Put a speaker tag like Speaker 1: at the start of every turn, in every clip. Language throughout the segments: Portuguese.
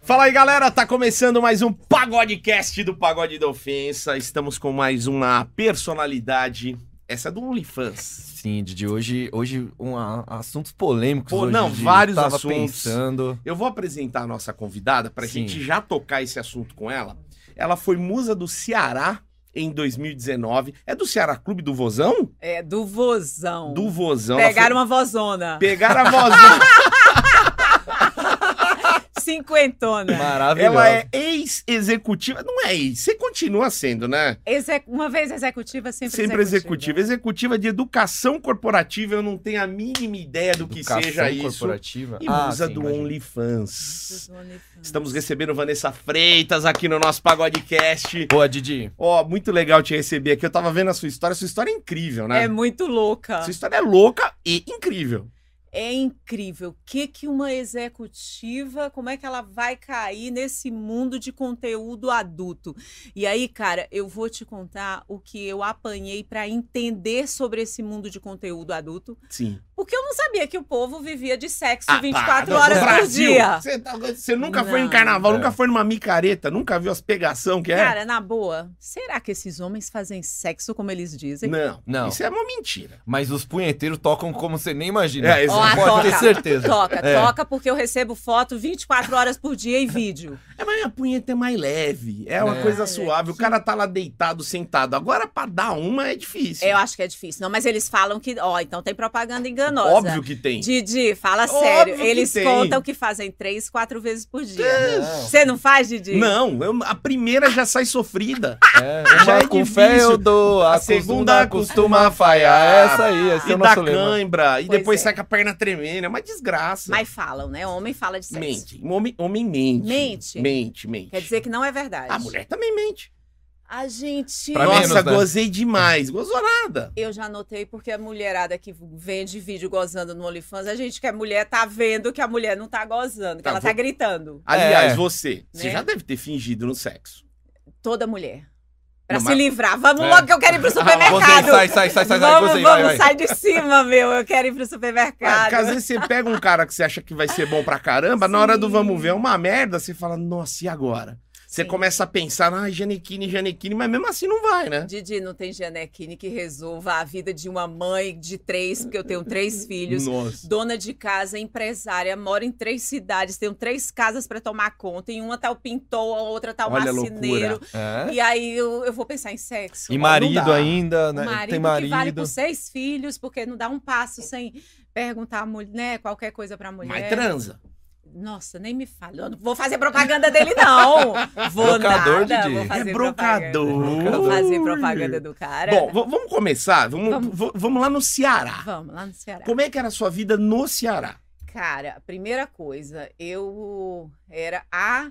Speaker 1: Fala aí, galera. Tá começando mais um Pagodecast do Pagode da Ofensa. Estamos com mais uma personalidade. Essa é do OnlyFans.
Speaker 2: Sim, Didi, hoje, hoje um, a- assuntos polêmicos.
Speaker 1: Pô,
Speaker 2: hoje,
Speaker 1: não,
Speaker 2: Didi.
Speaker 1: vários
Speaker 2: Tava
Speaker 1: assuntos.
Speaker 2: pensando.
Speaker 1: Eu vou apresentar a nossa convidada pra
Speaker 2: Sim.
Speaker 1: gente já tocar esse assunto com ela. Ela foi musa do Ceará em 2019. É do Ceará Clube do Vozão?
Speaker 3: É, do vozão.
Speaker 1: Do Vozão. Ela
Speaker 3: Pegaram
Speaker 1: foi...
Speaker 3: uma vozona.
Speaker 1: Pegaram a vozão.
Speaker 3: Cinquentona.
Speaker 2: Maravilhoso.
Speaker 1: ela é ex-executiva. Não é ex, você continua sendo, né?
Speaker 3: Exe- Uma vez executiva, sempre,
Speaker 1: Sempre executiva. Executiva de educação corporativa, eu não tenho a mínima ideia do que
Speaker 2: Educação
Speaker 1: seja isso.
Speaker 2: corporativa.
Speaker 1: E
Speaker 2: Ah,
Speaker 1: musa
Speaker 2: sim,
Speaker 1: do
Speaker 2: imagino.
Speaker 1: OnlyFans. Estamos
Speaker 3: Estamos
Speaker 1: recebendo Vanessa Freitas aqui no nosso Pagodecast.
Speaker 2: Boa, Didi.
Speaker 1: Ó, muito legal te receber aqui. Eu tava vendo a sua história. Sua história é incrível, né?
Speaker 3: É muito louca.
Speaker 1: Sua história é louca e incrível.
Speaker 3: É incrível. O que, que uma executiva, como é que ela vai cair nesse mundo de conteúdo adulto? E aí, cara, eu vou te contar o que eu apanhei para entender sobre esse mundo de conteúdo adulto.
Speaker 1: Sim.
Speaker 3: Porque eu não sabia que o povo vivia de sexo
Speaker 1: Ah,
Speaker 3: 24
Speaker 1: para,
Speaker 3: horas
Speaker 1: no
Speaker 3: por
Speaker 1: Brasil,
Speaker 3: dia.
Speaker 1: Você, tá- você nunca foi em
Speaker 3: Não.
Speaker 1: carnaval,
Speaker 2: É.
Speaker 1: nunca foi numa micareta, nunca viu as pegação que é?
Speaker 3: Cara, na boa, será que esses homens fazem sexo como eles dizem?
Speaker 1: não,
Speaker 2: Não.
Speaker 1: Isso é uma mentira.
Speaker 2: Mas os punheteiros tocam como você nem imagina.
Speaker 1: É, exato.
Speaker 3: Ó, a
Speaker 2: Pode ter
Speaker 3: toca.
Speaker 2: certeza.
Speaker 3: Toca,
Speaker 2: É.
Speaker 3: toca, porque eu recebo foto 24 horas por dia e vídeo.
Speaker 1: É, mas a punheta é mais leve, é uma
Speaker 2: É.
Speaker 1: coisa suave. O cara tá lá deitado, sentado. Agora, pra dar uma é difícil.
Speaker 3: Eu acho que é difícil. Não, mas eles falam que, ó, então tem propaganda enganosa.
Speaker 1: Óbvio que tem.
Speaker 3: Didi, fala
Speaker 1: Óbvio
Speaker 3: sério.
Speaker 1: que
Speaker 3: Eles
Speaker 1: tem.
Speaker 3: contam que fazem três, quatro vezes por dia.
Speaker 2: Não.
Speaker 3: Você não faz, Didi?
Speaker 1: Não, eu- a primeira já sai sofrida.
Speaker 2: É,
Speaker 1: Já
Speaker 2: uma
Speaker 1: é
Speaker 2: com
Speaker 1: difícil.
Speaker 2: fé eu dou, a,
Speaker 1: A segunda
Speaker 2: segunda costuma falhar. Essa aí, esse é
Speaker 1: e tá
Speaker 2: o
Speaker 1: dá
Speaker 2: nosso lema.
Speaker 1: cãibra, e
Speaker 3: Pois
Speaker 1: depois
Speaker 3: é.
Speaker 1: sai com a perna tremendo. É uma desgraça.
Speaker 3: Mas falam, né? Homem fala de sexo.
Speaker 1: mente. Homem, homem mente.
Speaker 3: Mente?
Speaker 1: Mente, mente.
Speaker 3: Quer dizer que não é verdade.
Speaker 1: A mulher é também mente.
Speaker 3: A gente.
Speaker 2: Pra
Speaker 1: Nossa,
Speaker 2: menos, né?
Speaker 1: gozei demais. Gozou nada.
Speaker 3: Eu já notei porque a mulherada que vende vídeo gozando no OnlyFans, a gente que é mulher tá vendo que a mulher não tá gozando, que
Speaker 1: Tá,
Speaker 3: ela
Speaker 1: vou-
Speaker 3: tá gritando.
Speaker 1: Aliás,
Speaker 2: É.
Speaker 1: você, você
Speaker 3: Né?
Speaker 1: já deve ter fingido no sexo.
Speaker 3: Toda mulher. Pra
Speaker 1: Não,
Speaker 3: se
Speaker 1: mas-
Speaker 3: livrar. Vamos
Speaker 2: É.
Speaker 3: logo que eu quero ir pro
Speaker 2: Gozei,
Speaker 3: supermercado.
Speaker 2: sai, sai, sai, sai, sai,
Speaker 3: vamos,
Speaker 2: gozei, vai,
Speaker 3: vamos,
Speaker 2: vai.
Speaker 3: sai de cima, meu. Eu quero ir pro
Speaker 1: Ah,
Speaker 3: supermercado.
Speaker 1: Porque às vezes você pega um cara que você acha que vai ser bom pra caramba, na hora do
Speaker 3: Sim.
Speaker 1: vamos ver é uma merda, você fala, nossa, e agora? Você
Speaker 3: Sim.
Speaker 1: começa a pensar, ah, Janequine, Janequine, mas mesmo assim não vai, né?
Speaker 3: Didi, não tem Janequine que resolva a vida de uma mãe de três, porque eu tenho três filhos.
Speaker 1: Nossa.
Speaker 3: Dona de casa, empresária, mora em três cidades, tenho três casas pra tomar conta. Em uma tá o pintor, a outra tá o
Speaker 1: Olha a
Speaker 3: marceneiro.
Speaker 1: loucura.
Speaker 2: É.
Speaker 3: E aí eu, eu vou pensar em sexo.
Speaker 2: E
Speaker 3: O
Speaker 1: não
Speaker 2: marido
Speaker 1: dá.
Speaker 2: ainda, né?
Speaker 3: marido,
Speaker 2: Tem
Speaker 3: que vale
Speaker 2: marido.
Speaker 3: com seis filhos, porque não dá um passo sem perguntar a mulher, né, qualquer coisa pra mulher.
Speaker 1: Mas transa.
Speaker 3: Nossa, nem me fala. Eu não vou fazer propaganda dele, não. Vou
Speaker 2: Brocador,
Speaker 3: nada.
Speaker 2: Didi.
Speaker 3: Vou fazer
Speaker 1: é
Speaker 3: propaganda.
Speaker 1: brocador.
Speaker 3: Vou fazer propaganda do cara.
Speaker 1: Bom, v- vamos começar? Vamos,
Speaker 3: Vamos.
Speaker 1: v- vamos lá no Ceará.
Speaker 3: Vamos lá no Ceará.
Speaker 1: Como é que era a sua vida no Ceará?
Speaker 3: Cara, a primeira coisa, eu era a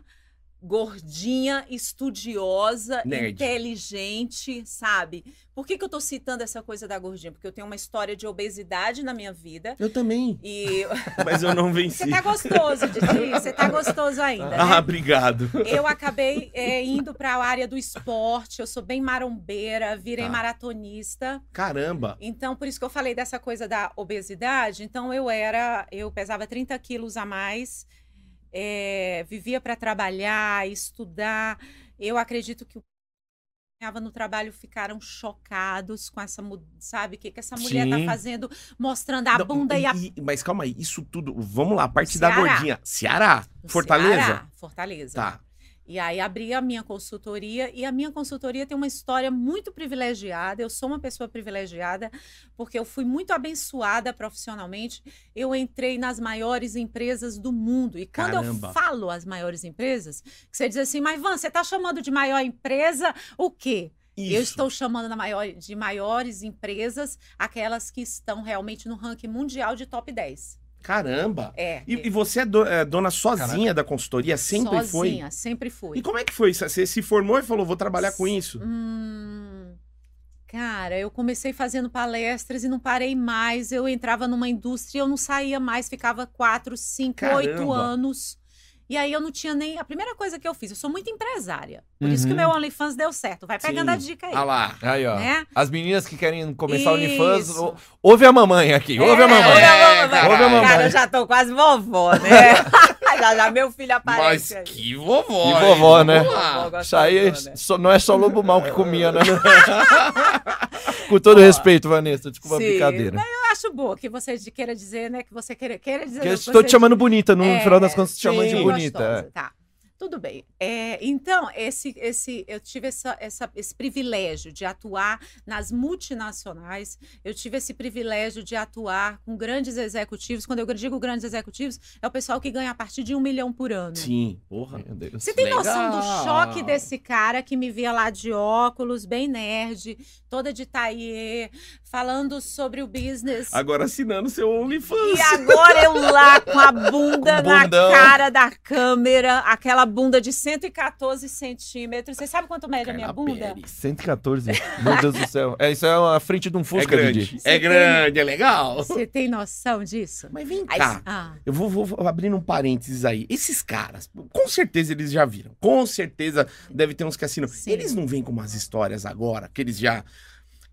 Speaker 3: gordinha, estudiosa,
Speaker 1: Nerd.
Speaker 3: inteligente, sabe? Por que, que eu tô citando essa coisa da gordinha? Porque eu tenho uma história de obesidade na minha vida.
Speaker 1: Eu também,
Speaker 3: E
Speaker 1: mas eu não
Speaker 3: você
Speaker 1: venci.
Speaker 3: tá gostoso, Didi. Você tá gostoso ainda. né?
Speaker 1: Ah, obrigado.
Speaker 3: Eu acabei é, indo para a área do esporte. Eu sou bem marombeira, virei
Speaker 1: Tá.
Speaker 3: maratonista.
Speaker 1: Caramba.
Speaker 3: Então, por isso que eu falei dessa coisa da obesidade. Então, eu era, eu pesava 30 quilos a mais, é, vivia para trabalhar, estudar. Eu acredito que o estava no trabalho ficaram chocados com essa, mu- sabe, o que, que essa mulher
Speaker 2: Sim.
Speaker 3: tá fazendo, mostrando a
Speaker 1: Não,
Speaker 3: Tá bunda e a
Speaker 1: Mas calma aí, isso tudo. Vamos lá, a parte da
Speaker 3: Ceará.
Speaker 1: gordinha. Ceará? Fortaleza?
Speaker 3: Ceará, Fortaleza.
Speaker 1: Tá.
Speaker 3: E aí abri a minha consultoria e a minha consultoria tem uma história muito privilegiada. Eu sou uma pessoa privilegiada porque eu fui muito abençoada profissionalmente. Eu entrei nas maiores empresas do mundo. E quando
Speaker 1: Caramba.
Speaker 3: eu falo as maiores empresas, que você diz assim: "Mas Van, você está chamando de maior empresa o quê?" Eu
Speaker 1: Isso.
Speaker 3: estou chamando na maior- de maiores empresas aquelas que estão realmente no ranking mundial de top 10.
Speaker 1: Caramba.
Speaker 3: É.
Speaker 1: E,
Speaker 3: é.
Speaker 1: e você é, do- é dona sozinha da consultoria? Sempre foi?
Speaker 3: Sozinha, sempre fui.
Speaker 1: E como é que foi isso? Você se formou e falou, vou trabalhar com isso?
Speaker 3: Hum, cara, eu comecei fazendo palestras e não parei mais. Eu entrava numa indústria, e eu não saía mais, ficava quatro, cinco, oito
Speaker 1: Caramba.
Speaker 3: anos. E aí eu não tinha nem. A primeira coisa que eu fiz, eu sou muito empresária. Por isso que o
Speaker 2: Uhum.
Speaker 3: meu OnlyFans deu certo. Vai pegando a
Speaker 1: Sim.
Speaker 3: dica aí.
Speaker 1: Ah lá.
Speaker 2: Aí, ó.
Speaker 3: Né?
Speaker 2: As meninas que querem começar o OnlyFans,
Speaker 3: Isso.
Speaker 2: ou- ouve a mamãe aqui, ouve a
Speaker 3: É,
Speaker 2: mamãe.
Speaker 3: ouve a mamãe.
Speaker 1: É,
Speaker 2: ouve a mamãe.
Speaker 3: Cara, eu já tô quase vovó, né? Já, já meu filho
Speaker 1: Mas
Speaker 3: aparece aí.
Speaker 1: que vovó.
Speaker 2: Que
Speaker 1: hein?
Speaker 2: vovó, né?
Speaker 1: Vamos
Speaker 3: Vovó
Speaker 1: lá.
Speaker 3: gosta
Speaker 2: Isso aí é
Speaker 3: de vovó, né?
Speaker 2: só- não é só lobo mal que comia, né? Com todo
Speaker 3: Ó.
Speaker 2: respeito, Vanessa, desculpa
Speaker 3: Sim.
Speaker 2: a brincadeira.
Speaker 4: Eu acho boa que você de- queira dizer, né? Que você queira, queira dizer.
Speaker 2: Porque eu
Speaker 4: que
Speaker 2: estou
Speaker 4: você-
Speaker 2: te chamando bonita, no
Speaker 4: É,
Speaker 2: final das contas, te chamando
Speaker 1: sim.
Speaker 2: de bonita. é.
Speaker 4: gostosa, Tá. Tudo bem. É, então, esse, esse, eu tive essa, essa- esse privilégio de atuar nas multinacionais, eu tive esse privilégio de atuar com grandes executivos. Quando eu digo grandes executivos, é o pessoal que ganha a partir de um milhão por ano.
Speaker 3: Né?
Speaker 1: Sim,
Speaker 2: é.
Speaker 1: porra.
Speaker 2: Meu Deus.
Speaker 4: Você tem
Speaker 1: Legal.
Speaker 4: noção do choque desse cara que me via lá de óculos, bem nerd, toda de taie, falando sobre o business.
Speaker 1: Agora assinando seu OnlyFans.
Speaker 3: E agora eu lá com a bunda
Speaker 2: Com
Speaker 3: na
Speaker 2: bundão.
Speaker 3: cara da câmera, aquela bunda de 114 centímetros. Você sabe quanto mede a minha
Speaker 1: Carla
Speaker 3: bunda?
Speaker 1: Pérez.
Speaker 2: 114. Meu Deus do céu. É, isso é a frente de um
Speaker 1: É
Speaker 2: Fusca, Didi.
Speaker 1: grande. É grande, é legal. Tá.
Speaker 4: Você tem noção disso?
Speaker 1: Mas
Speaker 2: Tá.
Speaker 1: vem
Speaker 3: Aí
Speaker 1: cá.
Speaker 4: Ah.
Speaker 1: Eu vou, vou- vou abrindo um parênteses aí. Esses caras, com certeza eles já viram. Com certeza deve ter uns que assinam.
Speaker 4: Sim.
Speaker 1: Eles não vêm com umas histórias agora que eles já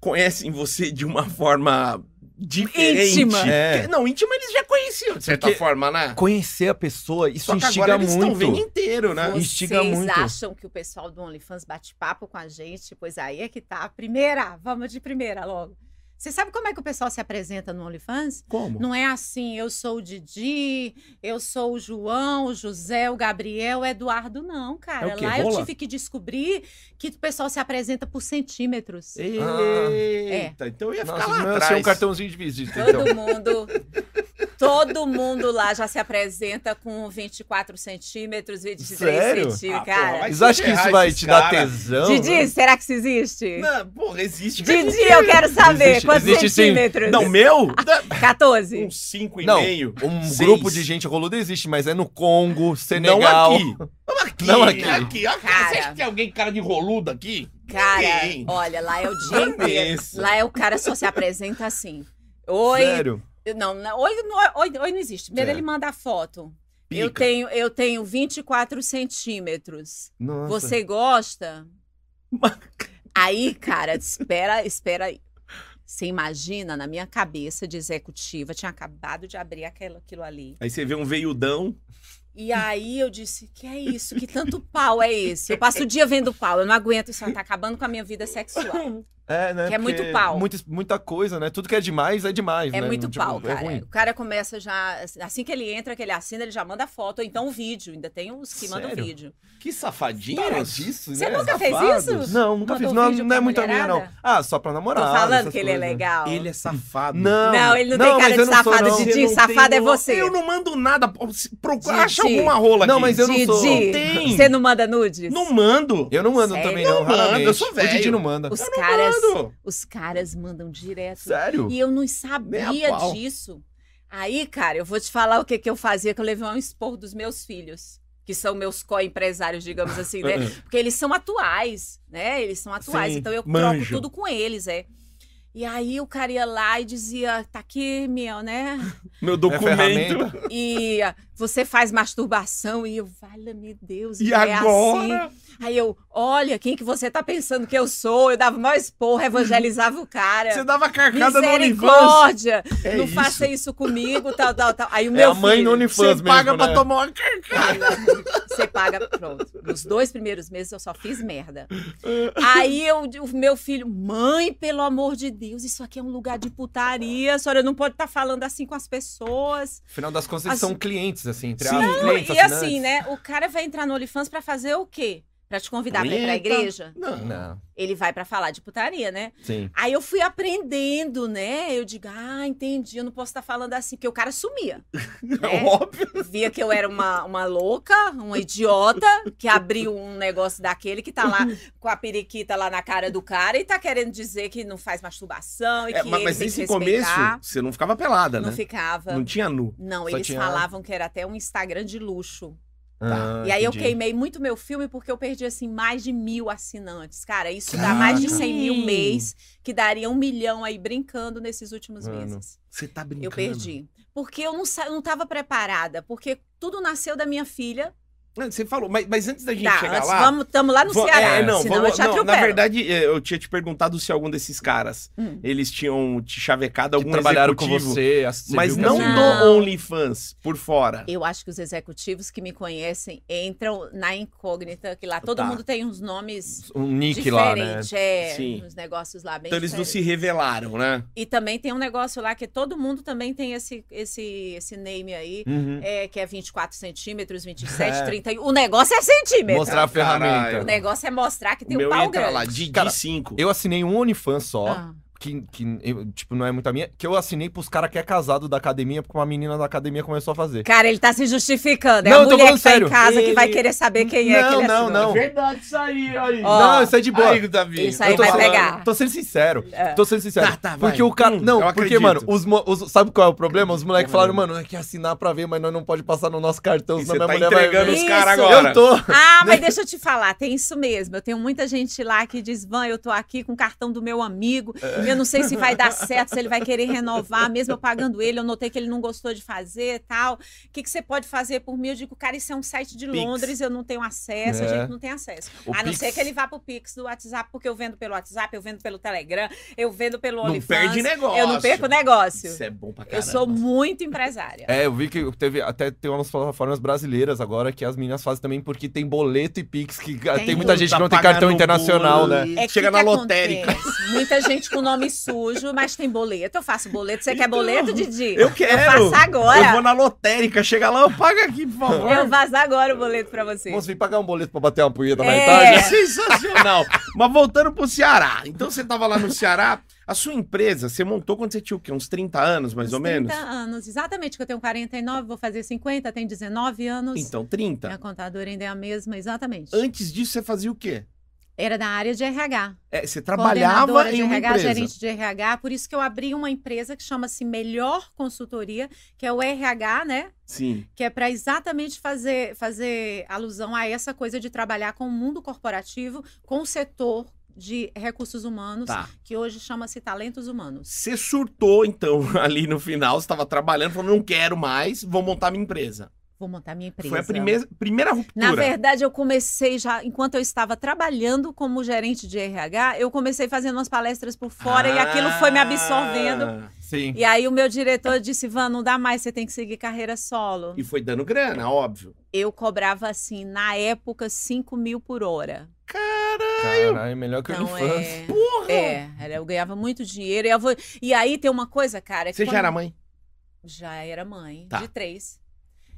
Speaker 1: conhecem você de uma forma diferente.
Speaker 3: Íntima.
Speaker 2: É.
Speaker 1: Que- Não, íntima eles já conheciam, de certa
Speaker 2: Porque-
Speaker 1: forma, né?
Speaker 2: Conhecer a pessoa, isso
Speaker 1: Só que agora
Speaker 2: instiga
Speaker 1: eles estão vendo
Speaker 2: muito.
Speaker 1: inteiro, né?
Speaker 2: Instiga
Speaker 3: ah, Vocês
Speaker 2: muito.
Speaker 3: acham que o pessoal do OnlyFans bate papo com a gente? Pois aí é que tá. Primeira, vamos de primeira logo.
Speaker 4: Você sabe como é que o pessoal se apresenta no OnlyFans?
Speaker 1: Como?
Speaker 4: Não é assim, eu sou o Didi, eu sou o João, o José, o Gabriel, o Eduardo, não, cara.
Speaker 1: É o quê?
Speaker 4: Lá eu
Speaker 1: Rola?
Speaker 4: tive que descobrir que o pessoal se apresenta por centímetros.
Speaker 1: Eita, então eu ia ficar
Speaker 2: Nossa,
Speaker 1: lá
Speaker 2: meu, ia
Speaker 1: atrás.
Speaker 2: ser um cartãozinho de visita, então.
Speaker 3: Todo mundo. Todo mundo lá já se apresenta com 24 centímetros, 23
Speaker 2: Sério?
Speaker 3: centímetros,
Speaker 1: Ah,
Speaker 3: cara.
Speaker 1: pô, vai
Speaker 2: Vocês acham que
Speaker 1: ferrar
Speaker 2: isso vai
Speaker 1: esses
Speaker 2: te dar
Speaker 1: cara.
Speaker 2: tesão?
Speaker 3: Didi, será que isso existe?
Speaker 1: Não, porra, existe.
Speaker 3: Didi, eu quero Ah, saber
Speaker 2: Existe-
Speaker 3: quantos
Speaker 2: existe sim.
Speaker 3: centímetros.
Speaker 1: Não, meu? Da-
Speaker 3: 14.
Speaker 1: Um cinco e
Speaker 2: Não,
Speaker 1: meio.
Speaker 2: um
Speaker 1: seis.
Speaker 2: grupo de gente roluda existe, mas é no Congo, Senegal.
Speaker 1: Não aqui. Não aqui.
Speaker 2: Não
Speaker 1: Não
Speaker 2: aqui.
Speaker 1: aqui. aqui. ó,
Speaker 3: Cara.
Speaker 1: Você acha que tem alguém com cara de roludo aqui?
Speaker 3: Cara,
Speaker 1: Tem.
Speaker 3: olha, lá é o dia inteiro.
Speaker 1: Isso.
Speaker 3: Lá é o cara só se apresenta assim. Oi.
Speaker 2: Sério.
Speaker 3: Não, não, oi, não- oi, oi não existe. Primeiro
Speaker 2: Certo.
Speaker 3: ele manda a foto. Eu
Speaker 1: Pica.
Speaker 3: tenho, eu tenho 24 centímetros.
Speaker 2: Nossa.
Speaker 3: Você gosta? aí, cara, espera, espera aí. Você imagina, na minha cabeça de executiva, tinha acabado de abrir aquilo, aquilo ali.
Speaker 1: Aí você vê um veiudão.
Speaker 3: E aí eu disse, que é isso? Que tanto pau é esse? Eu passo o dia vendo pau, eu não aguento isso, tá acabando com a minha vida sexual.
Speaker 2: É, né?
Speaker 3: Que é
Speaker 2: porque
Speaker 3: muito pau.
Speaker 2: muita- muita coisa, né? Tudo que é demais é demais,
Speaker 3: É
Speaker 2: né?
Speaker 3: muito
Speaker 2: Tipo,
Speaker 3: pau,
Speaker 2: é
Speaker 3: cara.
Speaker 2: ruim.
Speaker 3: o cara começa já. Assim que ele entra, que ele assina, ele já manda foto, ou então o vídeo. Ainda tem uns que mandam
Speaker 2: Sério?
Speaker 3: vídeo.
Speaker 1: Que safadinho.
Speaker 2: Taradíssimo,
Speaker 3: Você
Speaker 2: né?
Speaker 3: nunca fez
Speaker 2: Safados.
Speaker 3: isso?
Speaker 2: Não, nunca
Speaker 3: Mandou um
Speaker 2: fiz. Não,
Speaker 3: vídeo
Speaker 2: não é
Speaker 3: pra
Speaker 2: muito a minha, não.
Speaker 3: mulherada?
Speaker 2: Ah, só pra namorar.
Speaker 3: Tô falando que ele é legal.
Speaker 1: Ele é safado.
Speaker 2: né? Não,
Speaker 3: Não, ele não tem cara
Speaker 2: mas
Speaker 3: de
Speaker 2: eu não sou,
Speaker 3: safado,
Speaker 2: não.
Speaker 3: Didi.
Speaker 1: Você não tem
Speaker 3: safado é
Speaker 1: uma-
Speaker 3: você.
Speaker 1: Eu não mando nada. pô, se- Procura,
Speaker 3: Didi.
Speaker 1: acha alguma rola aqui.
Speaker 2: Não, mas eu não sou.
Speaker 3: Didi,
Speaker 1: Tem.
Speaker 3: você não manda nudes?
Speaker 1: Não mando.
Speaker 2: Eu não mando
Speaker 3: Sério?
Speaker 2: também,
Speaker 1: Não
Speaker 2: não.
Speaker 1: manda, eu
Speaker 2: raramente.
Speaker 1: sou
Speaker 2: O Didi
Speaker 1: velho.
Speaker 2: não manda.
Speaker 3: Os
Speaker 1: Eu não
Speaker 3: caras,
Speaker 1: mando.
Speaker 3: os caras mandam direto.
Speaker 2: Sério?
Speaker 3: E eu não
Speaker 1: Nem a
Speaker 3: sabia
Speaker 1: pau.
Speaker 3: disso. Aí, cara, eu vou te falar o que, que eu fazia, que eu levei um esporro dos meus filhos. Que são meus co-empresários, digamos assim, né? Porque eles são atuais, né? Eles são atuais,
Speaker 1: É. Sim,
Speaker 3: então eu
Speaker 1: manjo.
Speaker 3: troco tudo com eles, é. E aí o cara ia lá e dizia, tá aqui, meu, né?
Speaker 1: Meu
Speaker 2: É ferramenta.
Speaker 1: documento.
Speaker 3: E ah, você faz masturbação e eu, valha-me Deus,
Speaker 1: e
Speaker 3: é
Speaker 1: agora?
Speaker 3: assim. Aí eu, olha, quem que você tá pensando que eu sou? Eu dava mais porra, evangelizava o cara.
Speaker 1: Você dava carcada no OnlyFans.
Speaker 3: Misericórdia!
Speaker 1: É
Speaker 3: não
Speaker 1: isso.
Speaker 3: faça isso comigo, tal, tal, tal. Aí o
Speaker 2: É
Speaker 3: meu
Speaker 2: a mãe
Speaker 3: filho,
Speaker 2: no OnlyFans
Speaker 1: Você
Speaker 2: mesmo,
Speaker 1: paga pra
Speaker 2: né?
Speaker 1: tomar uma carcada.
Speaker 3: Você paga, pronto. Nos dois primeiros meses eu só fiz merda.
Speaker 2: É.
Speaker 3: Aí eu, o meu filho, mãe, pelo amor de Deus, isso aqui é um lugar de putaria. A senhora não pode estar falando assim com as pessoas.
Speaker 2: Afinal das contas,
Speaker 3: Assim-
Speaker 2: eles são clientes, assim. Entre
Speaker 1: Sim.
Speaker 2: aspas, clientes,
Speaker 3: e assim,
Speaker 2: assinantes.
Speaker 3: né? O cara vai entrar no OnlyFans pra fazer o quê? Pra te convidar pra ir pra
Speaker 1: Eita.
Speaker 3: igreja?
Speaker 1: Não.
Speaker 2: Não,
Speaker 3: Ele vai pra falar de putaria, né?
Speaker 2: sim.
Speaker 3: Aí eu fui aprendendo, né? Eu digo, ah, entendi, eu não posso estar falando assim, porque o cara sumia. né?
Speaker 1: é Óbvio.
Speaker 3: Via que eu era uma, uma louca, uma idiota, que abriu um negócio daquele que tá lá com a periquita lá na cara do cara e tá querendo dizer que não faz masturbação e
Speaker 1: É,
Speaker 3: que
Speaker 1: mas
Speaker 3: ele
Speaker 1: mas
Speaker 3: tem que
Speaker 1: nesse começo,
Speaker 3: respeitar.
Speaker 1: você não ficava pelada,
Speaker 3: não
Speaker 1: né?
Speaker 3: ficava.
Speaker 1: Não tinha nu.
Speaker 3: Não,
Speaker 2: Só
Speaker 3: eles
Speaker 2: tinha-
Speaker 3: falavam que era até um Instagram de luxo.
Speaker 1: Tá.
Speaker 2: Ah,
Speaker 3: Tá. e aí eu
Speaker 2: entendi.
Speaker 3: queimei muito meu filme porque eu perdi, assim, mais de mil assinantes. Cara, isso dá mais de 100 mil
Speaker 1: Caraca.
Speaker 3: mês, que daria um milhão aí brincando nesses últimos
Speaker 2: Mano.
Speaker 3: meses.
Speaker 1: Você tá brincando.
Speaker 3: Eu perdi. Porque eu não, sa- não tava preparada. Porque tudo nasceu da minha filha.
Speaker 1: Não, Você falou, mas, mas antes da gente
Speaker 3: Tá,
Speaker 1: chegar
Speaker 3: antes,
Speaker 1: lá.
Speaker 3: vamos, tamo lá no
Speaker 1: va-
Speaker 3: Ceará.
Speaker 1: É, não,
Speaker 3: senão eu
Speaker 1: vamos,
Speaker 3: te
Speaker 1: não, na
Speaker 3: atropelo.
Speaker 1: verdade, é, eu tinha te perguntado se algum desses caras
Speaker 3: Hum.
Speaker 1: eles tinham te chavecado
Speaker 2: que
Speaker 1: algum
Speaker 2: trabalharam com
Speaker 1: executivo,
Speaker 2: você, ass- você
Speaker 1: mas
Speaker 2: viu que
Speaker 1: não
Speaker 2: assim-
Speaker 3: Não.
Speaker 1: do OnlyFans por fora.
Speaker 3: Eu acho que os executivos que me conhecem entram na incógnita, que lá todo
Speaker 1: Tá.
Speaker 3: mundo tem uns nomes
Speaker 2: um nick lá, né?
Speaker 3: diferentes, é,
Speaker 1: Sim.
Speaker 3: uns negócios lá bem
Speaker 1: Então eles não
Speaker 3: diferentes.
Speaker 1: se revelaram, né?
Speaker 3: E também tem um negócio lá que todo mundo também tem esse, esse, esse name aí,
Speaker 1: Hum.
Speaker 2: Uhum.
Speaker 3: é, que é 24 centímetros, 27,
Speaker 2: É.
Speaker 3: 30. O negócio é centímetro.
Speaker 2: Tipo, Mostrar
Speaker 1: Ah,
Speaker 2: a ferramenta.
Speaker 3: O negócio é mostrar que tem
Speaker 1: O
Speaker 3: um
Speaker 1: meu
Speaker 3: pau
Speaker 1: entra
Speaker 3: grande.
Speaker 1: lá, de
Speaker 2: Cara,
Speaker 1: 5.
Speaker 2: Eu assinei um OnlyFans só,
Speaker 3: Ah,
Speaker 2: que, que eu- tipo, não é muito a minha, que eu assinei pros caras que é casado da academia, porque uma menina da academia começou a fazer.
Speaker 3: Cara, ele tá se justificando. É
Speaker 2: Não,
Speaker 3: a
Speaker 2: eu tô falando
Speaker 3: mulher que tá
Speaker 2: sério.
Speaker 3: em casa que vai
Speaker 1: Ele-
Speaker 3: querer saber quem é que
Speaker 2: Não,
Speaker 3: ele
Speaker 2: não,
Speaker 3: assinou.
Speaker 2: não.
Speaker 1: verdade, isso aí, aí.
Speaker 3: Ó,
Speaker 2: não, isso é de boa.
Speaker 1: Aí, Davi.
Speaker 3: Isso aí
Speaker 2: eu tô
Speaker 3: vai
Speaker 2: falando-
Speaker 3: pegar.
Speaker 2: Tô sendo sincero.
Speaker 3: É.
Speaker 2: Tô sendo sincero.
Speaker 1: Tá, tá, vai.
Speaker 2: porque o cara.
Speaker 1: Hum,
Speaker 2: Não,
Speaker 1: eu
Speaker 2: porque, mano,
Speaker 1: acredito.
Speaker 2: os, mo- os- sabe qual é o problema? Os moleques
Speaker 1: Porra
Speaker 2: falaram, mano, é que assinar pra ver, mas nós não pode passar no nosso cartão,
Speaker 1: E
Speaker 2: senão
Speaker 1: você
Speaker 2: minha
Speaker 1: tá
Speaker 2: mulher vai.
Speaker 1: entregando
Speaker 2: ver."
Speaker 1: os
Speaker 3: Isso.
Speaker 1: caras agora.
Speaker 2: Eu tô.
Speaker 3: Ah, mas
Speaker 1: Né?
Speaker 3: deixa eu te falar, tem isso mesmo. Eu tenho muita gente lá que diz, Van, eu tô aqui com o cartão do meu amigo, eu não sei se vai dar certo, se ele vai querer renovar, mesmo eu pagando ele, eu notei que ele não gostou de fazer tal. O que, que você pode fazer por mim? Eu digo, cara, isso é um site de
Speaker 1: Pix.
Speaker 3: Londres, eu não tenho acesso,
Speaker 2: É.
Speaker 3: a gente não tem acesso.
Speaker 2: O
Speaker 3: a Ah, não
Speaker 2: Pix-
Speaker 3: ser que ele vá pro Pix do WhatsApp, porque eu vendo pelo WhatsApp, eu vendo pelo Telegram, eu vendo pelo
Speaker 1: Não
Speaker 3: OnlyFans.
Speaker 1: perde negócio.
Speaker 3: Eu não perco negócio.
Speaker 1: Isso é bom pra
Speaker 3: eu
Speaker 1: caramba.
Speaker 3: sou muito empresária.
Speaker 2: É, eu vi que teve até tem umas plataformas brasileiras agora que as meninas fazem também porque tem boleto e Pix, que ah, tem,
Speaker 3: Tem um tá
Speaker 2: muita
Speaker 3: tudo.
Speaker 1: Tá
Speaker 2: gente que não tem cartão internacional, né?
Speaker 3: É que
Speaker 1: Chega
Speaker 3: que
Speaker 1: na lotérica.
Speaker 3: acontece? Muita gente com nome sujo, mas tem boleto. Eu faço boleto. Você quer boleto, Didi?
Speaker 1: Então, Eu quero.
Speaker 3: Eu faço agora.
Speaker 1: Eu
Speaker 3: Eu,
Speaker 1: vou na lotérica, chega lá, eu pago aqui, por favor.
Speaker 3: faço agora o boleto pra você.
Speaker 2: Moço, vim pagar um boleto pra bater uma punheta na
Speaker 3: É.
Speaker 1: É
Speaker 2: Itália.
Speaker 1: sensacional. Mas voltando pro Ceará. Então você tava lá no Ceará, a sua empresa, você montou quando você tinha o quê? Uns 30 anos, mais
Speaker 3: Uns
Speaker 1: ou menos?
Speaker 3: 30 anos, exatamente, que eu tenho 49, vou fazer 50, tem 19 anos.
Speaker 1: Então, 30.
Speaker 3: Minha contadora ainda é a mesma, exatamente.
Speaker 1: Antes disso, você fazia o quê?
Speaker 3: Era da área de RH.
Speaker 1: É, você
Speaker 3: coordenadora
Speaker 1: trabalhava
Speaker 3: de
Speaker 1: em uma
Speaker 3: RH,
Speaker 1: empresa.
Speaker 3: gerente de RH, por isso que eu abri uma empresa que chama-se Melhor Consultoria, que é o RH, né?
Speaker 1: Sim.
Speaker 3: que é para exatamente fazer, fazer alusão a essa coisa de trabalhar com o mundo corporativo, com o setor de recursos humanos,
Speaker 1: Tá.
Speaker 3: que hoje chama-se talentos humanos.
Speaker 1: Você surtou, então, ali no final, você tava trabalhando, falou, não quero mais, vou montar minha empresa.
Speaker 3: Vou montar minha empresa.
Speaker 1: Foi a primeira, primeira ruptura.
Speaker 3: Na verdade, eu comecei já, enquanto eu estava trabalhando como gerente de RH, eu comecei fazendo umas palestras por fora e aquilo foi me absorvendo.
Speaker 1: Ah,
Speaker 2: Sim.
Speaker 3: E aí o meu diretor disse, Van, não dá mais, você tem que seguir carreira solo.
Speaker 1: E foi dando grana, óbvio.
Speaker 3: Eu cobrava, assim, na época, 5 mil por hora.
Speaker 2: Caralho, melhor que o
Speaker 3: Então,
Speaker 2: OnlyFans.
Speaker 3: é... É, era- eu ganhava muito dinheiro. E, eu vou- e aí tem uma coisa, cara. que
Speaker 1: Você já
Speaker 3: quando-
Speaker 1: era mãe?
Speaker 3: Já era mãe,
Speaker 1: Tá.
Speaker 3: de três.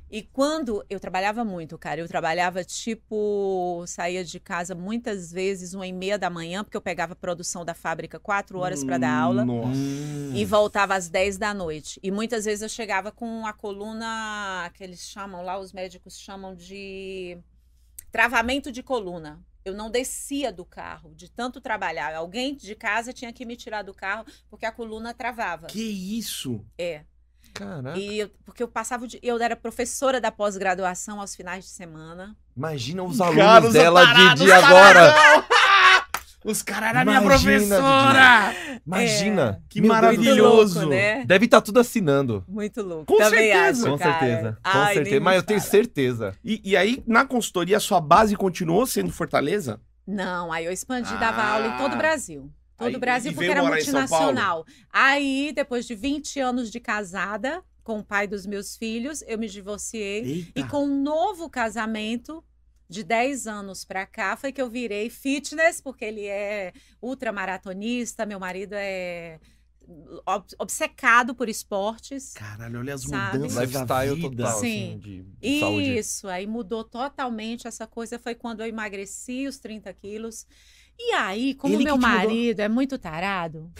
Speaker 3: E quando eu trabalhava muito, cara, eu trabalhava tipo, saía de casa muitas vezes uma e meia da manhã, porque eu pegava a produção da fábrica quatro horas para dar aula
Speaker 1: Nossa.
Speaker 2: Hum.
Speaker 3: e voltava às 10 da noite. E muitas vezes eu chegava com a coluna que eles chamam lá, os médicos chamam de travamento de coluna. Eu não descia do carro de tanto trabalhar. Alguém de casa tinha que me tirar do carro porque a coluna travava.
Speaker 1: Que isso?
Speaker 3: É.
Speaker 2: Caraca.
Speaker 3: E eu- porque eu passava o dia, eu era professora da pós-graduação aos finais de semana.
Speaker 2: Imagina os
Speaker 1: Cara,
Speaker 2: alunos
Speaker 1: os
Speaker 2: dela
Speaker 1: tarados,
Speaker 2: de dia
Speaker 1: os
Speaker 2: agora.
Speaker 1: Os caras eram minha
Speaker 2: Imagina,
Speaker 1: professora!
Speaker 3: É.
Speaker 2: Imagina.
Speaker 1: Que
Speaker 2: Meu Deus. É.
Speaker 1: maravilhoso!
Speaker 3: Muito louco, né?
Speaker 2: Deve estar tudo assinando.
Speaker 3: Muito louco.
Speaker 1: Com
Speaker 3: Também
Speaker 1: certeza.
Speaker 3: acho,
Speaker 2: Com
Speaker 3: cara.
Speaker 2: certeza. Com
Speaker 3: Ai, nem
Speaker 2: certeza.
Speaker 3: me
Speaker 2: Mas eu tenho
Speaker 3: fala.
Speaker 2: certeza.
Speaker 1: E, e aí, na consultoria, a sua base continuou sendo Fortaleza?
Speaker 3: Não, aí eu expandi, dava
Speaker 1: Ah.
Speaker 3: aula em todo o Brasil. Todo
Speaker 1: Aí-
Speaker 3: o Brasil,
Speaker 1: e
Speaker 3: porque
Speaker 1: veio
Speaker 3: era
Speaker 1: morar em São
Speaker 3: multinacional. Aí, depois de 20 anos de casada com o pai dos meus filhos, eu me divorciei.
Speaker 1: Eita.
Speaker 3: E com um novo casamento, de 10 anos pra cá, foi que eu virei fitness, porque ele é ultramaratonista, meu marido é ob- obcecado por esportes.
Speaker 1: Caralho, olha as
Speaker 3: Sabe?
Speaker 1: mudanças da
Speaker 2: Lifestyle
Speaker 1: vida.
Speaker 2: total, assim,
Speaker 3: Sim.
Speaker 2: de de saúde.
Speaker 3: Isso, aí mudou totalmente essa coisa. Foi quando eu emagreci os 30 quilos. E aí, como
Speaker 1: Ele
Speaker 3: meu
Speaker 1: que te mudou?
Speaker 3: marido é muito tarado,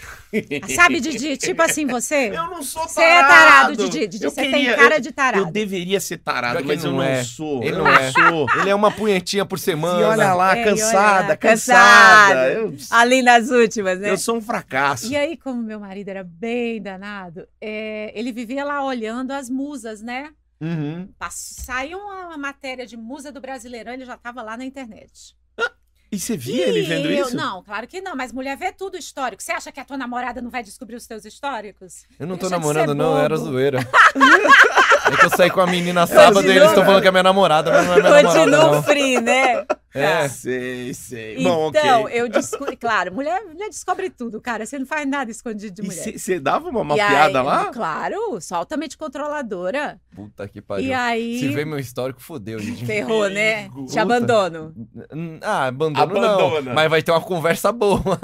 Speaker 3: sabe, Didi? Tipo assim, você.
Speaker 1: Eu não sou tarado!
Speaker 3: Você é tarado, Didi. Didi,
Speaker 1: Eu
Speaker 3: você
Speaker 1: queria-
Speaker 3: tem cara de
Speaker 1: Eu,
Speaker 3: tarado.
Speaker 1: eu deveria ser tarado,
Speaker 2: Pior que
Speaker 1: mas
Speaker 2: ele
Speaker 1: eu não
Speaker 2: não é.
Speaker 1: sou.
Speaker 2: Ele
Speaker 1: eu
Speaker 2: não é.
Speaker 1: sou.
Speaker 2: Ele é uma punhetinha por semana.
Speaker 1: E olha lá,
Speaker 3: É, e olha
Speaker 1: cansada,
Speaker 3: lá,
Speaker 1: cansada.
Speaker 3: cansada.
Speaker 1: Eu,
Speaker 3: Ali nas últimas, né?
Speaker 1: eu sou um fracasso.
Speaker 3: E aí, como meu marido era bem danado, é, ele vivia lá olhando as musas, né?
Speaker 2: Uhum.
Speaker 3: Pass- Saiu uma, uma matéria de musa do Brasileirão, ele já estava lá na internet.
Speaker 1: E você via ele
Speaker 3: E
Speaker 1: vendo
Speaker 3: eu-
Speaker 1: isso?
Speaker 3: Não, claro que não, mas mulher vê tudo histórico. Você acha que a tua namorada não vai descobrir os teus históricos?
Speaker 2: Eu não tô
Speaker 3: Deixa de ser
Speaker 2: namorando, não, era
Speaker 3: bobo.
Speaker 2: zoeira. É que eu saí com a menina sábado e eles estão falando que é minha namorada, mas não é minha namorada.
Speaker 3: Continua
Speaker 2: não.
Speaker 3: free, né?
Speaker 2: É.
Speaker 1: Sei, sei. Bom,
Speaker 3: Então,
Speaker 1: ok.
Speaker 3: eu descobri. Claro, mulher, mulher descobre tudo, cara. Você não faz nada escondido de mulher.
Speaker 1: E você dava uma
Speaker 3: E aí-
Speaker 1: mapeada lá?
Speaker 3: Claro, sou altamente controladora.
Speaker 2: Puta que
Speaker 3: e
Speaker 2: pariu.
Speaker 3: aí.
Speaker 2: Se vê meu histórico, fodeu, gente.
Speaker 3: Ferrou, né?
Speaker 1: Amigo.
Speaker 3: Te abandono.
Speaker 2: Hum, Ah, abandono
Speaker 1: Abandona.
Speaker 2: não. Mas vai ter uma conversa boa.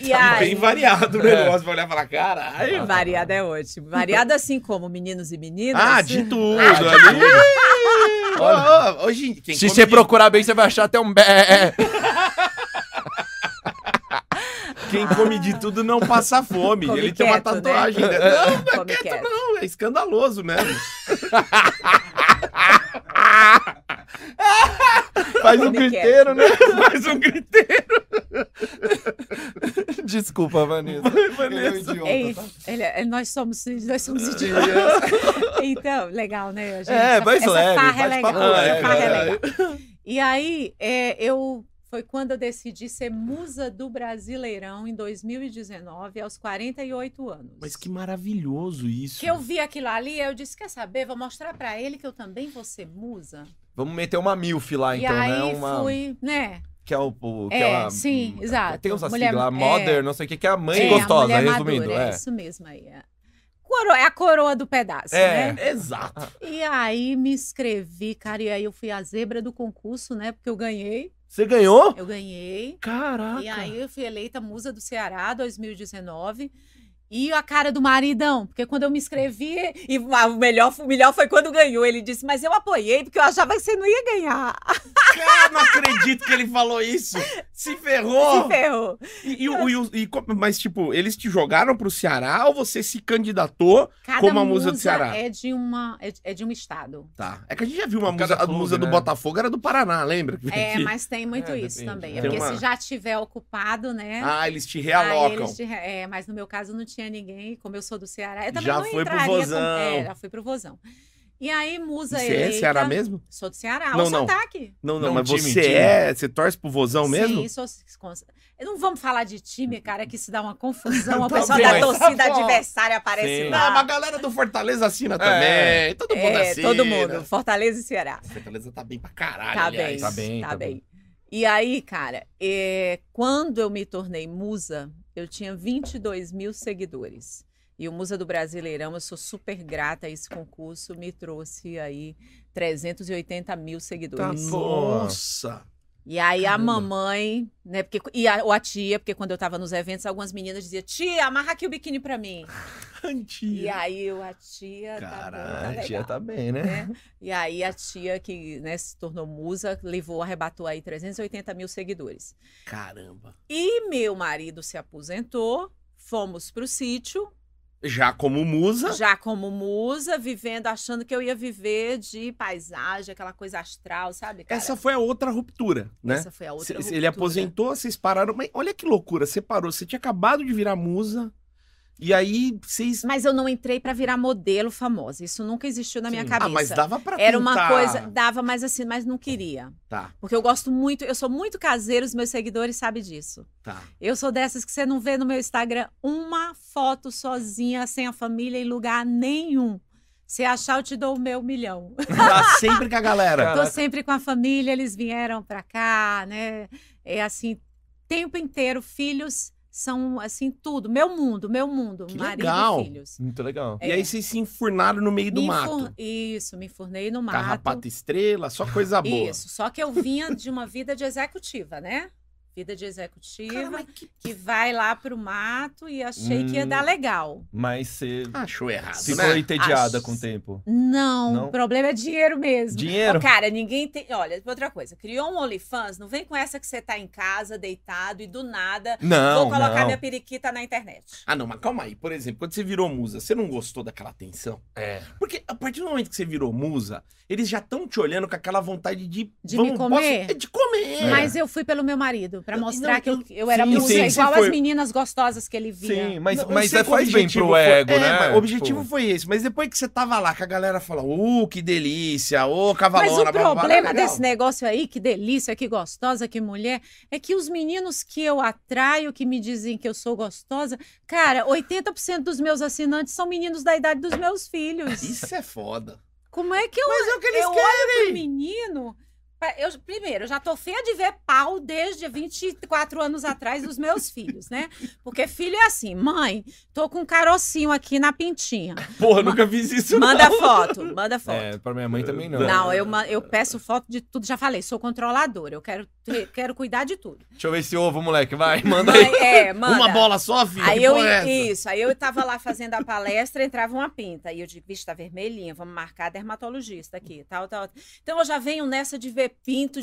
Speaker 3: E aí.
Speaker 1: Bem variado né? o
Speaker 2: É.
Speaker 1: negócio pra olhar e falar, caralho.
Speaker 3: Variada é ótimo. Variada assim como meninos e meninas.
Speaker 1: Ah, de tudo. ali. Ó, ó, Hoje, em- quem
Speaker 2: Se
Speaker 1: come
Speaker 2: você
Speaker 1: de-
Speaker 2: procurar bem, você vai achar até um bé.
Speaker 1: quem come de tudo não passa fome.
Speaker 3: Come
Speaker 1: Ele tem uma
Speaker 3: quieto, né?
Speaker 1: tatuagem. dessa.
Speaker 3: Come quieto.
Speaker 1: Não, é escandaloso mesmo.
Speaker 2: Faz
Speaker 3: um
Speaker 2: um
Speaker 3: Come
Speaker 2: griteiro,
Speaker 3: griteiro,
Speaker 2: né?
Speaker 1: Mas um griteiro.
Speaker 2: Desculpa, Vanessa. Vanessa.
Speaker 3: É
Speaker 2: tá?
Speaker 3: isso. Ele é- nós somos nós somos idiotas. Então, legal, né? gente?
Speaker 2: É,
Speaker 3: essa,
Speaker 2: mais
Speaker 3: essa
Speaker 2: leve, né?
Speaker 3: farra é
Speaker 2: mais
Speaker 3: legal.
Speaker 2: papo
Speaker 3: essa
Speaker 1: leve,
Speaker 3: farra é
Speaker 1: é.
Speaker 3: legal. E aí, é, eu foi quando eu decidi ser musa do Brasileirão em 2019, aos 48 anos.
Speaker 1: Mas que maravilhoso isso.
Speaker 3: Que eu vi aquilo ali, eu disse, quer saber? Vou mostrar pra ele que eu também vou ser musa.
Speaker 2: Vamos meter uma milf lá,
Speaker 3: e
Speaker 2: então,
Speaker 3: aí
Speaker 2: né? Uma...
Speaker 3: fui, né?
Speaker 2: Que é o... o que
Speaker 3: É,
Speaker 2: ela-
Speaker 3: sim,
Speaker 2: hum,
Speaker 3: exato.
Speaker 2: Tem uns assim
Speaker 3: Mulher-
Speaker 2: lá,
Speaker 3: é.
Speaker 2: mother, não sei o que, que é a mãe
Speaker 3: É, a
Speaker 2: gostosa,
Speaker 3: mulher
Speaker 2: resumindo.
Speaker 3: madura,
Speaker 2: é.
Speaker 3: isso mesmo aí. É. Coro- é a coroa do pedaço,
Speaker 2: É.
Speaker 3: né?
Speaker 1: Exato.
Speaker 3: E aí me inscrevi, cara, e aí eu fui a zebra do concurso, né? Porque eu ganhei,
Speaker 2: Você ganhou?
Speaker 3: eu ganhei.
Speaker 1: Caraca.
Speaker 3: E aí eu fui eleita musa do Ceará 2019. E a cara do maridão, porque quando eu me inscrevi, e a- o melhor, o melhor foi quando ganhou. Ele disse, mas eu apoiei, porque eu achava que você não ia ganhar.
Speaker 1: Cara, Ah, não acredito que ele falou isso. Se ferrou.
Speaker 3: Se ferrou.
Speaker 1: E, e o- e o- e co- mas, tipo, eles te jogaram pro Ceará ou você se candidatou?
Speaker 3: Cada
Speaker 1: Como a musa do Ceará.
Speaker 3: é de, uma, é de- é de um estado.
Speaker 1: Tá. É que a gente já viu uma
Speaker 2: Por
Speaker 1: musa,
Speaker 2: cada
Speaker 1: a
Speaker 2: clube,
Speaker 1: musa do
Speaker 2: né?
Speaker 1: Botafogo era do Paraná, lembra?
Speaker 3: É,
Speaker 1: Que-
Speaker 3: mas tem muito
Speaker 2: É,
Speaker 3: isso
Speaker 2: depende,
Speaker 3: também.
Speaker 2: né?
Speaker 3: É
Speaker 1: Tem
Speaker 3: porque
Speaker 1: uma-
Speaker 3: se já tiver ocupado, né?
Speaker 1: Ah, eles te
Speaker 3: aí
Speaker 1: realocam.
Speaker 3: eles de- é, mas no meu caso não tinha ninguém, como eu sou do Ceará. Eu também
Speaker 1: Já
Speaker 3: não
Speaker 1: foi pro
Speaker 3: entraria com-
Speaker 1: Vozão.
Speaker 3: é, já fui pro Vozão. E aí, musa
Speaker 1: Você é
Speaker 3: eleita...
Speaker 1: Ceará mesmo?
Speaker 3: Sou do Ceará,
Speaker 1: Não,
Speaker 3: o
Speaker 1: não.
Speaker 3: sotaque.
Speaker 1: Não, não,
Speaker 2: Não,
Speaker 1: mas
Speaker 2: time,
Speaker 1: você
Speaker 2: time.
Speaker 1: é. Você torce pro vozão mesmo?
Speaker 3: Sim, sou... Eu Não vamos falar de time, cara, que se dá uma confusão. Uma
Speaker 1: Tá
Speaker 3: pessoa
Speaker 2: bom,
Speaker 3: da
Speaker 2: mas tá
Speaker 3: torcida
Speaker 1: bom.
Speaker 3: adversária aparece
Speaker 2: Sim.
Speaker 1: Não,
Speaker 3: lá.
Speaker 1: mas a galera do Fortaleza assina também. Todo mundo
Speaker 3: é,
Speaker 1: assina.
Speaker 3: todo mundo. Fortaleza e Ceará.
Speaker 1: Fortaleza tá bem pra caralho.
Speaker 3: Tá bem,
Speaker 1: aliás.
Speaker 3: tá
Speaker 2: Tá
Speaker 3: bem,
Speaker 2: bem,
Speaker 3: tá,
Speaker 2: tá
Speaker 3: bem. E aí, cara, é, quando eu me tornei musa, eu tinha 22 mil seguidores. E o Musa do Brasileirão, eu sou super grata a esse concurso, me trouxe aí 380 mil seguidores.
Speaker 2: Tá bom.
Speaker 1: Nossa.
Speaker 3: e aí
Speaker 2: caramba.
Speaker 3: a mamãe, né, porque, e a, ou a tia, porque quando eu tava nos eventos, algumas meninas diziam, tia, amarra aqui o biquíni pra mim. E
Speaker 1: Antiga.
Speaker 3: aí eu, a tia, tá bom, tá
Speaker 1: Caralho,
Speaker 2: Ah,
Speaker 3: legal.
Speaker 2: tia tá bem, né?
Speaker 3: E aí a tia que né, se tornou musa levou, arrebatou aí 380 mil seguidores.
Speaker 1: Caramba.
Speaker 3: E meu marido se aposentou, fomos pro sítio,
Speaker 1: Já como musa.
Speaker 3: já como musa, vivendo, achando que eu ia viver de paisagem, aquela coisa astral, sabe? cara?
Speaker 1: Essa foi a outra ruptura, né?
Speaker 3: Essa foi a outra.
Speaker 1: Cê- cê- ele
Speaker 3: ruptura.
Speaker 1: aposentou, vocês pararam. Mas olha que loucura, você parou. Você tinha acabado de virar musa. E aí vocês.
Speaker 3: Mas eu não entrei pra virar modelo famosa. Isso nunca existiu na minha
Speaker 2: Sim.
Speaker 3: cabeça.
Speaker 1: Ah, mas dava pra
Speaker 3: Era uma
Speaker 1: tentar.
Speaker 3: coisa, dava, mas assim, mas não queria.
Speaker 1: Tá,
Speaker 3: Porque eu gosto muito, eu sou muito caseiro, os meus seguidores sabem disso.
Speaker 1: tá.
Speaker 3: Eu sou dessas que você não vê no meu Instagram uma foto sozinha, sem a família, em lugar nenhum. Se achar, eu te dou o meu milhão.
Speaker 1: Tá sempre com a galera.
Speaker 3: Tô
Speaker 2: Caraca.
Speaker 3: sempre com a família, eles vieram pra cá, né? É assim, tempo inteiro, filhos são assim, tudo. Meu mundo, meu mundo.
Speaker 1: Que
Speaker 3: marido
Speaker 1: legal.
Speaker 3: e filhos.
Speaker 2: Muito legal.
Speaker 1: E aí vocês se enfurnaram no meio do
Speaker 3: É. Me
Speaker 1: mato.
Speaker 3: enfor- Isso, me fornei no mato.
Speaker 1: Carrapata estrela, só coisa boa.
Speaker 3: Isso, só que eu vinha de uma vida de executiva, né? Vida de executiva,
Speaker 1: Cara, mas
Speaker 3: que... vai lá pro mato e achei que ia
Speaker 2: Hum.
Speaker 3: dar legal.
Speaker 2: Mas você
Speaker 1: Achou errado,
Speaker 2: ficou
Speaker 1: né?
Speaker 2: entediada
Speaker 3: Ah,
Speaker 2: com o tempo.
Speaker 3: Não,
Speaker 2: Não?
Speaker 3: o problema é dinheiro mesmo.
Speaker 2: Dinheiro?
Speaker 3: Ô, cara, ninguém tem. Olha, outra coisa, criou um OnlyFans, não vem com essa que você tá em casa, deitado e do nada.
Speaker 2: Não,
Speaker 3: vou colocar
Speaker 2: não.
Speaker 3: minha periquita na internet.
Speaker 1: Ah, não, mas calma aí. Por exemplo, quando você virou musa, você não gostou daquela atenção?
Speaker 2: É.
Speaker 1: Porque a partir do momento que você virou musa, eles já estão te olhando com aquela vontade de.
Speaker 3: De me comer?
Speaker 1: É de comer. É.
Speaker 4: Mas eu fui pelo meu marido, pra mostrar
Speaker 1: não,
Speaker 4: que eu,
Speaker 1: eu-
Speaker 4: eu era
Speaker 1: sim,
Speaker 4: música,
Speaker 1: sim, sim,
Speaker 4: igual
Speaker 1: foi.
Speaker 4: as meninas gostosas que ele via.
Speaker 2: Sim, mas,
Speaker 1: Não, eu
Speaker 2: mas
Speaker 1: sei
Speaker 2: é,
Speaker 1: que o
Speaker 2: faz bem
Speaker 1: objetivo
Speaker 2: pro
Speaker 1: foi-
Speaker 2: ego,
Speaker 1: é,
Speaker 2: né?
Speaker 1: mas O objetivo
Speaker 2: Tipo,
Speaker 1: foi esse. Mas depois que você tava lá, que a galera fala, uh, que delícia, ô, cavalona.
Speaker 4: Mas o
Speaker 1: blá, blá, blá",
Speaker 4: problema
Speaker 1: legal.
Speaker 4: desse negócio aí, que delícia, que gostosa, que mulher, é que os meninos que eu atraio, que me dizem que eu sou gostosa, cara, 80% dos meus assinantes são meninos da idade dos meus filhos.
Speaker 1: Isso é foda.
Speaker 4: Como é que eu,
Speaker 1: Mas é o que eles
Speaker 4: eu
Speaker 1: querem.
Speaker 4: olho pro menino? Pa- Eu, primeiro, eu já tô feia de ver pau desde 24 anos atrás dos meus filhos, né? Porque filho é assim, mãe, tô com um carocinho aqui na pintinha.
Speaker 1: Porra, nunca fiz isso.
Speaker 3: Manda foto, manda foto.
Speaker 2: É, pra minha mãe também não.
Speaker 3: Não,
Speaker 1: Não,
Speaker 3: eu, ma- eu peço foto de tudo, já falei, sou controladora, eu quero, ter- quero cuidar de tudo.
Speaker 2: Deixa eu ver esse ovo, moleque, vai, manda aí.
Speaker 3: Mas, é, manda.
Speaker 1: Uma bola só, filho.
Speaker 3: Aí
Speaker 1: que
Speaker 3: eu,
Speaker 1: porra é essa?
Speaker 3: isso, aí eu tava lá fazendo a palestra, entrava uma pinta. Aí eu digo, bicho, tá vermelhinha, vamos marcar dermatologista aqui, tal, tal. Então eu já venho nessa de ver pinto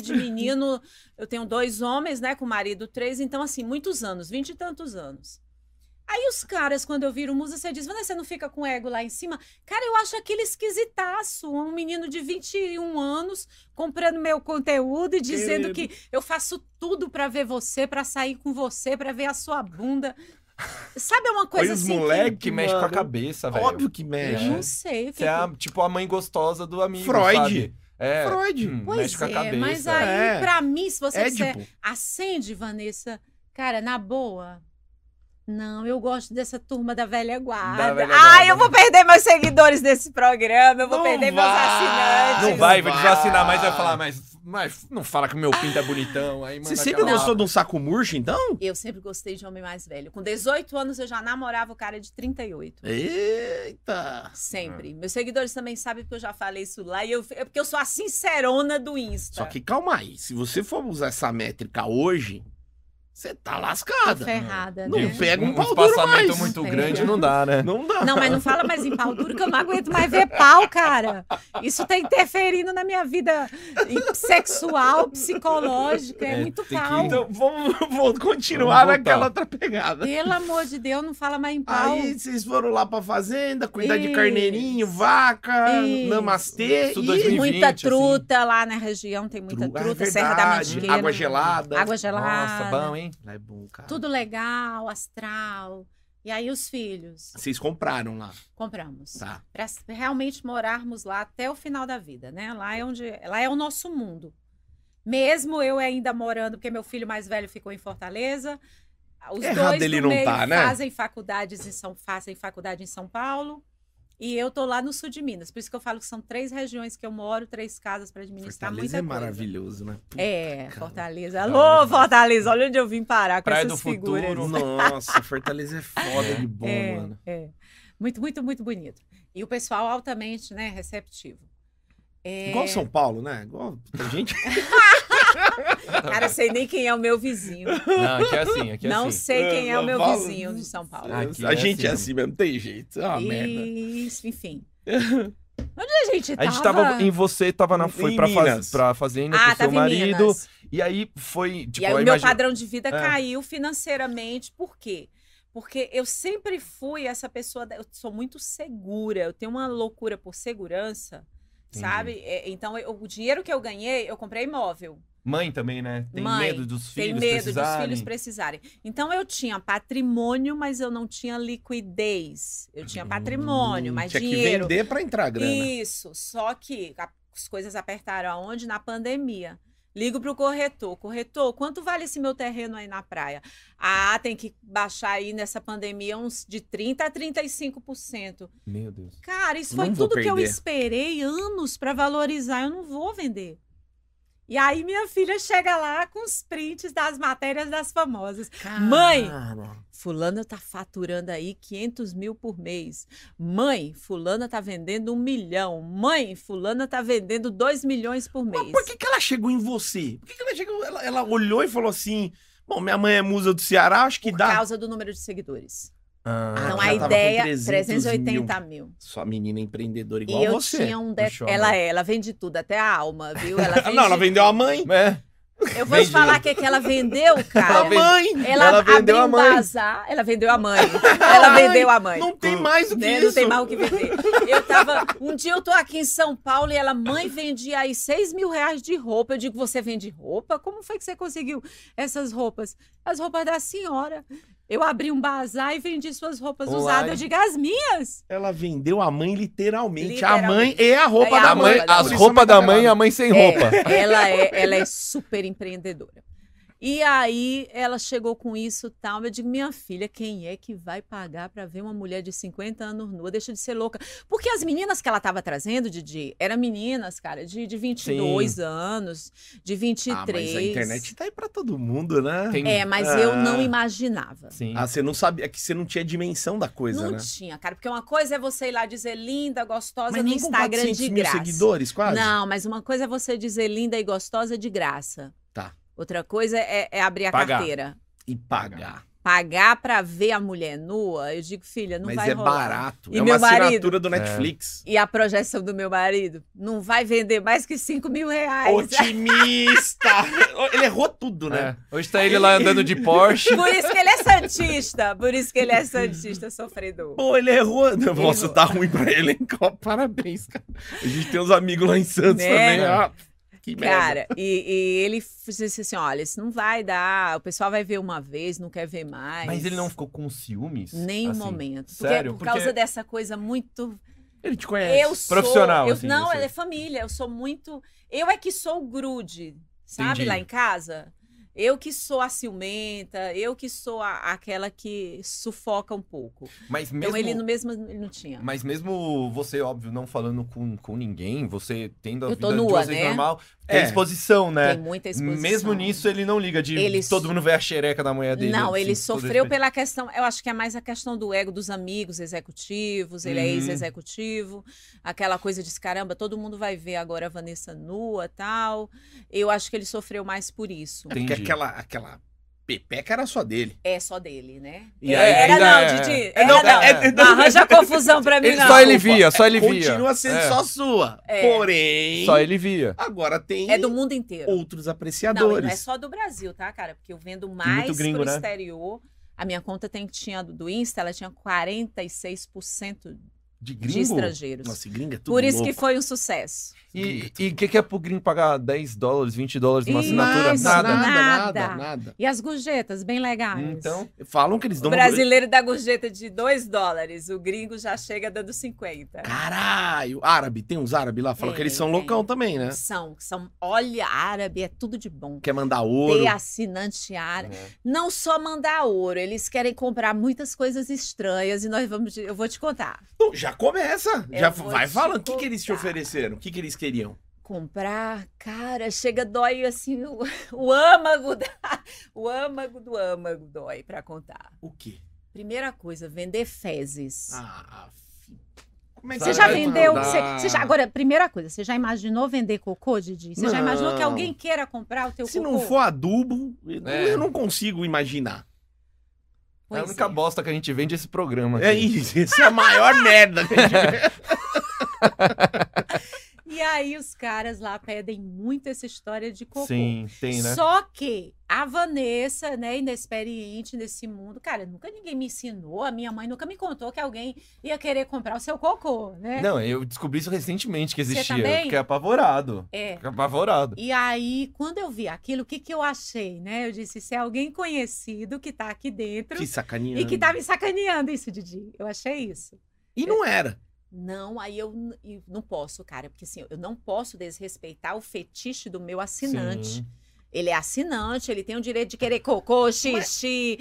Speaker 3: de menino. Eu tenho dois homens, né, com marido três, então assim, muitos anos, vinte e tantos anos. Aí os caras, quando eu viro musa, você diz, Vanessa, você não fica com ego lá em cima? Cara, eu acho aquele esquisitaço, um menino de 21 anos comprando meu conteúdo e dizendo que eu faço tudo pra ver você, pra sair com você, pra ver a sua bunda. Sabe uma coisa
Speaker 1: Olha os
Speaker 3: assim? que-
Speaker 1: moleque,
Speaker 2: Que mexe com a
Speaker 1: mano.
Speaker 2: cabeça, velho.
Speaker 1: Óbvio que mexe.
Speaker 2: É.
Speaker 3: Não sei. eu
Speaker 2: Você é, a-
Speaker 3: fico-
Speaker 2: tipo a mãe gostosa do amigo,
Speaker 1: Freud.
Speaker 2: sabe? É.
Speaker 1: Freud.
Speaker 2: hum,
Speaker 4: Pois
Speaker 2: mexe com a
Speaker 4: é,
Speaker 2: cabeça.
Speaker 4: mas aí,
Speaker 1: É.
Speaker 4: pra mim, se você disser,
Speaker 1: Édipo.
Speaker 4: Acende, Vanessa. Cara, na boa. Não, eu gosto dessa turma da velha guarda.
Speaker 2: Da velha
Speaker 3: Ai,
Speaker 2: guarda.
Speaker 3: eu vou perder meus seguidores desse programa, eu vou
Speaker 1: Não
Speaker 3: perder meus
Speaker 1: vai.
Speaker 3: assinantes.
Speaker 2: Não vai, vai
Speaker 1: Vai.
Speaker 2: vacinar mais, vai falar, mas, mas não fala que meu pinto é bonitão. Aí,
Speaker 1: Você
Speaker 2: manda
Speaker 1: sempre
Speaker 2: aquela-
Speaker 1: gostou de um saco murcho, então?
Speaker 3: Eu sempre gostei de homem mais velho. Com 18 anos eu já namorava o cara de 38.
Speaker 1: Eita. É.
Speaker 3: Sempre. Meus seguidores também sabem porque eu já falei isso lá. E eu, é porque eu sou a sincerona do Insta.
Speaker 1: Só que calma aí. Se você for usar essa métrica hoje, você tá
Speaker 4: Tô
Speaker 1: lascada.
Speaker 4: ferrada,
Speaker 1: Não
Speaker 4: né?
Speaker 2: Gente,
Speaker 1: pega um pau duro
Speaker 2: espaçamento
Speaker 1: mais.
Speaker 2: muito
Speaker 3: É.
Speaker 4: Não
Speaker 2: grande
Speaker 4: pega.
Speaker 2: não dá, né?
Speaker 1: Não dá.
Speaker 4: Não, mas não fala mais em pau duro que eu não aguento mais ver pau, cara. Isso tá interferindo na minha vida em- sexual, psicológica. É,
Speaker 2: É,
Speaker 4: muito
Speaker 2: tem que-
Speaker 4: pau.
Speaker 1: Então, vamos, vamos
Speaker 2: Vamos
Speaker 1: continuar
Speaker 2: voltar.
Speaker 1: naquela outra pegada.
Speaker 4: Pelo amor de Deus, não fala mais em pau.
Speaker 1: Aí vocês foram lá pra fazenda, cuidar de
Speaker 4: Isso.
Speaker 1: carneirinho, vaca,
Speaker 4: Isso.
Speaker 1: namastê.
Speaker 2: Isso
Speaker 1: e-
Speaker 2: 2020,
Speaker 3: muita
Speaker 2: assim.
Speaker 3: truta lá na região, tem muita
Speaker 1: Tru- Ah,
Speaker 3: truta,
Speaker 1: é
Speaker 3: Serra da
Speaker 1: verdade.
Speaker 3: Mantiqueira.
Speaker 1: Água gelada.
Speaker 4: Água gelada.
Speaker 2: Nossa, bom, hein?
Speaker 1: É bom, cara.
Speaker 4: Tudo legal, astral. E aí os filhos,
Speaker 1: Vocês compraram lá,
Speaker 4: compramos.
Speaker 1: tá?
Speaker 4: para realmente morarmos lá até o final da vida, né? Lá é onde, lá é o nosso mundo. Mesmo eu ainda morando, porque meu filho mais velho ficou em Fortaleza, os
Speaker 1: Errado
Speaker 4: dois
Speaker 1: ele
Speaker 4: do
Speaker 1: não
Speaker 4: meio
Speaker 1: tá, né?
Speaker 4: fazem faculdades em São fazem faculdade em São Paulo. E eu tô lá no sul de Minas, por isso que eu falo que são três regiões que eu moro, três casas para administrar
Speaker 1: Fortaleza é
Speaker 4: muita coisa.
Speaker 1: maravilhoso, né? Puta
Speaker 4: É,
Speaker 1: cara.
Speaker 4: Fortaleza.
Speaker 2: Não,
Speaker 4: Alô, Fortaleza, olha onde eu vim parar com
Speaker 2: Praia do
Speaker 4: essas figuras.
Speaker 2: Futuro.
Speaker 1: Nossa, Fortaleza é foda de bom,
Speaker 4: É,
Speaker 1: mano.
Speaker 4: é. Muito, muito, muito bonito. E o pessoal altamente, né, receptivo. É,
Speaker 1: Igual São Paulo, né? Igual a gente.
Speaker 3: Cara, sei nem quem é o meu vizinho.
Speaker 2: Não, aqui é assim, aqui é
Speaker 3: Não
Speaker 2: assim.
Speaker 3: sei quem é o
Speaker 1: Eu
Speaker 3: meu
Speaker 1: falo-
Speaker 3: vizinho de São Paulo.
Speaker 2: Aqui
Speaker 1: a
Speaker 2: é
Speaker 1: gente é
Speaker 2: assim
Speaker 1: assim mesmo, não tem jeito.
Speaker 2: Ah,
Speaker 1: É uma merda.
Speaker 3: Isso, enfim. Onde a gente
Speaker 2: A
Speaker 3: tava?
Speaker 2: gente tava em você, tava na, foi
Speaker 1: Em
Speaker 2: pra, faz,
Speaker 1: Minas.
Speaker 2: pra fazenda
Speaker 3: Ah,
Speaker 2: com seu
Speaker 3: tava em
Speaker 2: marido.
Speaker 3: Minas.
Speaker 2: E aí foi, tipo,
Speaker 3: e aí,
Speaker 2: eu
Speaker 3: o meu
Speaker 2: imagino-
Speaker 3: padrão de vida
Speaker 2: É.
Speaker 3: caiu financeiramente, por quê? Porque eu sempre fui essa pessoa, da- eu sou muito segura, eu tenho uma loucura por segurança,
Speaker 2: Entendi.
Speaker 3: sabe? É, então, eu- o dinheiro que eu ganhei, eu comprei imóvel.
Speaker 2: Mãe também, né? Tem
Speaker 3: Mãe,
Speaker 2: medo dos filhos
Speaker 3: Tem medo dos
Speaker 2: precisarem.
Speaker 3: filhos precisarem. Então, eu tinha patrimônio, mas eu não tinha liquidez. Eu
Speaker 4: é
Speaker 3: tinha patrimônio, mas
Speaker 1: Hum, Tinha que
Speaker 3: dinheiro.
Speaker 1: vender pra entrar a grana.
Speaker 3: Isso, só que a- as coisas apertaram aonde? Na pandemia. Ligo pro corretor. Corretor, quanto vale esse meu terreno aí na praia? Ah, tem que baixar aí nessa pandemia uns de 30 a 35%.
Speaker 2: Meu Deus.
Speaker 3: Cara, isso
Speaker 1: Não
Speaker 3: foi
Speaker 1: vou
Speaker 3: tudo que eu
Speaker 1: perder.
Speaker 3: esperei anos para valorizar. Eu não vou vender. E aí minha filha chega lá com os prints das matérias das famosas. Mãe,
Speaker 1: Cara.
Speaker 3: Fulana tá faturando aí 500 mil por mês. Mãe, fulana tá vendendo um milhão. Mãe, fulana tá vendendo 2 milhões por mês.
Speaker 1: Por que, que ela chegou em você? Por que, que ela chegou? Ela, ela olhou e falou assim: Bom, minha mãe é musa do Ceará, acho que
Speaker 3: Por
Speaker 1: dá.
Speaker 3: causa do número de seguidores.
Speaker 2: Ah,
Speaker 1: Ah,
Speaker 3: então
Speaker 1: ela
Speaker 3: a
Speaker 1: tava com
Speaker 3: ideia,
Speaker 1: 300 mil.
Speaker 3: 380 mil.
Speaker 1: Sua menina empreendedora
Speaker 3: E
Speaker 1: igual
Speaker 3: eu
Speaker 1: você.
Speaker 3: tinha um...
Speaker 2: no
Speaker 3: De...
Speaker 2: shopping.
Speaker 3: Ela é, ela vende tudo, até a alma, viu? Ela vende...
Speaker 1: Ah, Não, ela vendeu a mãe.
Speaker 2: É,
Speaker 3: Eu vou te
Speaker 2: vende-
Speaker 3: falar o que, é que ela vendeu,
Speaker 1: A
Speaker 3: cara.
Speaker 1: mãe!
Speaker 3: Ela,
Speaker 2: Ela vendeu
Speaker 3: abriu
Speaker 2: a
Speaker 3: um
Speaker 2: mãe.
Speaker 3: bazar. Ela vendeu a mãe. Ela
Speaker 1: Ai,
Speaker 3: vendeu a mãe.
Speaker 1: Não tem mais do que
Speaker 3: né?
Speaker 1: isso.
Speaker 3: Não tem mal o que vender. Eu tava. Um dia eu tô aqui em São Paulo e ela, mãe, vendia aí 6 mil reais de roupa. Eu digo, você vende roupa? Como foi que você conseguiu essas roupas? As roupas da senhora. Eu abri um bazar e vendi suas roupas
Speaker 2: Online.
Speaker 3: usadas. Eu digo, as minhas.
Speaker 1: Ela vendeu a mãe literalmente. A mãe
Speaker 3: Literalmente.
Speaker 1: e a roupa
Speaker 3: E a
Speaker 1: da
Speaker 2: A mãe,
Speaker 1: mãe. Ah,
Speaker 3: roupa da
Speaker 2: as
Speaker 3: mãe.
Speaker 2: roupas da mãe e a mãe sem roupa.
Speaker 3: É, ela, é, ela é super empreendedora. E aí ela chegou com isso tal. Eu digo, minha filha, quem é que vai pagar pra ver uma mulher de 50 anos nua? Deixa de ser louca. Porque as meninas que ela tava trazendo, Didi, eram meninas, cara, de, de 22 anos, de 23.
Speaker 1: Ah, mas a internet tá aí pra todo mundo, né?
Speaker 2: Tem-
Speaker 3: É, mas eu não
Speaker 1: Ah.
Speaker 3: imaginava.
Speaker 2: Sim.
Speaker 1: Ah, você não sabia, é que você não tinha dimensão da coisa,
Speaker 3: não
Speaker 1: né?
Speaker 3: tinha, cara. Porque uma coisa é você ir lá dizer linda, gostosa
Speaker 1: Mas
Speaker 3: no
Speaker 1: nem com
Speaker 3: Instagram
Speaker 1: 400
Speaker 3: de
Speaker 1: mil
Speaker 3: graça.
Speaker 1: seguidores, quase?
Speaker 3: Não, mas uma coisa é você dizer linda e gostosa de graça.
Speaker 1: Tá.
Speaker 3: Outra coisa é, é abrir a
Speaker 2: Pagar.
Speaker 3: carteira.
Speaker 1: E pagar.
Speaker 3: Pagar pra ver a mulher nua, eu digo, filha, não
Speaker 1: mas
Speaker 3: vai
Speaker 1: é
Speaker 3: rolar.
Speaker 1: barato.
Speaker 3: E
Speaker 1: é uma
Speaker 3: meu marido?
Speaker 1: assinatura do Netflix.
Speaker 3: E a projeção do meu marido não vai vender mais que 5 mil reais.
Speaker 1: Otimista! Ele errou tudo, né?
Speaker 2: É. Hoje tá ele lá andando de Porsche.
Speaker 3: Por isso que ele é santista. Por isso que ele é santista sofredor.
Speaker 1: Pô, ele errou. Nossa,
Speaker 3: errou.
Speaker 1: tá ruim pra ele, hein? Parabéns, cara. A gente tem uns amigos lá em Santos
Speaker 3: Né?
Speaker 1: também. Ah, que merda.
Speaker 3: Cara, e, e ele f- disse assim: olha, isso não vai dar. O pessoal vai ver uma vez, não quer ver mais.
Speaker 2: Mas ele não ficou com ciúmes?
Speaker 3: Nem um
Speaker 2: Assim,
Speaker 3: momento. Porque
Speaker 2: sério?
Speaker 3: por
Speaker 2: Porque-
Speaker 3: causa dessa coisa muito
Speaker 1: Ele te conhece.
Speaker 3: Eu sou.
Speaker 2: Profissional,
Speaker 3: eu-
Speaker 2: assim,
Speaker 3: não,
Speaker 2: assim.
Speaker 3: ela é família. Eu sou muito. Eu é que sou o grude, sabe?
Speaker 2: Entendi.
Speaker 3: Lá em casa. Eu que sou a ciumenta, eu que sou a- aquela que sufoca um pouco.
Speaker 2: Mas mesmo,
Speaker 3: Então ele no mesmo ele não tinha.
Speaker 2: mas mesmo você, óbvio, não falando com, com ninguém, você tendo a
Speaker 3: Eu tô
Speaker 2: vida de
Speaker 3: nua,
Speaker 2: vocês
Speaker 3: né?
Speaker 2: normal, tem
Speaker 1: É.
Speaker 2: exposição, né?
Speaker 3: Tem muita exposição.
Speaker 2: Mesmo nisso, ele não liga de
Speaker 3: Ele
Speaker 2: todo
Speaker 3: so-
Speaker 2: mundo vê a xereca da mulher dele.
Speaker 3: Não,
Speaker 2: assim,
Speaker 3: ele
Speaker 2: com todo
Speaker 3: sofreu
Speaker 2: respeito.
Speaker 3: pela questão. Eu acho que é mais a questão do ego dos amigos executivos. Ele é
Speaker 2: Uhum.
Speaker 3: ex-executivo. Aquela coisa de caramba, todo mundo vai ver agora a Vanessa nua tal. Eu acho que ele sofreu mais por
Speaker 1: É
Speaker 3: isso.
Speaker 1: porque
Speaker 2: Entendi.
Speaker 1: aquela, aquela pepeca era só dele.
Speaker 3: É só dele, né?
Speaker 1: E
Speaker 3: era,
Speaker 2: aí-
Speaker 3: era
Speaker 2: ainda
Speaker 3: não,
Speaker 2: é-
Speaker 3: Didi.
Speaker 1: É,
Speaker 3: Era
Speaker 1: não,
Speaker 3: não,
Speaker 1: é- é-
Speaker 3: Não arranja confusão pra mim,
Speaker 2: Ele-
Speaker 3: não.
Speaker 2: só ele via, só ele via.
Speaker 1: Continua sendo
Speaker 2: É.
Speaker 1: só sua.
Speaker 3: É.
Speaker 1: Porém,
Speaker 2: Só ele via.
Speaker 1: agora tem
Speaker 3: É do mundo inteiro.
Speaker 1: outros
Speaker 3: Não, e
Speaker 1: apreciadores.
Speaker 3: não é só do Brasil, tá, cara? Porque eu vendo mais
Speaker 2: muito gringo,
Speaker 3: pro
Speaker 2: né?
Speaker 3: exterior. A minha conta tem, tinha do Insta, ela tinha 46%
Speaker 2: De
Speaker 3: de estrangeiros.
Speaker 1: Nossa, gringa é tudo
Speaker 3: Por isso que
Speaker 1: louco.
Speaker 3: foi um sucesso.
Speaker 2: E o que, que é pro gringo pagar 10 dólares, 20 dólares numa
Speaker 3: Isso,
Speaker 2: assinatura? Nada.
Speaker 1: nada, nada, nada,
Speaker 3: nada. E as gorjetas, bem legais.
Speaker 2: Então,
Speaker 1: Falam que eles
Speaker 3: o
Speaker 1: dão...
Speaker 3: brasileiro dá gorjeta de 2 dólares, o gringo já chega dando 50.
Speaker 1: Caralho! Árabe, tem uns árabes lá, falam
Speaker 3: Tem,
Speaker 1: que eles são
Speaker 3: tem.
Speaker 1: loucão também, né?
Speaker 3: São, são, olha, árabe é tudo de bom.
Speaker 1: Quer mandar ouro. Uhum.
Speaker 3: Ter assinante árabe. não só mandar ouro, eles querem comprar muitas coisas estranhas e nós vamos, te- eu vou te contar.
Speaker 1: Não, já começa.
Speaker 3: Eu
Speaker 1: já
Speaker 3: vou
Speaker 1: vai
Speaker 3: te
Speaker 1: falando. O que, que eles te
Speaker 3: contar.
Speaker 1: ofereceram? O que, que eles queriam?
Speaker 3: Comprar, cara, chega dói assim o, o âmago, da- o âmago do âmago dói pra contar.
Speaker 1: O quê?
Speaker 3: Primeira coisa, vender fezes.
Speaker 1: Ah, fi- Como é
Speaker 3: Você
Speaker 2: Cara,
Speaker 3: já
Speaker 1: vai
Speaker 3: vendeu?
Speaker 1: mandar?
Speaker 3: Você, você já, agora, primeira coisa, você já imaginou vender cocô, Didi? Você já imaginou que
Speaker 1: Não.
Speaker 3: alguém queira comprar o teu
Speaker 1: Se
Speaker 3: cocô?
Speaker 1: não for adubo, eu-
Speaker 2: É.
Speaker 1: eu não consigo imaginar.
Speaker 2: é a
Speaker 3: Pois
Speaker 2: única
Speaker 3: é.
Speaker 2: bosta que a gente vende esse programa.
Speaker 1: É
Speaker 2: aqui.
Speaker 1: isso, essa é a maior merda que a gente vê.
Speaker 3: E aí os caras lá pedem muito essa história de cocô.
Speaker 2: Sim, tem, né?
Speaker 3: Só que a Vanessa, né, inexperiente nesse mundo, cara, nunca ninguém me ensinou, a minha mãe nunca me contou que alguém ia querer comprar o seu cocô, né?
Speaker 2: Não, eu descobri isso recentemente que
Speaker 3: Você
Speaker 2: existia.
Speaker 3: também?
Speaker 2: Fiquei apavorado.
Speaker 3: É.
Speaker 2: Fiquei apavorado.
Speaker 3: E aí, quando eu vi aquilo, o que que eu achei, né? Eu disse, se é alguém conhecido que tá aqui dentro
Speaker 1: Que sacaninha. né?
Speaker 3: e que tá me sacaneando isso, Didi. Eu achei isso.
Speaker 1: E não era.
Speaker 3: Não, aí eu n- e não posso, cara, porque assim, eu não posso desrespeitar o fetiche do meu assinante.
Speaker 2: Sim.
Speaker 3: Ele é assinante, ele tem o direito de
Speaker 1: Ah.
Speaker 3: querer cocô, xixi,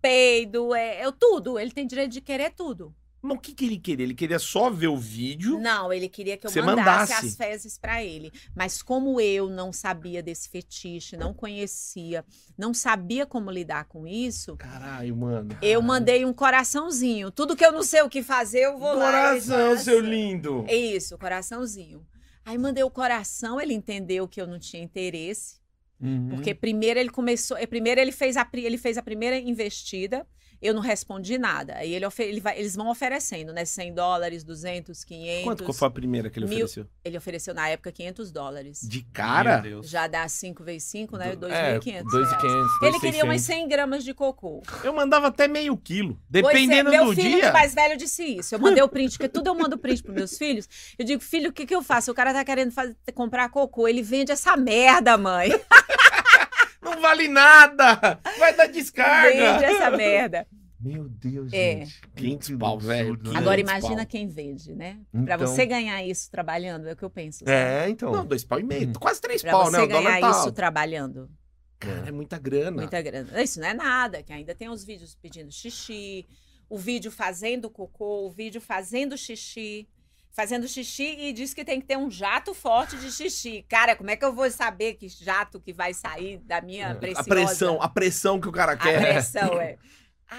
Speaker 3: peido, é, é tudo. Ele tem direito de querer tudo.
Speaker 1: Mas o que, que ele queria? Ele queria só ver o vídeo.
Speaker 3: Não, ele queria que eu
Speaker 1: Você
Speaker 3: mandasse,
Speaker 1: mandasse.
Speaker 3: as fezes pra ele. Mas como eu não sabia desse fetiche, não conhecia, não sabia como lidar com isso,
Speaker 1: Caralho, mano.
Speaker 3: eu mandei um coraçãozinho. Tudo que eu não sei o que fazer, eu vou lá. e
Speaker 1: Coração,
Speaker 3: faço.
Speaker 1: seu lindo.
Speaker 3: É Isso, coraçãozinho. Aí mandei o coração, ele entendeu que eu não tinha interesse.
Speaker 2: Uhum.
Speaker 3: Porque primeiro ele começou, eh, primeiro ele fez a, pri- ele fez a primeira investida Eu não respondi nada. Aí ele, ofe- ele vai- eles vão oferecendo, né? 100 dólares, 200, 500.
Speaker 1: Quanto foi a primeira que ele
Speaker 3: Mil-
Speaker 1: ofereceu?
Speaker 3: Ele ofereceu na época 500 dólares.
Speaker 1: De cara?
Speaker 2: Meu Deus.
Speaker 3: Já dá 5 vezes 5, né?
Speaker 2: Do-
Speaker 3: 2.500.
Speaker 2: é,
Speaker 3: reais.
Speaker 2: 2.500.
Speaker 3: É. Ele queria umas
Speaker 2: 2.600.
Speaker 3: 100 gramas de cocô.
Speaker 1: Eu mandava até meio quilo.
Speaker 3: Pois é,
Speaker 1: Dependendo
Speaker 3: meu
Speaker 1: do
Speaker 3: filho
Speaker 1: dia.
Speaker 3: mais velho disse isso. Eu mandei o print, porque tudo eu mando print pros meus filhos. Eu digo, filho, o que, que eu faço? O cara tá querendo faz- comprar cocô. Ele vende essa merda, mãe.
Speaker 1: Não vale nada! Vai dar
Speaker 3: Vende
Speaker 1: descarga!
Speaker 3: essa merda.
Speaker 2: Meu Deus,
Speaker 3: É.
Speaker 2: gente.
Speaker 1: 500
Speaker 2: Que
Speaker 1: pau, velho.
Speaker 2: absurdo, né?
Speaker 1: 500
Speaker 3: Agora
Speaker 1: pau.
Speaker 3: imagina quem vende, né? Pra
Speaker 2: Então.
Speaker 3: você ganhar isso trabalhando, é o que eu penso. sabe?
Speaker 2: É, então.
Speaker 1: Não, dois pau e meio.
Speaker 2: Hum.
Speaker 1: Quase três
Speaker 3: Pra
Speaker 1: pau,
Speaker 3: você
Speaker 1: né? O dólar
Speaker 3: ganhar
Speaker 1: tá.
Speaker 3: isso
Speaker 1: alto.
Speaker 3: trabalhando.
Speaker 1: Cara, é muita grana.
Speaker 3: Muita grana. Isso não é nada, que ainda tem os vídeos pedindo xixi, o vídeo fazendo cocô, o vídeo fazendo xixi. Fazendo xixi e diz que tem que ter um jato forte de xixi. Cara, como é que eu vou saber que jato que vai sair da minha
Speaker 1: É. A
Speaker 3: preciosa...
Speaker 1: pressão, a pressão que o cara
Speaker 3: A
Speaker 1: quer.
Speaker 3: pressão, é.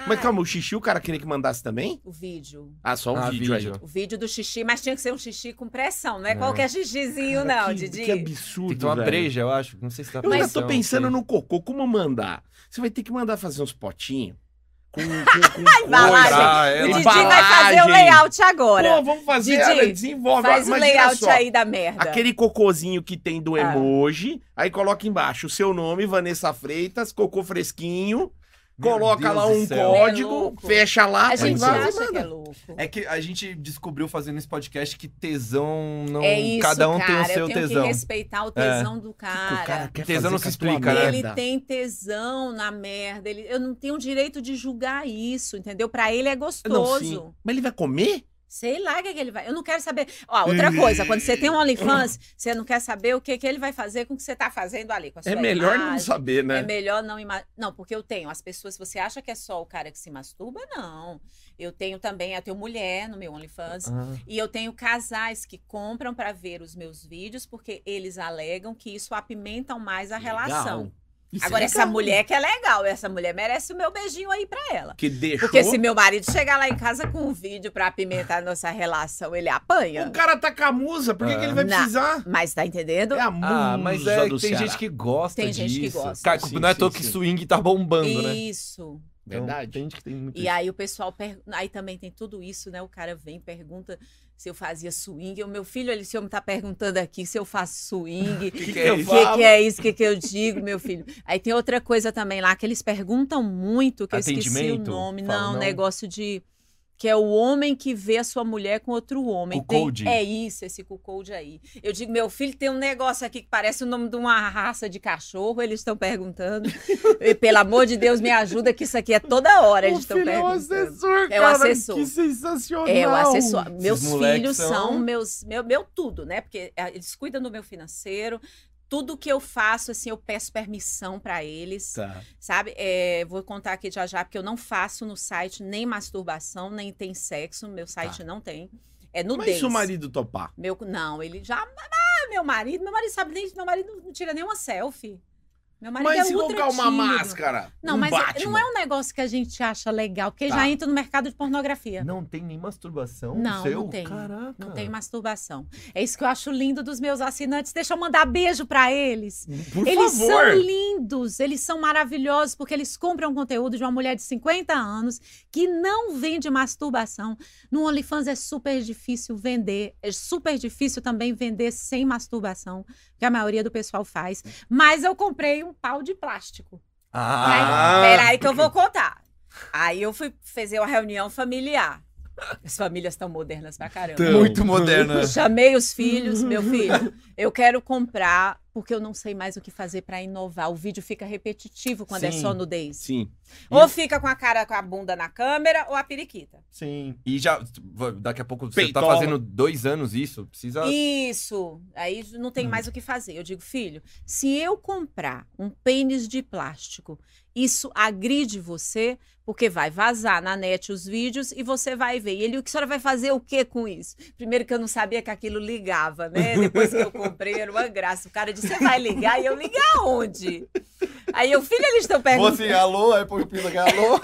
Speaker 1: Mas
Speaker 3: Ah,
Speaker 1: calma, o xixi o cara queria que mandasse também?
Speaker 3: O vídeo.
Speaker 1: Ah, só o
Speaker 2: Ah,
Speaker 1: vídeo,
Speaker 2: vídeo.
Speaker 1: aí.
Speaker 3: O vídeo do xixi, mas tinha que ser um xixi com pressão, não é
Speaker 2: Não.
Speaker 3: qualquer xixizinho,
Speaker 1: Cara,
Speaker 3: não,
Speaker 1: que,
Speaker 3: Didi.
Speaker 1: que é
Speaker 2: Tem que
Speaker 1: absurdo,
Speaker 2: ter uma
Speaker 1: velho.
Speaker 2: breja, eu acho. Não sei se dá um
Speaker 1: Eu ainda
Speaker 2: pressão,
Speaker 1: tô pensando
Speaker 2: sei.
Speaker 1: no cocô, como mandar? Você vai ter que mandar fazer uns potinhos com, com, com coisa.
Speaker 3: Embalagem.
Speaker 2: Ah, é,
Speaker 3: O
Speaker 2: uma
Speaker 3: Didi vai
Speaker 1: embalagem.
Speaker 3: fazer o layout agora.
Speaker 1: Pô, vamos fazer,
Speaker 3: Didi,
Speaker 1: olha, desenvolve. Ah,
Speaker 3: Faz o
Speaker 1: Mas olha
Speaker 3: layout
Speaker 1: só,
Speaker 3: aí da merda.
Speaker 1: Aquele cocôzinho que tem do
Speaker 3: Ah.
Speaker 1: emoji, aí coloca embaixo o seu nome, Vanessa Freitas, cocô fresquinho,
Speaker 2: Meu
Speaker 1: coloca
Speaker 2: Deus
Speaker 1: lá
Speaker 2: do
Speaker 1: um
Speaker 2: céu.
Speaker 3: É
Speaker 1: código,
Speaker 3: louco.
Speaker 1: fecha lá, põe
Speaker 3: A gente
Speaker 1: lá e
Speaker 3: acha que é
Speaker 1: manda.
Speaker 3: louco.
Speaker 2: É que a gente descobriu fazendo esse podcast que tesão não.
Speaker 3: É isso,
Speaker 2: Cada um
Speaker 3: cara.
Speaker 2: tem o seu
Speaker 3: eu tenho
Speaker 2: tesão.
Speaker 3: que respeitar
Speaker 1: É.
Speaker 3: o tesão
Speaker 1: Tipo,
Speaker 3: do cara.
Speaker 1: quer
Speaker 2: Tesão
Speaker 1: fazer com
Speaker 2: não se
Speaker 1: a tua
Speaker 2: explica, né?
Speaker 3: Ele
Speaker 1: é merda.
Speaker 3: tem tesão na merda. Ele, eu não tenho direito de julgar isso, entendeu? Pra ele é
Speaker 1: Não,
Speaker 3: gostoso.
Speaker 1: sim. Mas ele vai comer?
Speaker 3: Sei lá o que, é que ele vai. Eu não quero saber. Ó, outra coisa, quando você tem um OnlyFans, você não quer saber o que, que ele vai fazer com o que você tá fazendo ali. Com a sua
Speaker 1: É melhor não
Speaker 3: imagem.
Speaker 1: saber, né?
Speaker 3: É melhor não imaginar. Não, porque eu tenho. As pessoas, se você acha que é só o cara que se masturba? Não. Eu tenho também, eu tenho mulher no meu OnlyFans.
Speaker 2: Ah,
Speaker 3: E eu tenho casais que compram para ver os meus vídeos porque eles alegam que isso apimentam mais a relação.
Speaker 1: Legal. Isso é
Speaker 3: Agora, essa
Speaker 1: legal.
Speaker 3: mulher que é legal, essa mulher merece o meu beijinho aí para ela.
Speaker 1: Que deixou.
Speaker 3: Porque se meu marido chegar lá em casa com um vídeo para apimentar a nossa relação, ele apanha.
Speaker 1: O cara tá com a musa, por que,
Speaker 2: Ah.
Speaker 1: que ele vai
Speaker 3: Não.
Speaker 1: precisar?
Speaker 3: Mas tá entendendo?
Speaker 1: É a musa
Speaker 2: Ah, mas é que
Speaker 1: do
Speaker 2: tem
Speaker 1: Ceará.
Speaker 2: gente que gosta
Speaker 3: Tem gente que
Speaker 2: disso.
Speaker 3: gosta.
Speaker 2: Cara,
Speaker 1: Sim,
Speaker 2: não é à
Speaker 1: sim,
Speaker 2: toa que
Speaker 1: sim.
Speaker 2: swing tá bombando, né?
Speaker 3: Isso.
Speaker 2: Então,
Speaker 1: Verdade.
Speaker 2: tem gente que tem muito
Speaker 3: E aí o pessoal per- aí também tem tudo isso, né? O cara vem pergunta se eu fazia swing. O meu filho, ele se homem tá perguntando aqui se eu faço swing.
Speaker 1: que,
Speaker 2: que é
Speaker 3: O que, que é isso? O que, que eu digo, meu filho? Aí tem outra coisa também lá que eles perguntam muito, que eu esqueci o
Speaker 2: Atendimento?
Speaker 3: nome.
Speaker 2: Fala,
Speaker 3: não,
Speaker 2: não.
Speaker 3: negócio de. Que é o homem que vê a sua mulher com outro homem. Tem-
Speaker 2: Cuckold.
Speaker 3: é isso, esse cuckold aí. Eu digo, meu filho, tem um negócio aqui que parece o nome de uma raça de cachorro, eles estão perguntando. E, pelo amor de Deus, me ajuda, que isso aqui é toda hora, eles estão
Speaker 2: é um
Speaker 3: perguntando.
Speaker 1: assessor,
Speaker 3: É o assessor.
Speaker 1: sensacional.
Speaker 3: É, o assessor. Meus
Speaker 2: moleques
Speaker 3: filhos são,
Speaker 2: são-
Speaker 3: meus, meu, meu tudo, né? Porque eh, eles cuidam do meu financeiro. Tudo que eu faço, assim, eu peço permissão pra eles,
Speaker 1: Tá.
Speaker 3: sabe? É, vou contar aqui já já, porque eu não faço no site nem masturbação, nem tem sexo. Meu site não tem. É
Speaker 1: Tá. Mas
Speaker 3: nudez.
Speaker 1: se o marido topar?
Speaker 3: Meu, não, ele já... Ah, meu marido, meu marido sabe nem... Meu marido não tira nenhuma selfie. Meu marido
Speaker 1: Mas
Speaker 3: é
Speaker 1: se
Speaker 3: ultra
Speaker 1: colocar uma
Speaker 3: tímido.
Speaker 1: máscara?
Speaker 3: Não,
Speaker 1: um
Speaker 3: mas é-
Speaker 1: Batman.
Speaker 3: não é um negócio que a gente acha legal, porque
Speaker 1: Tá.
Speaker 3: já entra no mercado de pornografia.
Speaker 2: Não tem nem masturbação?
Speaker 3: Não,
Speaker 2: seu?
Speaker 3: não tem.
Speaker 2: Caraca.
Speaker 3: Não
Speaker 1: Ah.
Speaker 3: tem masturbação. É isso que eu acho lindo dos meus assinantes. Deixa eu mandar beijo pra eles.
Speaker 1: Por
Speaker 3: um- eles
Speaker 1: favor.
Speaker 3: são lindos, eles são maravilhosos, porque eles compram conteúdo de uma mulher de 50 anos que não vende masturbação. No OnlyFans é super difícil vender, é super difícil também vender sem masturbação, que a maioria do pessoal faz. Mas eu comprei um pau de plástico.
Speaker 2: Ah,
Speaker 3: Aí, peraí que eu vou contar. Aí eu fui fazer uma reunião familiar. As famílias estão modernas pra caramba.
Speaker 1: Tão.
Speaker 2: muito né? moderna.
Speaker 3: Chamei os filhos, meu filho, eu quero comprar, porque eu não sei mais o que fazer pra inovar. O vídeo fica repetitivo quando é
Speaker 2: Sim.
Speaker 3: só nudez.
Speaker 1: Sim.
Speaker 3: Ou fica com a cara com a bunda na câmera, ou a periquita.
Speaker 2: Sim. E já, daqui a pouco você tá
Speaker 1: Peitola.
Speaker 2: fazendo dois anos isso. Precisa...
Speaker 3: Isso. Aí não
Speaker 2: Hum.
Speaker 3: tem mais o que fazer. Eu digo, filho, se eu comprar um pênis de plástico, isso agride você, porque vai vazar na net os vídeos e você vai ver. E ele, o que a senhora vai fazer o que com isso? Primeiro que eu não sabia que aquilo ligava, né? Depois que eu comprei, era uma graça. O cara disse, você vai ligar? E eu, ligar onde?
Speaker 2: assim, é
Speaker 3: Aí eu, filho, eles estão perguntando.
Speaker 2: alô, aí põe o alô.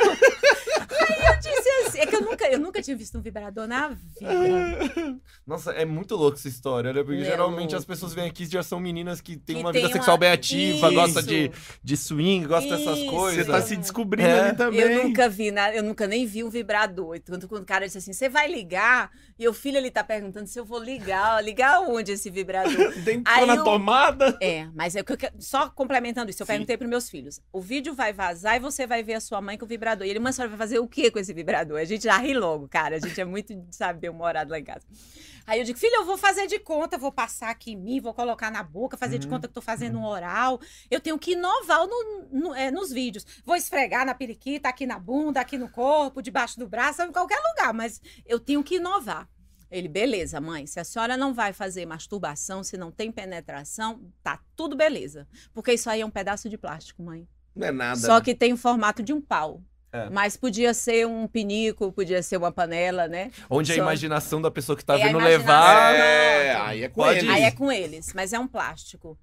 Speaker 3: Eu disse assim, é que eu nunca, eu nunca tinha visto um vibrador na vida.
Speaker 2: Nossa, é muito louco essa história, né? Porque
Speaker 3: É
Speaker 2: geralmente
Speaker 3: louco.
Speaker 2: as pessoas vêm aqui e já são meninas que têm
Speaker 3: Que
Speaker 2: uma
Speaker 3: tem
Speaker 2: vida
Speaker 3: uma-
Speaker 2: sexual bem ativa,
Speaker 3: Isso.
Speaker 2: gosta de, de swing, gosta dessas
Speaker 3: Isso.
Speaker 1: Você
Speaker 2: coisas.
Speaker 1: tá se descobrindo
Speaker 2: É.
Speaker 1: ali também.
Speaker 3: Eu nunca vi nada, eu nunca nem vi um vibrador. Quando, quando o cara disse assim, você vai ligar? E o filho ele tá perguntando se eu vou ligar. Ó, Ligar onde esse vibrador?
Speaker 1: Deitou
Speaker 3: Aí
Speaker 1: na
Speaker 3: eu-
Speaker 1: tomada.
Speaker 3: É, mas é o que eu quero- só complementando isso, eu
Speaker 1: Sim.
Speaker 3: perguntei para meus filhos. O vídeo vai vazar e você vai ver a sua mãe com o vibrador. E ele, mãe, a senhora vai fazer o que com esse vibrador? A gente já ri logo, cara. A gente é muito, sabe, bem-humorado lá em casa. Aí eu digo, filho, eu vou fazer de conta, vou passar aqui em mim, vou colocar na boca, fazer de
Speaker 2: Uhum.
Speaker 3: conta que tô fazendo um oral. Eu tenho que inovar no- no- é, nos vídeos. Vou esfregar na periquita, aqui na bunda, aqui no corpo, debaixo do braço, em qualquer lugar, mas eu tenho que inovar. Ele, beleza, mãe, se a senhora não vai fazer masturbação, se não tem penetração, tá tudo beleza. Porque isso aí é um pedaço de plástico, mãe.
Speaker 1: Não é nada.
Speaker 3: Só que tem o formato de um pau.
Speaker 2: É.
Speaker 3: Mas podia ser um pinico, podia ser uma panela, né?
Speaker 2: Onde a
Speaker 3: Só-
Speaker 2: imaginação da pessoa que tá
Speaker 3: É a
Speaker 2: vindo
Speaker 3: imaginação.
Speaker 2: levar.
Speaker 1: É, aí é com
Speaker 2: Pode
Speaker 1: eles.
Speaker 3: Aí é com eles, mas é um plástico.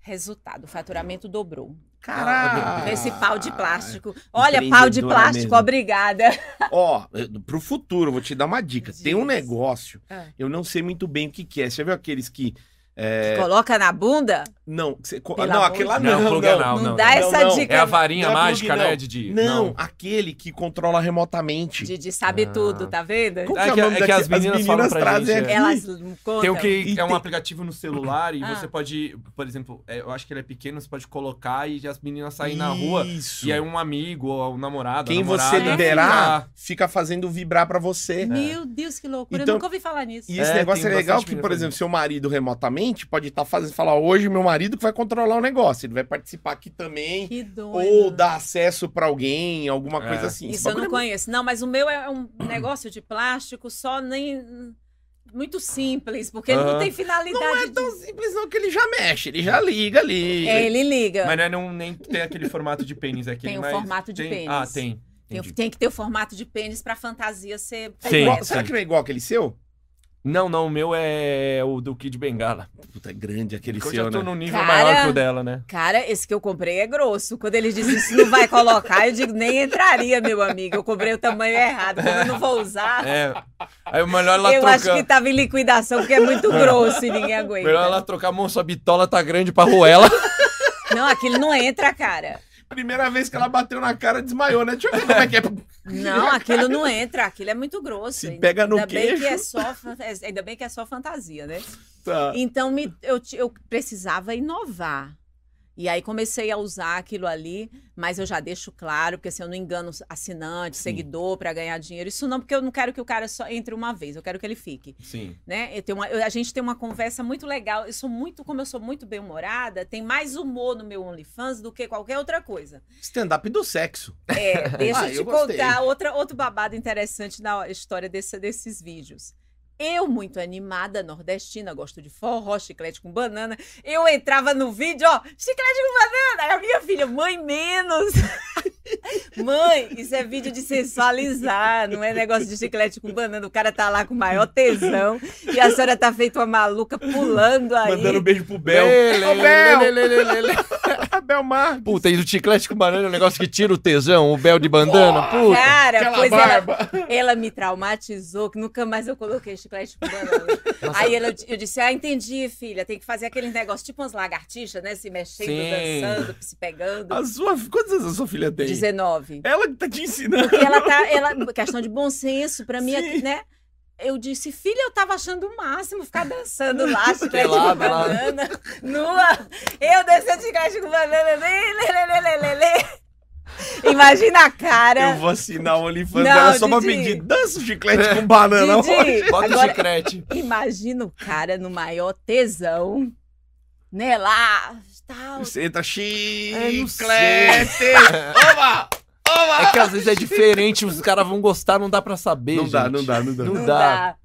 Speaker 3: Resultado, o faturamento dobrou.
Speaker 2: Ah,
Speaker 1: Caraca.
Speaker 3: Esse pau de plástico. Olha, pau de
Speaker 1: Ah, é empreendedora
Speaker 3: plástico,
Speaker 1: mesmo.
Speaker 3: obrigada.
Speaker 1: Ó, eu- pro futuro, vou te dar uma dica. Tem um
Speaker 3: Diz.
Speaker 1: negócio,
Speaker 2: Ah.
Speaker 3: É.
Speaker 1: eu não sei muito bem o que, que é. Você viu aqueles que. é,
Speaker 3: Coloca na bunda,
Speaker 1: Não, que você co-
Speaker 3: Pelo
Speaker 1: não
Speaker 3: amor
Speaker 1: aquele lá
Speaker 3: de
Speaker 1: não.
Speaker 2: Deus. Não, plug anal.
Speaker 3: não,
Speaker 2: não,
Speaker 3: dá
Speaker 1: não,
Speaker 3: essa
Speaker 1: não.
Speaker 3: dica
Speaker 2: É a varinha
Speaker 1: Não é plug,
Speaker 2: mágica,
Speaker 1: não.
Speaker 2: né, Didi?
Speaker 1: Não, aquele que controla remotamente.
Speaker 3: Didi sabe
Speaker 2: Ah.
Speaker 3: tudo, tá vendo?
Speaker 1: Como
Speaker 2: É
Speaker 1: que é,
Speaker 2: que-
Speaker 1: o nome
Speaker 2: é que
Speaker 1: daqui-
Speaker 2: as meninas falam pra gente,
Speaker 1: aqui.
Speaker 2: é.
Speaker 3: Elas contam.
Speaker 2: Tem o que
Speaker 1: E
Speaker 2: é um
Speaker 1: tem-
Speaker 2: aplicativo no celular e
Speaker 3: Ah.
Speaker 2: você pode, por exemplo, é, eu acho que ele é pequeno, você pode colocar e as meninas saem na rua.
Speaker 1: Isso.
Speaker 2: E aí um amigo ou um namorado,
Speaker 1: Quem
Speaker 2: a namorada, ah,
Speaker 1: você
Speaker 3: né?
Speaker 1: liberar, fica fazendo vibrar pra você.
Speaker 3: Meu Deus, que loucura.
Speaker 1: Então-
Speaker 3: eu nunca ouvi falar nisso.
Speaker 1: E esse
Speaker 2: É,
Speaker 1: negócio
Speaker 2: tem
Speaker 1: é legal
Speaker 2: bastante
Speaker 1: que,
Speaker 2: menina
Speaker 1: por
Speaker 2: fazendo
Speaker 1: exemplo, seu marido remotamente pode estar fazendo, falar, hoje meu marido que vai controlar o negócio, ele vai participar aqui também,
Speaker 3: Que doido.
Speaker 1: ou dar acesso pra alguém, alguma
Speaker 2: É.
Speaker 1: coisa assim. Esse
Speaker 3: Isso um eu não
Speaker 1: bagulho é
Speaker 3: conheço. Não, mas o meu é um negócio de plástico só nem... Muito simples, porque ele não
Speaker 2: Aham.
Speaker 3: tem finalidade.
Speaker 1: tão é simples não que ele já mexe, ele já liga
Speaker 3: de-
Speaker 1: ali.
Speaker 3: É, ele liga.
Speaker 2: Mas não é não- nem tem aquele formato de pênis, é aquele
Speaker 3: Tem o
Speaker 2: mais-
Speaker 3: formato de
Speaker 2: tem-
Speaker 3: pênis.
Speaker 2: Ah, tem.
Speaker 3: Tem,
Speaker 2: Entendi.
Speaker 3: tem que ter o formato de pênis pra fantasia ser
Speaker 1: É
Speaker 2: Sim,
Speaker 1: igual-
Speaker 3: completa.
Speaker 1: será
Speaker 2: sim.
Speaker 1: que não é igual aquele seu?
Speaker 2: Não, não, o meu é o do Kid Bengala.
Speaker 1: Puta, é grande aquele
Speaker 2: Eu
Speaker 1: seu,
Speaker 2: já tô
Speaker 1: né?
Speaker 2: num nível
Speaker 3: Cara-
Speaker 2: maior que o dela, né?
Speaker 3: Cara, esse que eu comprei é grosso. Quando eles dizem isso não vai colocar, eu digo, nem entraria, meu amigo. Eu comprei o tamanho errado. Como eu não vou usar,
Speaker 2: É. Aí o melhor ela
Speaker 3: eu
Speaker 2: trocar.
Speaker 3: acho que né? tava em liquidação, porque é muito grosso e ninguém aguenta.
Speaker 2: Melhor é ela trocar a mão, sua bitola tá grande pra roela.
Speaker 3: Não, aquilo não entra, cara.
Speaker 1: Primeira vez que ela bateu na cara, desmaiou, né? Deixa eu ver como é que é.
Speaker 3: Não, aquilo não entra, aquilo é muito grosso.
Speaker 1: Se
Speaker 3: Ainda-
Speaker 1: pega no
Speaker 3: ainda Bem
Speaker 1: queixo.
Speaker 3: que é só, fan- é, ainda bem que é só fantasia, né?
Speaker 1: Tá.
Speaker 3: Então me- eu, ti- eu precisava inovar. E aí comecei a usar aquilo ali, mas eu já deixo claro, porque assim, eu não engano assinante, seguidor para ganhar dinheiro. Isso não, porque eu não quero que o cara só entre uma vez, eu quero que ele fique
Speaker 2: Sim.
Speaker 3: né? Eu tenho uma- eu- a gente tem uma conversa muito legal. Eu sou muito, como eu sou muito bem humorada, tem mais humor no meu OnlyFans do que qualquer outra coisa.
Speaker 1: Stand-up do sexo.
Speaker 3: É, deixa
Speaker 1: Ah,
Speaker 3: eu te
Speaker 1: eu gostei.
Speaker 3: contar outra, outro babado interessante na história desse- desses vídeos. Eu, muito animada, nordestina, gosto de forró, chiclete com banana. Eu entrava no vídeo, ó, chiclete com banana. Aí a minha filha, mãe, menos. mãe, isso é vídeo de sensualizar, não é negócio de chiclete com banana. O cara tá lá com o maior tesão e a senhora tá feita uma maluca pulando aí.
Speaker 1: Mandando um beijo pro Bel.
Speaker 2: Lê, lê,
Speaker 1: Ô, Bel!
Speaker 2: lê, lê, lê, lê, lê.
Speaker 1: Bel Mar.
Speaker 2: Puta, e o chiclete com banana é um negócio que tira o tesão, o Bel de bandana. Puta.
Speaker 3: Cara,
Speaker 1: Aquela
Speaker 3: É, pois ela
Speaker 1: barba.
Speaker 3: Ela me traumatizou, que nunca mais eu coloquei chiclete com banana. Aí ela- eu disse, ah, entendi, filha, tem que fazer aquele negócio, tipo umas lagartixas, né? Se mexendo,
Speaker 2: Sim.
Speaker 3: dançando, se pegando.
Speaker 1: A sua... Quantos anos a sua filha tem?
Speaker 3: 19.
Speaker 1: Ela que tá te ensinando.
Speaker 3: Porque ela tá, ela, questão de bom senso, pra mim,
Speaker 1: Sim.
Speaker 3: né? Eu disse, filha, eu tava achando o máximo ficar dançando lá, chiclete com
Speaker 2: Pelada lá.
Speaker 3: banana, nua. Eu dançando chiclete com banana, lê, lê, lê, lê, lê, lê, lê. Imagina a cara.
Speaker 1: Eu vou assinar o OnlyFans
Speaker 3: Não,
Speaker 1: dela só pra
Speaker 3: Didi.
Speaker 1: pedir dança o chiclete com banana.
Speaker 3: Didi,
Speaker 2: Bota
Speaker 3: agora-
Speaker 2: o chiclete.
Speaker 3: Imagina o cara no maior tesão, né? Lá, tal.
Speaker 1: Você entra chiclete.
Speaker 2: sei.
Speaker 1: Oba!
Speaker 2: É que às vezes é diferente, os caras vão gostar, não dá pra saber.
Speaker 1: Não dá,
Speaker 2: gente.
Speaker 1: não dá, não dá.
Speaker 2: Não-
Speaker 3: Não
Speaker 2: dá.
Speaker 3: dá.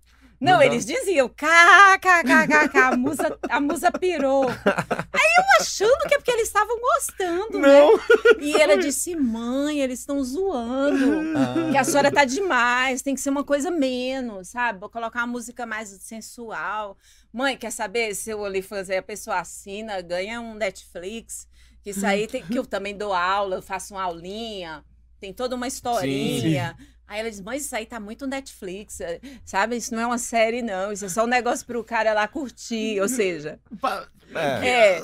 Speaker 3: Não,
Speaker 2: Não
Speaker 3: eles diziam, kkkk, a musa, a musa pirou. Aí eu achando que é porque eles estavam gostando, né?
Speaker 1: Não.
Speaker 3: E ela disse, mãe, eles estão zoando.
Speaker 2: Ah.
Speaker 3: Que a senhora tá demais, tem que ser uma coisa menos, sabe? Vou colocar uma música mais sensual. Mãe, quer saber? Seu OnlyFans aí a pessoa assina, ganha um Netflix. Que isso aí tem que eu também dou aula, eu faço uma aulinha. tem toda uma historinha. Aí ela diz, mas isso aí tá muito Netflix, sabe? Isso não é uma série, não. Isso é só um negócio pro cara lá curtir, ou seja...
Speaker 2: É.
Speaker 3: É.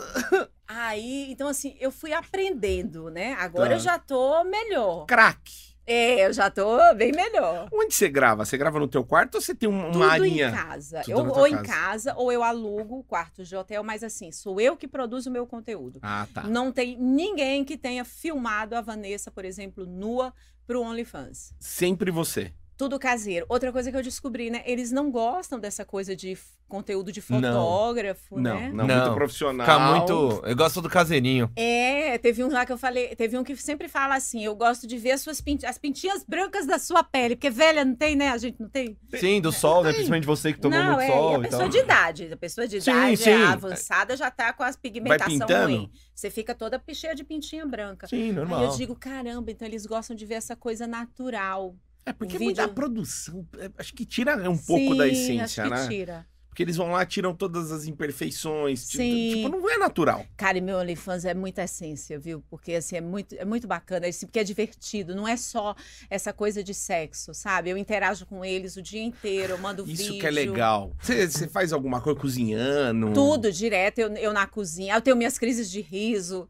Speaker 3: Aí, então assim, eu fui aprendendo, né? Agora
Speaker 2: Tá.
Speaker 3: eu já tô melhor.
Speaker 1: Crack.
Speaker 3: É, eu já tô bem melhor.
Speaker 1: Onde você grava? Você grava no teu quarto ou você tem um-
Speaker 3: Tudo
Speaker 1: uma
Speaker 3: em
Speaker 1: arinha?
Speaker 3: casa.
Speaker 2: Tudo
Speaker 3: Eu-
Speaker 2: na tua
Speaker 3: ou em
Speaker 2: casa.
Speaker 3: casa, ou eu alugo quartos de hotel, mas assim, sou eu que produzo o meu conteúdo.
Speaker 1: Ah, tá.
Speaker 3: Não tem ninguém que tenha filmado a Vanessa, por exemplo, nua pro OnlyFans.
Speaker 1: Sempre você.
Speaker 3: Tudo caseiro. Outra coisa que eu descobri, né? Eles não gostam dessa coisa de f- conteúdo de fotógrafo,
Speaker 1: Não,
Speaker 3: né?
Speaker 1: não,
Speaker 2: Não.
Speaker 1: Muito profissional.
Speaker 2: Fica muito. Eu gosto do caseirinho.
Speaker 3: É, teve um lá que eu falei, teve um que sempre fala assim, eu gosto de ver as suas pin- as pintinhas brancas da sua pele, porque velha não tem, né? A gente não tem.
Speaker 2: Sim, do sol, né? Principalmente você que tomou
Speaker 3: não,
Speaker 2: muito
Speaker 3: é, e
Speaker 2: sol
Speaker 3: a
Speaker 2: e
Speaker 3: pessoa
Speaker 2: tal.
Speaker 3: de idade, a pessoa de
Speaker 2: Sim,
Speaker 3: idade é
Speaker 2: sim. É.
Speaker 3: avançada já tá com as pigmentação
Speaker 1: pintando?
Speaker 3: ruim. Você fica toda cheia de pintinha branca.
Speaker 2: Sim, normal.
Speaker 3: Aí eu digo, caramba, então eles gostam de ver essa coisa natural.
Speaker 1: É porque
Speaker 3: O vídeo-
Speaker 1: a produção. é, Acho que tira um pouco da
Speaker 3: Sim,
Speaker 1: essência,
Speaker 3: acho que
Speaker 1: né?
Speaker 3: tira.
Speaker 1: Porque eles vão lá, tiram todas as imperfeições. ti-
Speaker 3: Sim.
Speaker 1: Tipo, não é natural.
Speaker 3: Cara, e meu OnlyFans é muita essência, viu? Porque assim, é muito, é muito bacana, assim, porque é divertido, não é só essa coisa de sexo, sabe? Eu interajo com eles o dia inteiro, eu mando
Speaker 1: Isso
Speaker 3: vídeo.
Speaker 1: que é legal. Você você faz alguma coisa cozinhando?
Speaker 3: Tudo direto, eu, eu na cozinha, eu tenho minhas crises de riso.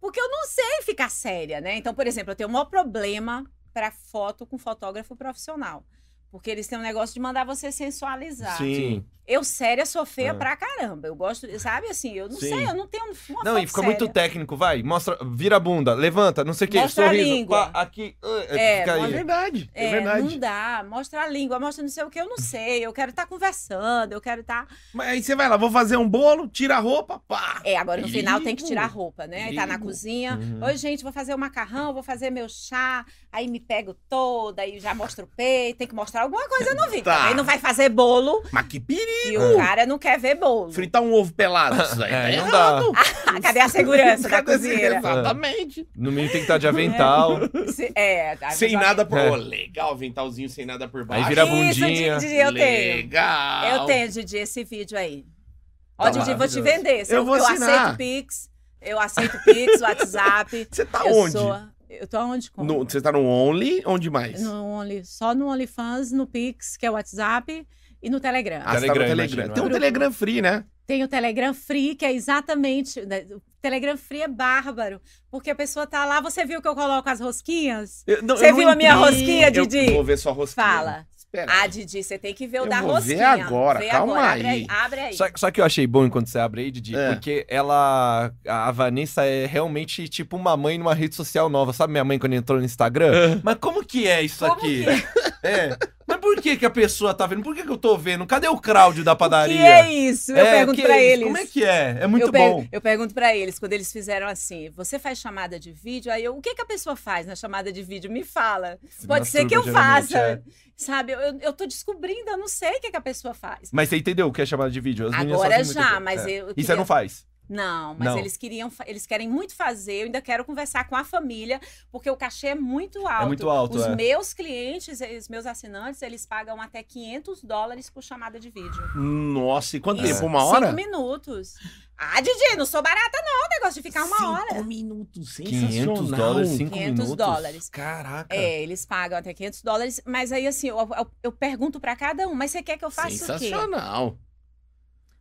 Speaker 3: Porque eu não sei ficar séria, né? Então, por exemplo, eu tenho o maior problema pra foto com fotógrafo profissional. Porque eles têm um negócio de mandar você sensualizar.
Speaker 2: Sim.
Speaker 3: Eu séria sou feia
Speaker 2: Ah.
Speaker 3: pra caramba. Eu gosto, sabe assim, eu não
Speaker 2: Sim.
Speaker 3: sei, eu não tenho uma
Speaker 2: Não,
Speaker 3: foto
Speaker 2: e fica
Speaker 3: séria.
Speaker 2: muito técnico, vai. Mostra, vira a bunda, levanta, não sei o quê,
Speaker 3: Mostra a
Speaker 2: sorriso.
Speaker 3: língua.
Speaker 2: pá, aqui. ah,
Speaker 3: É,
Speaker 2: fica
Speaker 1: É
Speaker 2: aí.
Speaker 1: verdade. É,
Speaker 3: É, não
Speaker 1: verdade.
Speaker 3: dá. Mostra a língua, mostra não sei o que, eu não sei. Eu quero estar conversando, eu quero tá estar.
Speaker 1: Mas aí você vai lá, vou fazer um bolo, tira a roupa, pá.
Speaker 3: É, agora no final tem que
Speaker 1: Ligo,
Speaker 3: tirar a roupa, né? Aí tá na
Speaker 1: ligo.
Speaker 3: cozinha.
Speaker 2: Uhum.
Speaker 3: Oi, gente, vou fazer o macarrão, vou fazer meu chá. Aí me pego toda, aí já mostro o peito. Tem que mostrar alguma coisa no vídeo.
Speaker 1: Tá.
Speaker 3: Aí não vai fazer bolo
Speaker 1: Mas que perigo.
Speaker 3: e o cara não quer ver bolo.
Speaker 1: Fritar um ovo pelado. Isso aí tá
Speaker 2: É, não
Speaker 1: errado.
Speaker 3: Ah, cadê a segurança da
Speaker 1: Cadê esse-
Speaker 3: cozinheira?
Speaker 1: Exatamente.
Speaker 2: No mínimo tem que estar de avental.
Speaker 3: Se- É, a
Speaker 1: Sem
Speaker 3: pessoa-
Speaker 1: nada por.
Speaker 2: É.
Speaker 1: Ô, legal, ventalzinho sem nada por baixo.
Speaker 2: Aí vira
Speaker 3: Isso,
Speaker 2: bundinha.
Speaker 3: Didi, eu tenho.
Speaker 1: Legal.
Speaker 3: Eu tenho, Didi, esse vídeo aí. Ó,
Speaker 2: Tá
Speaker 3: Didi, vou te
Speaker 2: maravilhoso.
Speaker 3: vender. Se
Speaker 1: Eu
Speaker 3: Eu,
Speaker 1: vou
Speaker 3: eu
Speaker 1: assinar.
Speaker 3: aceito Pix, eu aceito Pix, WhatsApp.
Speaker 1: Você tá
Speaker 3: eu
Speaker 1: onde?
Speaker 3: sou- Eu tô onde? Como?
Speaker 1: No- Você tá no Only? Onde mais?
Speaker 3: No Only- Só no OnlyFans, no Pix, que é o WhatsApp, e no Telegram.
Speaker 1: Ah, você tá no
Speaker 2: Telegram,
Speaker 1: Telegram.
Speaker 2: imagino,
Speaker 1: Tem um
Speaker 2: é.
Speaker 1: Telegram free, né?
Speaker 3: Tem o Telegram Free, que é exatamente. né, O Telegram Free é bárbaro, porque a pessoa tá lá. Você viu que eu coloco as rosquinhas?
Speaker 1: Eu- não,
Speaker 3: Você
Speaker 1: eu não
Speaker 3: viu a minha
Speaker 1: entrei.
Speaker 3: rosquinha,
Speaker 1: Eu-
Speaker 3: Didi?
Speaker 1: Eu vou ver sua rosquinha.
Speaker 3: Fala.
Speaker 1: Espera.
Speaker 3: Ah, Didi, você tem que ver o
Speaker 1: É. Eu
Speaker 3: da
Speaker 1: vou ver
Speaker 3: rosquinha.
Speaker 1: agora,
Speaker 3: Vê
Speaker 1: calma
Speaker 3: agora, abre
Speaker 1: aí.
Speaker 3: Abre aí.
Speaker 2: Só, só que eu achei bom enquanto você abre aí, Didi,
Speaker 1: É.
Speaker 2: porque ela. A Vanessa é realmente tipo uma mãe numa rede social nova. Sabe minha mãe quando entrou no Instagram? Mas como que é isso
Speaker 3: Como
Speaker 2: aqui?
Speaker 3: que é?
Speaker 2: É. Mas por que, que a pessoa tá vendo? Por que, que eu tô vendo? Cadê o Cláudio da padaria?
Speaker 3: Que é isso? Eu
Speaker 2: É,
Speaker 3: pergunto
Speaker 2: que
Speaker 3: pra
Speaker 2: é isso?
Speaker 3: eles.
Speaker 2: Como é que é? É muito
Speaker 3: eu, per-
Speaker 2: bom.
Speaker 3: eu pergunto pra eles, quando eles fizeram assim, você faz chamada de vídeo? Aí eu, o que, que a pessoa faz na chamada de vídeo? Me fala.
Speaker 2: Se
Speaker 3: Pode ser que eu
Speaker 2: masturba, geralmente,
Speaker 3: faça.
Speaker 2: é.
Speaker 3: Sabe, eu, eu, eu tô descobrindo, eu não sei o que, que a pessoa faz.
Speaker 2: Mas você entendeu o que é chamado de vídeo? As meninas
Speaker 3: Agora
Speaker 2: fazem muito
Speaker 3: já,
Speaker 2: bem.
Speaker 3: mas
Speaker 2: É.
Speaker 3: eu. eu
Speaker 2: E
Speaker 3: queria-
Speaker 2: você não faz?
Speaker 3: Não, mas
Speaker 2: Não.
Speaker 3: eles queriam, fa- eles querem muito fazer. Eu ainda quero conversar com a família, porque o cachê é muito alto.
Speaker 2: muito alto,
Speaker 3: Os
Speaker 2: é.
Speaker 3: meus clientes, os meus assinantes, eles pagam até 500 dólares por chamada de vídeo.
Speaker 1: Nossa, e quanto
Speaker 3: Isso,
Speaker 1: tempo? Uma hora?
Speaker 3: Cinco minutos. Ah, Didi, não sou barata, não. O negócio de ficar uma hora.
Speaker 1: Cinco minutos,
Speaker 2: 500
Speaker 1: sensacional.
Speaker 2: dólares, 5
Speaker 3: 500
Speaker 2: minutos.
Speaker 3: dólares.
Speaker 2: Caraca.
Speaker 3: É, eles pagam até 500 dólares, mas aí assim, eu, eu- eu pergunto pra cada um, mas você quer que eu faça o quê?
Speaker 1: Sensacional.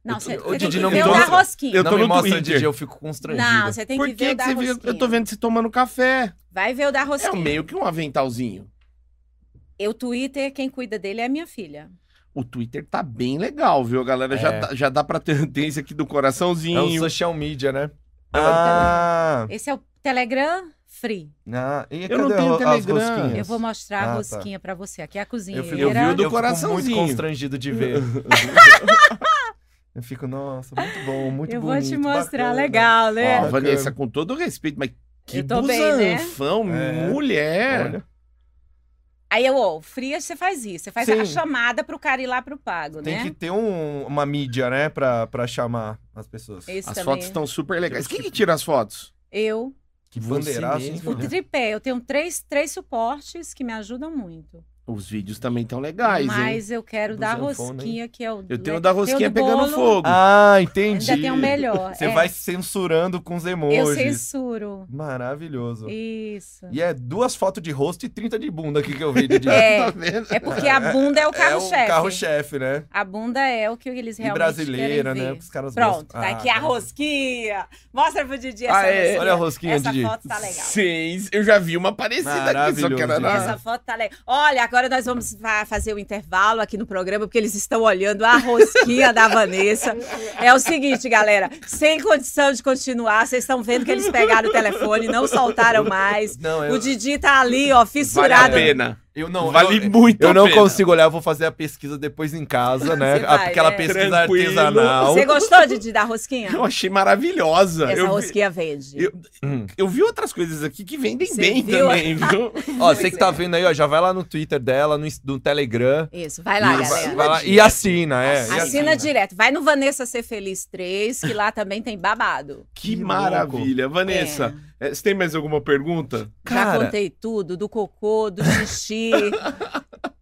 Speaker 3: Não,
Speaker 2: Eu-
Speaker 3: você
Speaker 2: eu-
Speaker 3: você tem
Speaker 2: Didi,
Speaker 3: que
Speaker 2: não
Speaker 3: ver
Speaker 2: me
Speaker 3: o da
Speaker 2: mostra.
Speaker 3: rosquinha.
Speaker 1: Eu
Speaker 2: não
Speaker 1: tô
Speaker 2: me
Speaker 1: no
Speaker 2: mostra,
Speaker 1: Twitter.
Speaker 2: Didi, eu fico constrangido.
Speaker 3: Não, você tem
Speaker 1: Por
Speaker 3: que
Speaker 1: que,
Speaker 3: ver o
Speaker 1: que
Speaker 3: da
Speaker 1: você
Speaker 3: rosquinha.
Speaker 1: viu? Eu tô vendo você tomando café.
Speaker 3: Vai ver o da
Speaker 1: É
Speaker 3: rosquinha.
Speaker 1: um meio que um aventalzinho.
Speaker 3: Eu, Twitter, quem cuida dele é a minha filha.
Speaker 1: O Twitter tá bem legal, viu, galera? Já,
Speaker 2: É.
Speaker 1: dá, já dá pra ter tendência aqui do coraçãozinho.
Speaker 2: É um social media, né? Ah,
Speaker 3: Esse é o Telegram Free.
Speaker 2: ah e
Speaker 1: Eu não
Speaker 2: cadê
Speaker 1: tenho
Speaker 2: a- as
Speaker 1: Telegram.
Speaker 2: rosquinhas?
Speaker 3: Eu vou mostrar
Speaker 2: Ah,
Speaker 3: a
Speaker 2: tá.
Speaker 3: rosquinha pra você. Aqui é a cozinha.
Speaker 2: Eu fico,
Speaker 1: Eu vi o do
Speaker 2: eu fico muito
Speaker 1: coraçãozinho.
Speaker 2: constrangido de ver. eu fico, nossa, muito bom, muito
Speaker 3: Eu vou
Speaker 2: bonito.
Speaker 3: te mostrar,
Speaker 2: bacana.
Speaker 3: legal, né?
Speaker 1: Ó,
Speaker 2: É.
Speaker 1: Vanessa, com todo o respeito, mas que
Speaker 3: Eu tô bem, né?
Speaker 1: busanfão,
Speaker 2: É.
Speaker 1: mulher.
Speaker 2: Olha,
Speaker 3: Aí eu, ó, fria você faz isso. Você faz
Speaker 2: Sim.
Speaker 3: a chamada pro cara ir lá pro pago,
Speaker 2: tem
Speaker 3: né?
Speaker 2: que ter um- uma mídia, né, pra, pra chamar as pessoas.
Speaker 3: Esse
Speaker 1: As
Speaker 3: também.
Speaker 1: fotos estão super legais. Quem que tira as fotos?
Speaker 3: Eu,
Speaker 2: Que
Speaker 1: Você
Speaker 2: bandeiraço, hein,
Speaker 1: mesmo,
Speaker 3: o
Speaker 2: filho?
Speaker 3: tripé, eu tenho três, três suportes que me ajudam muito.
Speaker 1: Os vídeos também estão legais, hein?
Speaker 4: Mas eu quero
Speaker 2: Do
Speaker 4: da
Speaker 2: sanfona, hein?
Speaker 4: rosquinha, que é o.
Speaker 1: Eu tenho
Speaker 4: le-
Speaker 1: o da rosquinha
Speaker 4: do
Speaker 1: pegando
Speaker 4: bolo,
Speaker 1: fogo.
Speaker 2: Ah, entendi.
Speaker 4: Ainda tem o melhor.
Speaker 2: Você
Speaker 4: é.
Speaker 2: vai censurando com os
Speaker 4: Eu
Speaker 2: emojis.
Speaker 4: censuro.
Speaker 2: Maravilhoso.
Speaker 4: Isso.
Speaker 2: E é duas fotos de rosto e 30 de bunda aqui que eu vi de
Speaker 4: É.
Speaker 1: Tá vendo?
Speaker 4: É porque a bunda é o carro-chefe.
Speaker 2: É o carro-chefe, né?
Speaker 4: a bunda é o que eles
Speaker 2: E
Speaker 4: realmente querem
Speaker 2: brasileira, né?
Speaker 4: ver.
Speaker 2: Porque os caras
Speaker 3: Pronto,
Speaker 2: gostam.
Speaker 3: tá
Speaker 2: Ah,
Speaker 3: aqui a rosquinha. Mostra pro Didi essa
Speaker 1: Ah, é.
Speaker 3: rosquinha.
Speaker 2: Olha a rosquinha,
Speaker 3: Essa
Speaker 2: Didi.
Speaker 3: foto tá legal.
Speaker 1: Seis. Eu já vi uma parecida aqui, só que era
Speaker 2: Maravilhoso,
Speaker 1: na-
Speaker 2: gente.
Speaker 3: Essa foto tá legal. Olha, agora nós vamos fa- fazer o intervalo aqui no programa, porque eles estão olhando a rosquinha da Vanessa. É o seguinte, galera, sem condição de continuar, vocês estão vendo que eles pegaram o telefone, não soltaram mais.
Speaker 2: Não,
Speaker 3: O
Speaker 2: eu,
Speaker 3: Didi tá ali, ó,
Speaker 1: Vale a
Speaker 3: fissurado.
Speaker 1: pena.
Speaker 2: eu não.
Speaker 1: vale
Speaker 2: eu,
Speaker 1: muito
Speaker 2: eu
Speaker 1: a
Speaker 2: não
Speaker 1: pena.
Speaker 2: consigo olhar, eu vou fazer a pesquisa depois em casa, né?
Speaker 3: Você vai,
Speaker 2: Aquela
Speaker 3: né?
Speaker 2: pesquisa
Speaker 1: Tranquilo.
Speaker 2: artesanal.
Speaker 3: Você gostou, Didi, da rosquinha?
Speaker 1: Eu achei maravilhosa.
Speaker 3: Essa
Speaker 1: eu, vi,
Speaker 3: rosquinha vende.
Speaker 1: eu-
Speaker 2: Hum.
Speaker 1: eu vi outras coisas aqui que vendem
Speaker 3: Você
Speaker 1: bem
Speaker 3: viu?
Speaker 1: também, viu?
Speaker 2: Ó, você que tá vendo aí, ó, já vai lá no Twitter dela, no, no Telegram.
Speaker 3: Isso, vai lá,
Speaker 2: e,
Speaker 3: galera.
Speaker 2: vai lá- e assina, é. e
Speaker 3: Assina, direto. Vai no Vanessa Ser Feliz 3, que lá também tem babado.
Speaker 1: Que
Speaker 2: Que
Speaker 1: maravilha. Vanessa,
Speaker 3: É.
Speaker 1: eh, você tem mais alguma pergunta?
Speaker 3: Já
Speaker 2: Cara,
Speaker 3: contei tudo, do cocô, do xixi.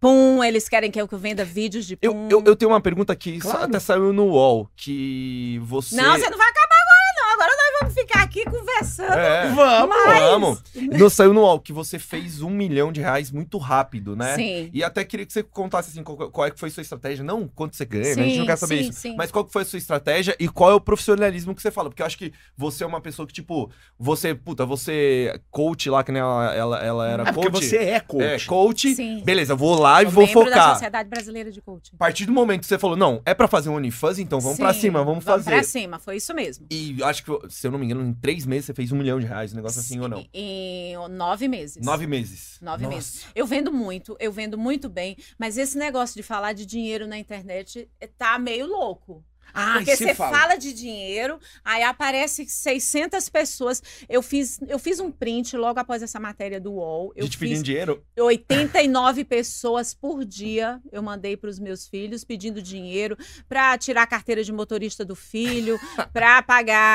Speaker 3: pum, eles querem que eu que eu venda vídeos de
Speaker 2: eu,
Speaker 3: pum.
Speaker 2: eu, eu tenho uma pergunta que só
Speaker 1: Claro.
Speaker 2: até saiu no UOL, que você...
Speaker 3: Não, você não vai acabar agora, não. Agora nós vamos ficar aqui conversando.
Speaker 2: É.
Speaker 1: Vamos!
Speaker 2: Vamos! Não saiu no UOL que você fez um milhão de reais muito rápido, né?
Speaker 3: Sim.
Speaker 2: E até queria que você contasse assim, qual, qual é que foi sua estratégia. Não quanto você ganha, né? a gente não
Speaker 3: Sim,
Speaker 2: quer saber
Speaker 3: sim,
Speaker 2: isso.
Speaker 3: sim.
Speaker 2: Mas qual que foi a sua estratégia e qual é o profissionalismo que você fala? Porque eu acho que você é uma pessoa que, tipo, você, puta, você é coach lá, que nem ela, ela, ela era
Speaker 1: É porque
Speaker 2: coach.
Speaker 1: você é
Speaker 2: é
Speaker 1: coach.
Speaker 2: coach.
Speaker 3: Sim.
Speaker 2: Beleza, eu vou lá e
Speaker 3: Sou
Speaker 2: vou
Speaker 3: membro da
Speaker 2: focar.
Speaker 3: Sociedade Brasileira de Coaching.
Speaker 2: A partir do momento que você falou, não, é pra fazer um OnlyFans, então vamos pra
Speaker 3: Sim,
Speaker 2: cima, vamos,
Speaker 3: Pra
Speaker 2: fazer.
Speaker 3: cima, foi isso mesmo.
Speaker 2: E acho que, se eu não me engano, em três meses você fez um milhão de reais, um negócio assim ou não.
Speaker 3: Em nove meses.
Speaker 2: Nove meses.
Speaker 3: Nove
Speaker 2: Nossa.
Speaker 3: meses. Eu vendo muito, eu vendo muito bem, mas esse negócio de falar de dinheiro na internet eh, tá meio louco.
Speaker 1: Ah,
Speaker 3: Porque você fala. de dinheiro, aí aparece 600 pessoas. Eu fiz, eu fiz um print logo após essa matéria do UOL. Eu
Speaker 2: De te pedindo
Speaker 3: fiz
Speaker 2: dinheiro?
Speaker 3: 89 pessoas por dia. Eu mandei para os meus filhos pedindo dinheiro para tirar a carteira de motorista do filho, para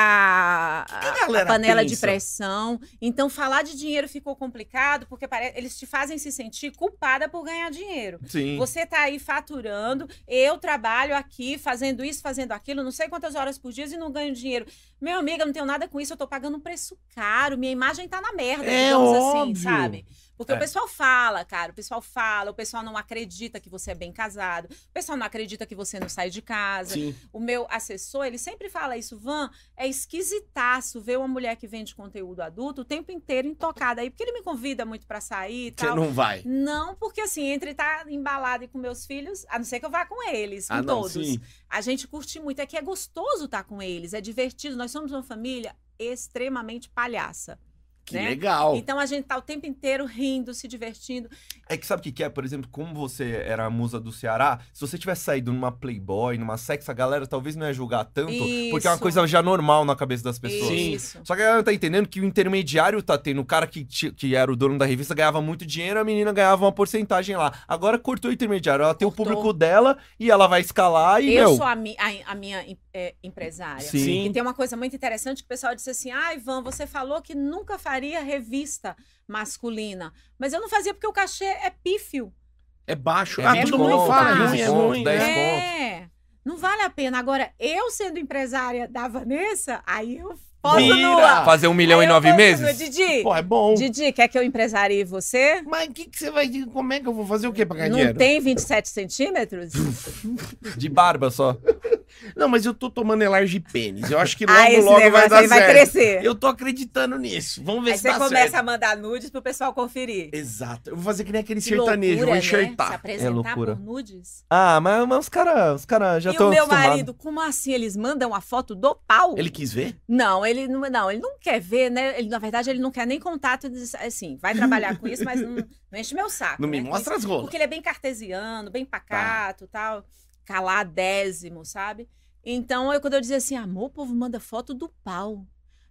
Speaker 1: que a
Speaker 3: pagar a- a,
Speaker 1: galera
Speaker 3: panela de
Speaker 1: pensa?
Speaker 3: pressão. Então falar de dinheiro ficou complicado porque pare- eles te fazem se sentir culpada por ganhar dinheiro.
Speaker 2: Sim.
Speaker 3: Você tá aí faturando, eu trabalho aqui fazendo isso, fazendo aquilo, não sei quantas horas por dia e não ganho dinheiro. Meu amigo, eu não tenho nada com isso, eu tô pagando um preço caro, minha imagem tá na merda,
Speaker 1: É
Speaker 3: digamos assim,
Speaker 1: óbvio.
Speaker 3: sabe? Porque
Speaker 2: É.
Speaker 3: o pessoal fala, cara, o pessoal fala, o pessoal não acredita que você é bem casado, o pessoal não acredita que você não sai de casa.
Speaker 1: Sim.
Speaker 3: O meu assessor, ele sempre fala isso, Van, é esquisitaço ver uma mulher que vende conteúdo adulto o tempo inteiro intocada aí, porque ele me convida muito pra sair e
Speaker 1: Você
Speaker 3: tal.
Speaker 1: não vai.
Speaker 3: Não, porque assim, entre estar embalada e com meus filhos, a não ser que eu vá com eles, com
Speaker 1: Ah, não,
Speaker 3: todos.
Speaker 1: sim.
Speaker 3: A gente curte muito, é que é gostoso estar com eles, é divertido. Nós somos uma família extremamente palhaça.
Speaker 1: Que
Speaker 3: né?
Speaker 1: legal.
Speaker 3: Então a gente tá o tempo inteiro rindo, se divertindo.
Speaker 2: É que sabe o que, que é? Por exemplo, como você era a musa do Ceará, se você tivesse saído numa Playboy, numa sex, a galera talvez não ia julgar tanto, porque é uma
Speaker 3: Isso.
Speaker 2: coisa já normal na cabeça das pessoas.
Speaker 1: Sim.
Speaker 3: Isso.
Speaker 2: Só que a galera tá entendendo que o intermediário tá tendo. O cara que, ti- que era o dono da revista ganhava muito dinheiro, a menina ganhava uma porcentagem lá. Agora cortou o intermediário. Ela tem o
Speaker 3: Cortou.
Speaker 2: público dela e ela vai escalar e,
Speaker 3: eu
Speaker 2: meu,
Speaker 3: sou a, mi- a- a minha em- é, empresária.
Speaker 2: Sim.
Speaker 3: E tem uma coisa muito interessante que o pessoal disse assim: ah, Ivan, você falou que nunca faria revista masculina. Mas eu não fazia porque o cachê é pífio.
Speaker 1: É baixo.
Speaker 2: É
Speaker 1: ah,
Speaker 2: 20
Speaker 1: todo mundo
Speaker 3: conto,
Speaker 1: fala.
Speaker 3: 15
Speaker 1: ruim, é
Speaker 2: conto,
Speaker 1: ruim.
Speaker 2: 10
Speaker 1: né?
Speaker 3: É, não vale a pena. Agora, eu sendo empresária da Vanessa, aí eu posso
Speaker 1: Vira!
Speaker 3: nua.
Speaker 2: fazer um milhão
Speaker 3: Aí
Speaker 2: em
Speaker 3: eu
Speaker 2: nove
Speaker 3: posso nua.
Speaker 2: meses?
Speaker 3: Didi,
Speaker 1: Pô, é bom.
Speaker 3: Didi, quer que eu empresarie você?
Speaker 1: Mas o que, que você vai... Como é que eu vou fazer o quê pra ganhar
Speaker 3: Não
Speaker 1: dinheiro?
Speaker 3: tem 27 centímetros?
Speaker 2: De barba só.
Speaker 1: Não, mas eu tô tomando elarge pênis. Eu acho que logo,
Speaker 3: ah, esse
Speaker 1: logo vai
Speaker 3: negócio
Speaker 1: dar
Speaker 3: aí
Speaker 1: certo.
Speaker 3: vai crescer.
Speaker 1: Eu tô acreditando nisso. Vamos ver
Speaker 3: Aí
Speaker 1: se
Speaker 3: você
Speaker 1: dá
Speaker 3: começa
Speaker 1: certo.
Speaker 3: a mandar nudes pro pessoal conferir.
Speaker 1: Exato. Eu vou fazer que nem aquele
Speaker 3: Que
Speaker 1: sertanejo,
Speaker 3: loucura,
Speaker 1: vou
Speaker 3: né?
Speaker 1: enxertar.
Speaker 3: Se apresentar
Speaker 2: loucura.
Speaker 3: por nudes.
Speaker 2: Ah, mas, mas os caras os cara já
Speaker 3: e
Speaker 2: estão
Speaker 3: o meu
Speaker 2: acostumados.
Speaker 3: marido, como assim? Eles mandam a foto do pau?
Speaker 1: Ele quis ver?
Speaker 3: Não, ele não, não, ele não quer ver, né? Ele, na verdade, ele não quer nem contato. ele diz Assim, vai trabalhar com isso, mas não, não enche meu saco.
Speaker 1: Não
Speaker 3: né?
Speaker 1: me
Speaker 3: Com
Speaker 1: mostra Tá. as
Speaker 3: isso-
Speaker 1: rolas.
Speaker 3: Porque ele é bem cartesiano, bem pacato tal. Caladésimo, sabe? Então, eu, quando eu dizia assim, amor, o povo manda foto do pau.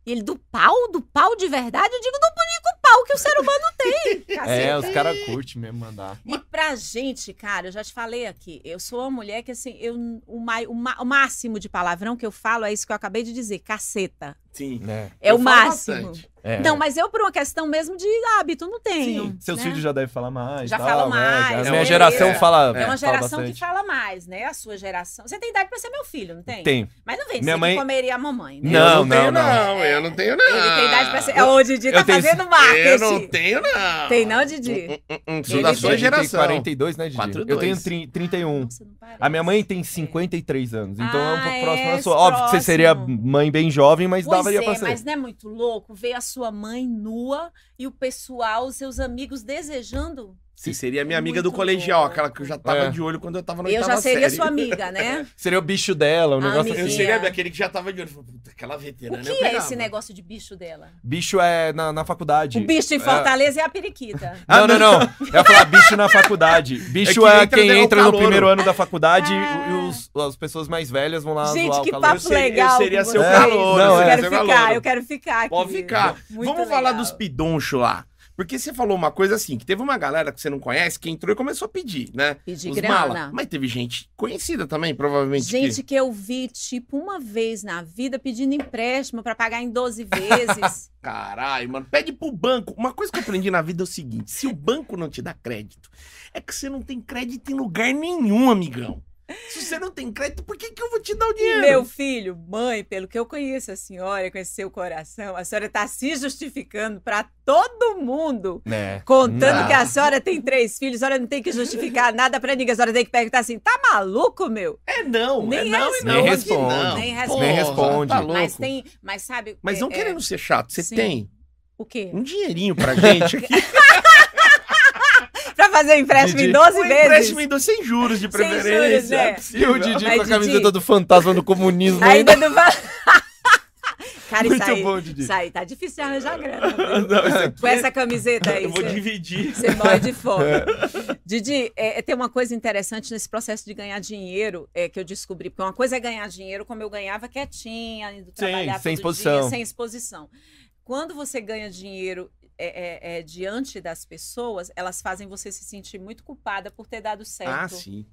Speaker 3: E ele, do pau? Do pau de verdade? Eu digo do bonito pau que o ser humano tem.
Speaker 2: É,
Speaker 3: caceta.
Speaker 2: os caras curtem mesmo mandar.
Speaker 3: E pra gente, cara, eu já te falei aqui, eu sou uma mulher que, assim, eu, o, mai- o ma- o máximo de palavrão que eu falo é isso que eu acabei de dizer, caceta.
Speaker 1: Sim.
Speaker 2: Né?
Speaker 3: É
Speaker 1: Eu
Speaker 3: o
Speaker 1: falo
Speaker 3: máximo.
Speaker 1: bastante.
Speaker 2: É.
Speaker 3: Não, mas eu por uma questão mesmo de hábito, não tenho.
Speaker 1: Sim,
Speaker 2: Seus
Speaker 3: né?
Speaker 2: filhos já devem falar mais.
Speaker 3: Já
Speaker 2: tal,
Speaker 3: falam
Speaker 2: né?
Speaker 3: mais,
Speaker 2: A
Speaker 1: é
Speaker 2: minha
Speaker 1: uma
Speaker 2: geração
Speaker 1: beleza.
Speaker 2: fala.
Speaker 3: É
Speaker 2: fala
Speaker 3: uma geração que
Speaker 2: bastante.
Speaker 3: fala mais, né? A sua geração. Você tem idade pra ser meu filho, não tem?
Speaker 2: Tem.
Speaker 3: Mas não vem
Speaker 2: Minha
Speaker 3: dizer
Speaker 2: mãe-
Speaker 3: que comeria a mamãe, né?
Speaker 1: Eu não,
Speaker 2: Não,
Speaker 1: tenho,
Speaker 2: não, não.
Speaker 1: não. Eu não tenho, não.
Speaker 3: Ele tem idade pra ser. É, o Didi tá
Speaker 2: eu tenho-
Speaker 3: fazendo
Speaker 1: Eu
Speaker 3: marketing.
Speaker 1: não tenho, não.
Speaker 3: Tem não, Didi?
Speaker 1: Hum,
Speaker 3: Ele
Speaker 1: Sou da
Speaker 3: tem-
Speaker 1: sua
Speaker 2: Ele tem
Speaker 1: geração.
Speaker 2: 42, né, Didi?
Speaker 1: Quatro,
Speaker 2: eu tenho
Speaker 1: dois.
Speaker 2: tri- 31.
Speaker 3: Nossa, não parece.
Speaker 2: A minha mãe tem 53 anos, então é um
Speaker 3: Ah,
Speaker 2: pouco próximo
Speaker 3: é,
Speaker 2: da sua. Óbvio que você
Speaker 3: próximo.
Speaker 2: seria mãe bem jovem, mas
Speaker 3: Pois
Speaker 2: daria
Speaker 3: é,
Speaker 2: pra ser.
Speaker 3: mas não é muito louco ver a sua mãe nua e o pessoal, os seus amigos desejando?
Speaker 1: Sim, seria minha amiga do
Speaker 3: Muito
Speaker 1: colegial,
Speaker 3: louco.
Speaker 1: aquela que eu já tava
Speaker 2: É.
Speaker 1: de olho quando eu tava no
Speaker 3: Eu já seria sua amiga, né?
Speaker 2: Seria o bicho dela, um
Speaker 3: Ah,
Speaker 2: negócio
Speaker 3: amiguinha.
Speaker 1: Eu
Speaker 2: assim.
Speaker 1: seria aquele que já tava de olho. Falei, Puta, aquela veterana. né?
Speaker 3: O
Speaker 1: eu "Ah,
Speaker 3: que é
Speaker 1: pegava.
Speaker 3: esse negócio de bicho dela?
Speaker 2: Bicho é na, na faculdade.
Speaker 3: O bicho em Fortaleza é, a periquita.
Speaker 2: Não, não, não. Eu ia falar bicho na faculdade. Bicho
Speaker 1: É
Speaker 2: é,
Speaker 1: que entra
Speaker 2: quem
Speaker 1: no
Speaker 2: entra no
Speaker 1: calouro.
Speaker 2: primeiro ano da faculdade e-
Speaker 3: Ah.
Speaker 2: e os- as pessoas mais velhas vão lá
Speaker 3: Gente,
Speaker 2: zoar
Speaker 3: que
Speaker 2: o
Speaker 3: papo
Speaker 2: calouro.
Speaker 1: Eu seria- eu
Speaker 3: legal. É,
Speaker 1: seria
Speaker 3: com
Speaker 1: seu
Speaker 3: vocês.
Speaker 2: calor, eu
Speaker 3: eu
Speaker 2: seria
Speaker 3: quero
Speaker 1: seu
Speaker 3: ficar,
Speaker 1: calor.
Speaker 3: eu quero ficar.
Speaker 1: Pode
Speaker 3: querido.
Speaker 1: ficar.
Speaker 3: Muito
Speaker 1: Vamos falar
Speaker 3: legal.
Speaker 1: dos pidonchos lá. Porque você falou uma coisa assim, que teve uma galera que você não conhece que entrou e começou a pedir, né?
Speaker 3: Pedir
Speaker 1: Os
Speaker 3: grana.
Speaker 1: mala. Mas teve gente conhecida também, provavelmente. que-
Speaker 3: Gente que eu vi, tipo, uma vez na vida pedindo empréstimo pra pagar em 12 vezes.
Speaker 1: Caralho, mano. Pede pro banco. Uma coisa que eu aprendi na vida é o seguinte: se o banco não te dá crédito, é que você não tem crédito em lugar nenhum, amigão. Se você não tem crédito, por que, que eu vou te dar o
Speaker 3: E
Speaker 1: dinheiro?
Speaker 3: meu filho, mãe, pelo que eu conheço a senhora, e conheço seu coração, a senhora tá se justificando pra todo mundo.
Speaker 2: Né?
Speaker 3: Contando
Speaker 2: Não.
Speaker 3: que a senhora tem três filhos, a senhora não tem que justificar nada pra ninguém. A senhora tem que perguntar assim: tá maluco, meu?
Speaker 1: É não, é
Speaker 3: Nem
Speaker 1: não, e não.
Speaker 2: responde.
Speaker 1: é que não.
Speaker 3: Nem
Speaker 1: Porra,
Speaker 2: Nem responde.
Speaker 1: Tá louco.
Speaker 3: Mas tem. Mas sabe.
Speaker 1: Mas
Speaker 3: é-
Speaker 1: não
Speaker 3: é,
Speaker 1: querendo ser chato, você
Speaker 3: Sim.
Speaker 1: tem
Speaker 3: O quê?
Speaker 1: um dinheirinho pra gente aqui.
Speaker 3: Pra fazer empréstimo em
Speaker 2: Didi,
Speaker 3: 12
Speaker 1: Um
Speaker 3: vezes.
Speaker 1: empréstimo em dois sem juros de
Speaker 3: Sem juros,
Speaker 1: preferência.
Speaker 3: né?
Speaker 1: é
Speaker 2: E
Speaker 1: possível.
Speaker 2: o Didi
Speaker 3: Mas,
Speaker 2: com a
Speaker 3: Didi-
Speaker 2: camiseta do fantasma do comunismo ainda.
Speaker 3: Ainda não vai. Cara, isso
Speaker 2: Muito
Speaker 3: aí,
Speaker 2: bom, Didi.
Speaker 3: isso aí tá difícil de arranjar grana. viu?
Speaker 1: Não, isso aqui
Speaker 3: Com
Speaker 2: é.
Speaker 3: essa camiseta aí.
Speaker 1: eu vou
Speaker 3: cê-
Speaker 1: dividir.
Speaker 3: Você morre de fome. Didi, é, é, tem uma coisa interessante nesse processo de ganhar dinheiro é, que eu descobri. Porque uma coisa é ganhar dinheiro como eu ganhava quietinha, indo trabalhar
Speaker 2: sem
Speaker 3: todo
Speaker 2: exposição.
Speaker 3: Dia, sem exposição. Quando você ganha dinheiro é, é, é, diante das pessoas, elas fazem você se sentir muito culpada por ter dado certo.
Speaker 1: Ah, sim.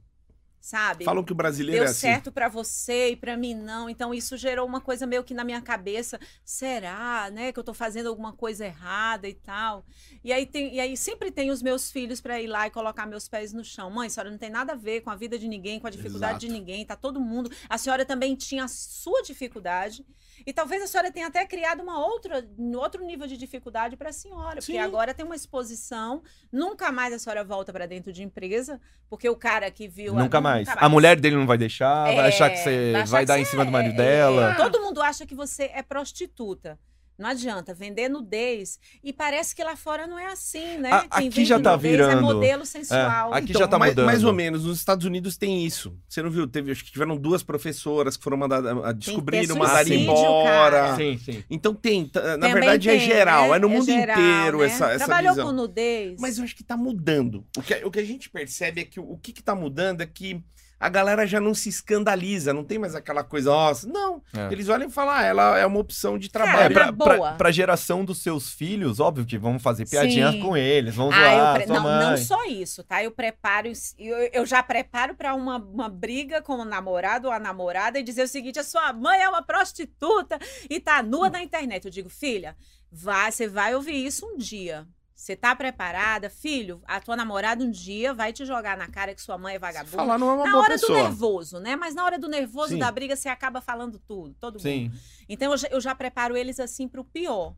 Speaker 3: Sabe?
Speaker 1: Falam que o brasileiro
Speaker 3: deu
Speaker 1: é assim.
Speaker 3: certo pra você e pra mim não. Então isso gerou uma coisa meio que na minha cabeça, será, né, que eu tô fazendo alguma coisa errada e tal. E aí tem, e aí sempre tem os meus filhos pra ir lá e colocar meus pés no chão. Mãe, a senhora não tem nada a ver com a vida de ninguém, com a dificuldade de
Speaker 1: Exato.
Speaker 3: ninguém, tá todo mundo. A senhora também tinha a sua dificuldade e talvez a senhora tenha até criado uma outra, um outro nível de dificuldade pra senhora,
Speaker 1: Sim.
Speaker 3: porque agora tem uma exposição, nunca mais a senhora volta pra dentro de empresa, porque o cara que viu a-
Speaker 2: Nunca mais. A mulher dele não vai deixar, vai
Speaker 3: É,
Speaker 2: achar que você
Speaker 3: vai
Speaker 2: vai,
Speaker 3: achar que
Speaker 2: dar
Speaker 3: você
Speaker 2: em cima do marido
Speaker 3: é,
Speaker 2: dela.
Speaker 3: é. Todo mundo acha que você é prostituta. Não adianta vender nudez. E parece que lá fora não é assim, né?
Speaker 2: A- aqui já tá
Speaker 3: É
Speaker 2: virando.
Speaker 3: modelo sensual.
Speaker 2: aqui- já tá
Speaker 1: mais, Então,
Speaker 2: mudando.
Speaker 1: mais ou menos, nos Estados Unidos tem isso. Você não viu? Teve, acho que tiveram duas professoras que foram mandadas, a- descobriram,
Speaker 3: ter
Speaker 1: mandaram
Speaker 2: suicídio,
Speaker 1: embora.
Speaker 3: cara.
Speaker 2: Sim, sim.
Speaker 1: Então tem, tá- na
Speaker 3: Também
Speaker 1: verdade é
Speaker 3: tem,
Speaker 1: geral,
Speaker 3: né?
Speaker 1: é no mundo
Speaker 3: geral,
Speaker 1: inteiro
Speaker 3: né?
Speaker 1: essa, essa
Speaker 3: Trabalhou
Speaker 1: visão.
Speaker 3: com nudez.
Speaker 1: Mas eu acho que tá mudando. O que, o que a gente percebe é que o, o que, que tá mudando é que a galera já não se escandaliza, não tem mais aquela coisa, nossa, não.
Speaker 2: É.
Speaker 1: Eles olham e falam, ah, ela é uma opção de
Speaker 3: Cara,
Speaker 2: É,
Speaker 1: trabalho.
Speaker 2: pra,
Speaker 3: na boa.
Speaker 2: pra, pra geração dos seus filhos, óbvio que vão fazer piadinhas
Speaker 3: Sim.
Speaker 2: com eles, vão
Speaker 3: Ah, eu
Speaker 2: zoar
Speaker 3: pre-
Speaker 2: sua
Speaker 3: não,
Speaker 2: mãe.
Speaker 3: não só isso, tá? Eu preparo, eu, eu já preparo pra uma, uma briga com o namorado ou a namorada e dizer o seguinte: a sua mãe é uma prostituta e tá nua na internet. Eu digo, filha, vai, você vai ouvir isso um dia. Você tá preparada, filho? A tua namorada um dia vai te jogar na cara que sua mãe é
Speaker 1: Se
Speaker 3: vagabunda.
Speaker 1: falar não é uma
Speaker 3: Na
Speaker 1: boa
Speaker 3: hora do
Speaker 1: pessoa.
Speaker 3: nervoso, né? Mas na hora do nervoso
Speaker 1: Sim.
Speaker 3: da briga, você acaba falando tudo, todo mundo.
Speaker 2: Sim.
Speaker 3: Então eu já, eu já preparo eles assim para o pior.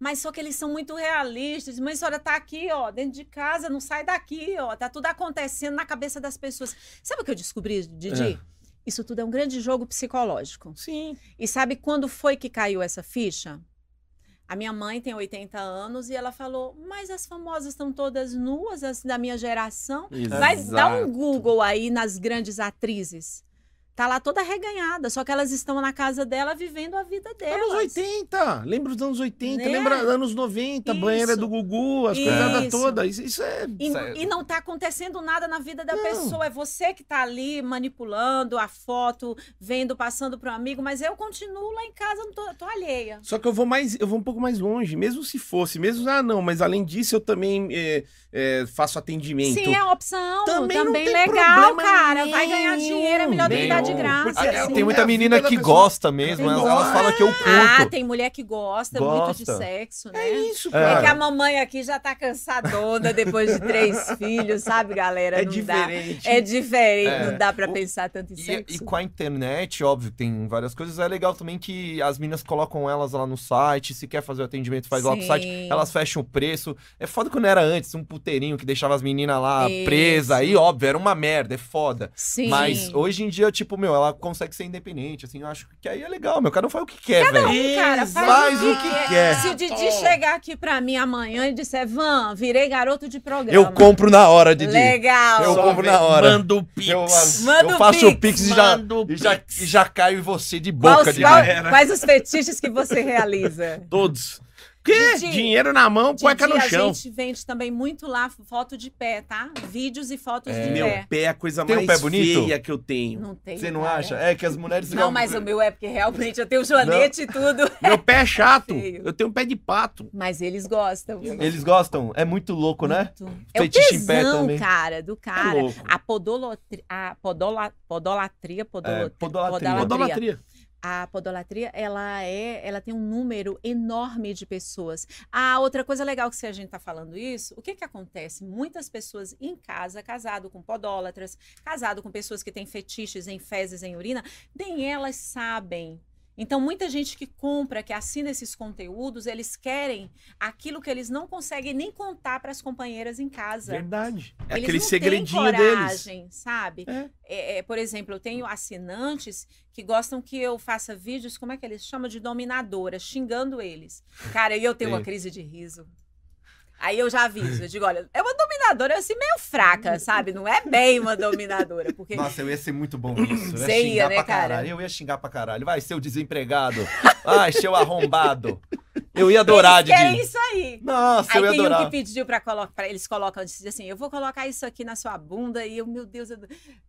Speaker 3: Mas só que eles são muito realistas. Mãe, a senhora tá aqui, ó, dentro de casa, não sai daqui, ó. Tá tudo acontecendo na cabeça das pessoas. Sabe o que eu descobri, Didi? Isso tudo é um grande jogo psicológico.
Speaker 1: Sim.
Speaker 3: E sabe quando foi que caiu essa ficha? A minha mãe tem 80 anos e ela falou: Mas as famosas estão todas nuas, as da minha geração. Vai dar um Google aí nas grandes atrizes. Tá lá toda reganhada, só que elas estão na casa dela vivendo a vida delas.
Speaker 1: Anos 80, lembra os anos 80,
Speaker 3: Né?
Speaker 1: lembra anos 90,
Speaker 3: Isso.
Speaker 1: banheira do Gugu, as
Speaker 3: Isso.
Speaker 1: coisas todas. Isso, isso é.
Speaker 3: E,
Speaker 2: Certo.
Speaker 3: e não tá acontecendo nada na vida da
Speaker 1: Não.
Speaker 3: pessoa. É você que tá ali manipulando a foto, vendo, passando pro amigo, mas eu continuo lá em casa, não tô, tô alheia.
Speaker 1: Só que eu vou mais, eu vou um pouco mais longe, mesmo se fosse, mesmo, ah, não, mas além disso eu também é, é, faço atendimento.
Speaker 3: Sim, é opção.
Speaker 1: Também
Speaker 3: Também,
Speaker 1: não tem
Speaker 3: legal,
Speaker 1: problema
Speaker 3: cara. Vai ganhar
Speaker 1: nenhum.
Speaker 3: dinheiro, é melhor do que dar
Speaker 2: Nenhum.
Speaker 3: de graça.
Speaker 1: Porque
Speaker 3: assim.
Speaker 2: Tem muita
Speaker 1: É, a
Speaker 2: menina
Speaker 1: vida da
Speaker 2: que
Speaker 1: pessoa-
Speaker 2: gosta mesmo,
Speaker 1: Tem
Speaker 2: elas, elas
Speaker 1: gosto.
Speaker 2: falam que eu
Speaker 3: Ah,
Speaker 2: curto.
Speaker 3: tem mulher que gosta, muito de
Speaker 2: Gosta.
Speaker 3: sexo, né?
Speaker 1: É isso,
Speaker 2: É
Speaker 3: É que a
Speaker 1: cara.
Speaker 3: mamãe aqui já tá cansadona depois de três filhos, sabe, galera?
Speaker 1: É
Speaker 3: não
Speaker 1: diferente.
Speaker 3: Dá. É diferente,
Speaker 2: É.
Speaker 3: não dá pra
Speaker 2: O-
Speaker 3: pensar tanto em
Speaker 2: E, e
Speaker 3: sexo.
Speaker 2: com a internet, óbvio, tem várias coisas. É legal também que as meninas colocam elas lá no site. Se quer fazer o atendimento, faz lá pro site.
Speaker 3: Sim.
Speaker 2: Elas fecham o preço. É foda quando era antes, um puteirinho que deixava as meninas lá
Speaker 3: Isso.
Speaker 2: presas. Aí, óbvio, era uma merda, é foda.
Speaker 3: Sim.
Speaker 2: Mas hoje em dia, tipo, meu, ela consegue ser independente, assim, eu acho que aí é legal, meu. Cada um faz o que quer, velho.
Speaker 3: cara, faz
Speaker 2: Faz o que é? quer.
Speaker 3: Se o Didi chegar aqui pra mim amanhã e disser, Van, virei garoto de programa.
Speaker 2: Eu compro na hora, Didi.
Speaker 3: Legal.
Speaker 2: Eu
Speaker 1: Só
Speaker 2: compro
Speaker 1: vem-
Speaker 2: na hora.
Speaker 1: Manda o pix.
Speaker 2: Eu,
Speaker 3: Manda
Speaker 2: eu
Speaker 3: o
Speaker 2: faço o
Speaker 3: Pix,
Speaker 2: Pix e já,
Speaker 1: manda o
Speaker 2: e, já,
Speaker 1: Pix.
Speaker 2: e já caio em você de
Speaker 3: Qual-
Speaker 2: boca, Didi.
Speaker 3: qual-
Speaker 1: era.
Speaker 3: quais os fetiches que você realiza?
Speaker 1: Todos. Que?
Speaker 3: Didi,
Speaker 1: Dinheiro na mão, cueca
Speaker 3: Didi,
Speaker 1: no chão.
Speaker 3: A gente vende também muito lá foto de pé, tá? Vídeos e fotos de
Speaker 1: Meu
Speaker 3: pé.
Speaker 1: pé é a coisa
Speaker 2: Tem
Speaker 1: mais
Speaker 2: um pé bonito?
Speaker 1: feia que eu tenho.
Speaker 3: Não tem.
Speaker 2: Você não
Speaker 3: cara.
Speaker 2: acha? É que as mulheres.
Speaker 3: Não, mas o meu é porque realmente eu tenho joanete e tudo.
Speaker 1: Meu pé é chato.
Speaker 3: Feio.
Speaker 1: Eu tenho um pé de pato.
Speaker 3: Mas eles gostam.
Speaker 2: Eles gostam? É muito louco, né?
Speaker 3: Muito. É o
Speaker 2: Fetiche em pé
Speaker 3: tesão,
Speaker 2: também.
Speaker 3: cara, do cara.
Speaker 1: É louco.
Speaker 3: a podolatria, a podola, podolatria, podolo-
Speaker 2: É, podolatria.
Speaker 3: podolatria.
Speaker 1: Podolatria.
Speaker 3: A podolatria, ela é, ela tem um número enorme de pessoas. Ah, outra coisa legal que se a gente tá falando isso, o que que acontece? Muitas pessoas em casa, casado com podólatras, casado com pessoas que têm fetiches em fezes, em urina, nem elas sabem. Então, muita gente que compra, que assina esses conteúdos, eles querem aquilo que eles não conseguem nem contar para as companheiras em casa.
Speaker 1: Verdade. É
Speaker 3: Eles
Speaker 1: aquele
Speaker 3: não
Speaker 1: segredinho
Speaker 3: têm
Speaker 1: deles.
Speaker 3: coragem, sabe?
Speaker 1: É.
Speaker 3: É, é, por exemplo, eu tenho assinantes que gostam que eu faça vídeos, como é que eles chamam? De dominadora, xingando eles. Cara, e eu tenho uma
Speaker 2: Sim.
Speaker 3: crise de riso. Aí eu já aviso, eu digo, olha, é uma dominadora assim meio fraca, sabe? Não é bem uma dominadora, porque
Speaker 2: Nossa, eu ia ser muito bom nisso. Eu ia
Speaker 3: Você ia,
Speaker 2: xingar
Speaker 3: né,
Speaker 2: pra
Speaker 3: cara?
Speaker 2: caralho. Eu ia xingar pra caralho. Vai, seu desempregado. Ai, seu arrombado. Eu ia adorar,
Speaker 3: eles querem
Speaker 2: Didi.
Speaker 3: é isso aí.
Speaker 2: Nossa,
Speaker 3: Aí
Speaker 2: eu ia
Speaker 3: tem um
Speaker 2: adorar.
Speaker 3: que pediu pra colocar, pra- eles colocam, eles dizem assim, eu vou colocar isso aqui na sua bunda e eu, meu Deus, eu,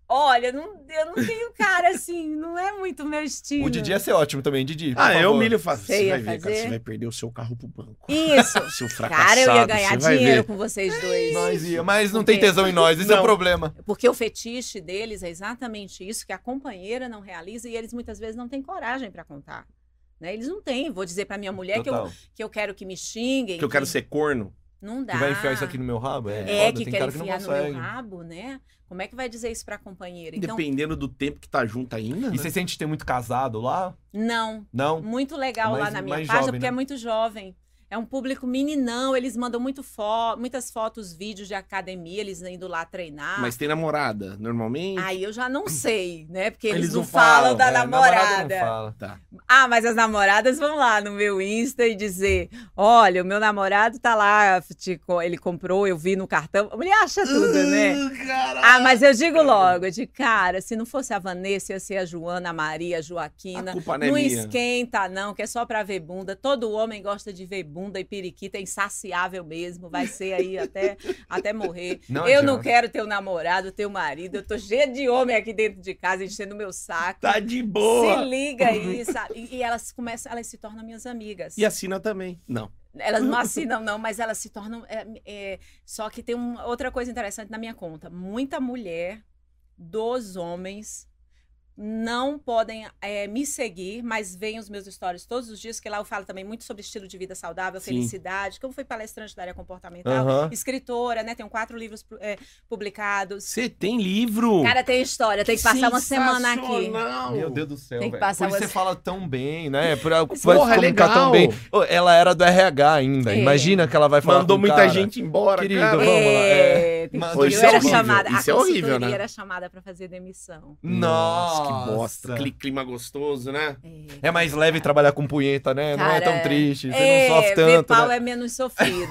Speaker 3: olha, não, eu não tenho cara assim, não é muito meu estilo.
Speaker 2: O Didi é ia ser ótimo também, Didi. por
Speaker 1: Ah, eu
Speaker 2: favor.
Speaker 1: humilho e falo.
Speaker 3: Você
Speaker 1: Você
Speaker 3: ia
Speaker 1: vai ver, cara.
Speaker 3: fazer?
Speaker 1: Você vai perder o seu carro pro banco.
Speaker 3: Isso,
Speaker 1: Seu fracassado.
Speaker 3: Cara, eu ia ganhar
Speaker 1: você vai
Speaker 3: dinheiro
Speaker 1: ver.
Speaker 3: com vocês dois.
Speaker 2: Nós ia, mas não
Speaker 3: Não
Speaker 2: tem
Speaker 3: tem.
Speaker 2: tesão em nós, esse é o
Speaker 1: Não.
Speaker 2: problema.
Speaker 3: Porque o fetiche deles é exatamente isso que a companheira não realiza e eles muitas vezes não têm coragem pra contar. Né? Eles não têm. Vou dizer pra minha mulher É que eu,
Speaker 2: Total.
Speaker 3: que eu quero que me xinguem.
Speaker 1: Que eu quero ser corno.
Speaker 3: Não dá.
Speaker 2: Que vai enfiar isso aqui no meu rabo? É,
Speaker 3: Ah. É,
Speaker 2: foda,
Speaker 3: que
Speaker 2: tem
Speaker 3: quer
Speaker 2: cara que não
Speaker 3: enfiar no
Speaker 2: consegue.
Speaker 3: meu rabo, né? Como é que vai dizer isso pra companheira? Então,
Speaker 1: Dependendo do tempo que tá junto ainda.
Speaker 2: E
Speaker 1: né?
Speaker 2: você sente ter muito casado lá?
Speaker 3: não.
Speaker 2: Não?
Speaker 3: Muito legal lá
Speaker 2: Mais-
Speaker 3: na minha
Speaker 2: mais
Speaker 3: página,
Speaker 2: jovem,
Speaker 3: porque
Speaker 2: né?
Speaker 3: é muito jovem. É um público meninão, eles mandam muito fo muitas fotos, vídeos de academia, eles indo lá treinar.
Speaker 1: Mas tem namorada, normalmente.
Speaker 3: Aí eu já não sei, né? Porque eles,
Speaker 1: Eles
Speaker 3: não,
Speaker 1: não falam,
Speaker 3: falam, da
Speaker 2: É,
Speaker 3: namorada.
Speaker 2: não fala.
Speaker 1: Tá.
Speaker 3: Ah, mas as namoradas vão lá no meu Insta e dizer: olha, o meu namorado tá lá, te co- ele comprou, eu vi no cartão. A mulher acha tudo, né? Ah, mas eu digo logo, de cara, se não fosse a Vanessa, ia ser a Joana, a Maria, a
Speaker 1: A
Speaker 3: Joaquina.
Speaker 1: culpa não é
Speaker 3: Não
Speaker 1: minha.
Speaker 3: esquenta, não, que é só pra ver bunda. Todo homem gosta de ver bunda e periquita, é insaciável mesmo. Vai ser aí até, até morrer.
Speaker 2: Não
Speaker 3: eu não
Speaker 2: adianta.
Speaker 3: quero teu namorado, teu marido. Eu tô cheia de homem aqui dentro de casa, enchendo meu saco.
Speaker 1: Tá de
Speaker 3: Se
Speaker 1: boa.
Speaker 3: liga aí, sabe? E, e elas começam, elas se tornam minhas amigas.
Speaker 1: E assina também. Não.
Speaker 3: Elas não assinam, não, mas elas se tornam. é, é, só que tem um- outra coisa interessante na minha conta. Muita mulher dos homens não podem é, me seguir, mas veem os meus stories todos os dias, que lá eu falo também muito sobre estilo de vida saudável,
Speaker 1: Sim.
Speaker 3: felicidade, como fui palestrante da área comportamental,
Speaker 2: Aham.
Speaker 3: escritora, né? Tenho quatro livros pu- é, publicados.
Speaker 1: Você tem livro.
Speaker 3: Cara, tem história, tem que passar uma semana aqui.
Speaker 1: Sensacional.
Speaker 2: Meu Deus do céu,
Speaker 3: Tem que
Speaker 2: velho.
Speaker 3: passar
Speaker 2: Por isso
Speaker 3: você-
Speaker 2: você fala tão bem, né? Por, por
Speaker 1: Porra, é
Speaker 2: comunicar
Speaker 1: legal.
Speaker 2: tão bem. Ô, Ela era do RH ainda.
Speaker 3: É.
Speaker 2: Imagina que ela vai falar
Speaker 1: Mandou
Speaker 2: com o
Speaker 1: muita
Speaker 2: cara.
Speaker 1: gente embora,
Speaker 2: Querido,
Speaker 1: cara.
Speaker 2: vamos lá, é.
Speaker 3: tem
Speaker 2: Mas
Speaker 3: que- eu
Speaker 2: isso é
Speaker 3: era
Speaker 2: horrível,
Speaker 3: chamada,
Speaker 1: isso é
Speaker 3: a
Speaker 1: horrível,
Speaker 3: consultoria
Speaker 1: né?
Speaker 3: era chamada para fazer demissão.
Speaker 2: Nossa,
Speaker 1: que bosta. Aquele clima gostoso, né?
Speaker 2: É mais leve trabalhar com punheta, né? não é
Speaker 3: Cara,
Speaker 2: tão triste, você
Speaker 3: é,
Speaker 2: não sofre
Speaker 3: ver
Speaker 2: tanto.
Speaker 3: pau
Speaker 2: né?
Speaker 3: é menos sofrido.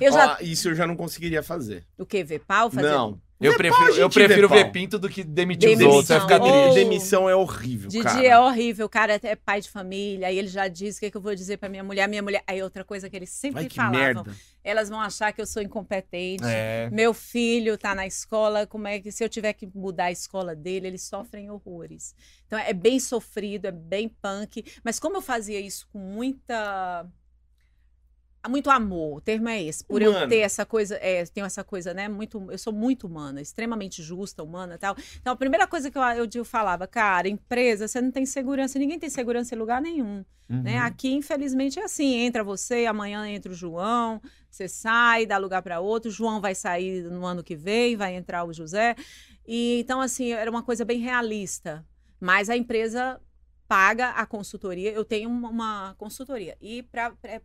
Speaker 3: Eu já...
Speaker 1: Ó, isso eu já não conseguiria fazer.
Speaker 3: O que? Ver pau? Fazer... é
Speaker 1: Não.
Speaker 2: Eu
Speaker 1: Ver
Speaker 2: prefiro,
Speaker 1: pau, a
Speaker 2: eu
Speaker 1: gente
Speaker 2: prefiro
Speaker 1: vê pau.
Speaker 2: ver pinto do que demitir os
Speaker 3: Demissão.
Speaker 2: outros. Vai ficar
Speaker 3: Ou-
Speaker 2: triste.
Speaker 1: Demissão é horrível,
Speaker 3: Didi
Speaker 1: cara.
Speaker 3: é horrível, o cara é pai de família, aí ele já diz o que, é que eu vou dizer pra minha mulher, minha mulher. Aí outra coisa que eles sempre
Speaker 1: Vai que
Speaker 3: falavam,
Speaker 1: merda.
Speaker 3: elas vão achar que eu sou incompetente.
Speaker 2: É.
Speaker 3: Meu filho tá na escola, como é que se eu tiver que mudar a escola dele, eles sofrem horrores. Então é bem sofrido, é bem punk, mas como eu fazia isso com muita muito amor, o termo é esse. Por eu
Speaker 1: Humano.
Speaker 3: ter essa coisa, é, tenho essa coisa, né? Muito, eu sou muito humana, extremamente justa, humana e tal. Então, a primeira coisa que eu, eu, digo- falava, cara, empresa, você não tem segurança, ninguém tem segurança em lugar nenhum.
Speaker 2: Uhum.
Speaker 3: Né? Aqui, infelizmente, é assim: entra você, amanhã entra o João, você sai, dá lugar para outro, o João vai sair no ano que vem, vai entrar o José. E, então, assim, era uma coisa bem realista. Mas a empresa paga a consultoria, eu tenho uma, uma consultoria. E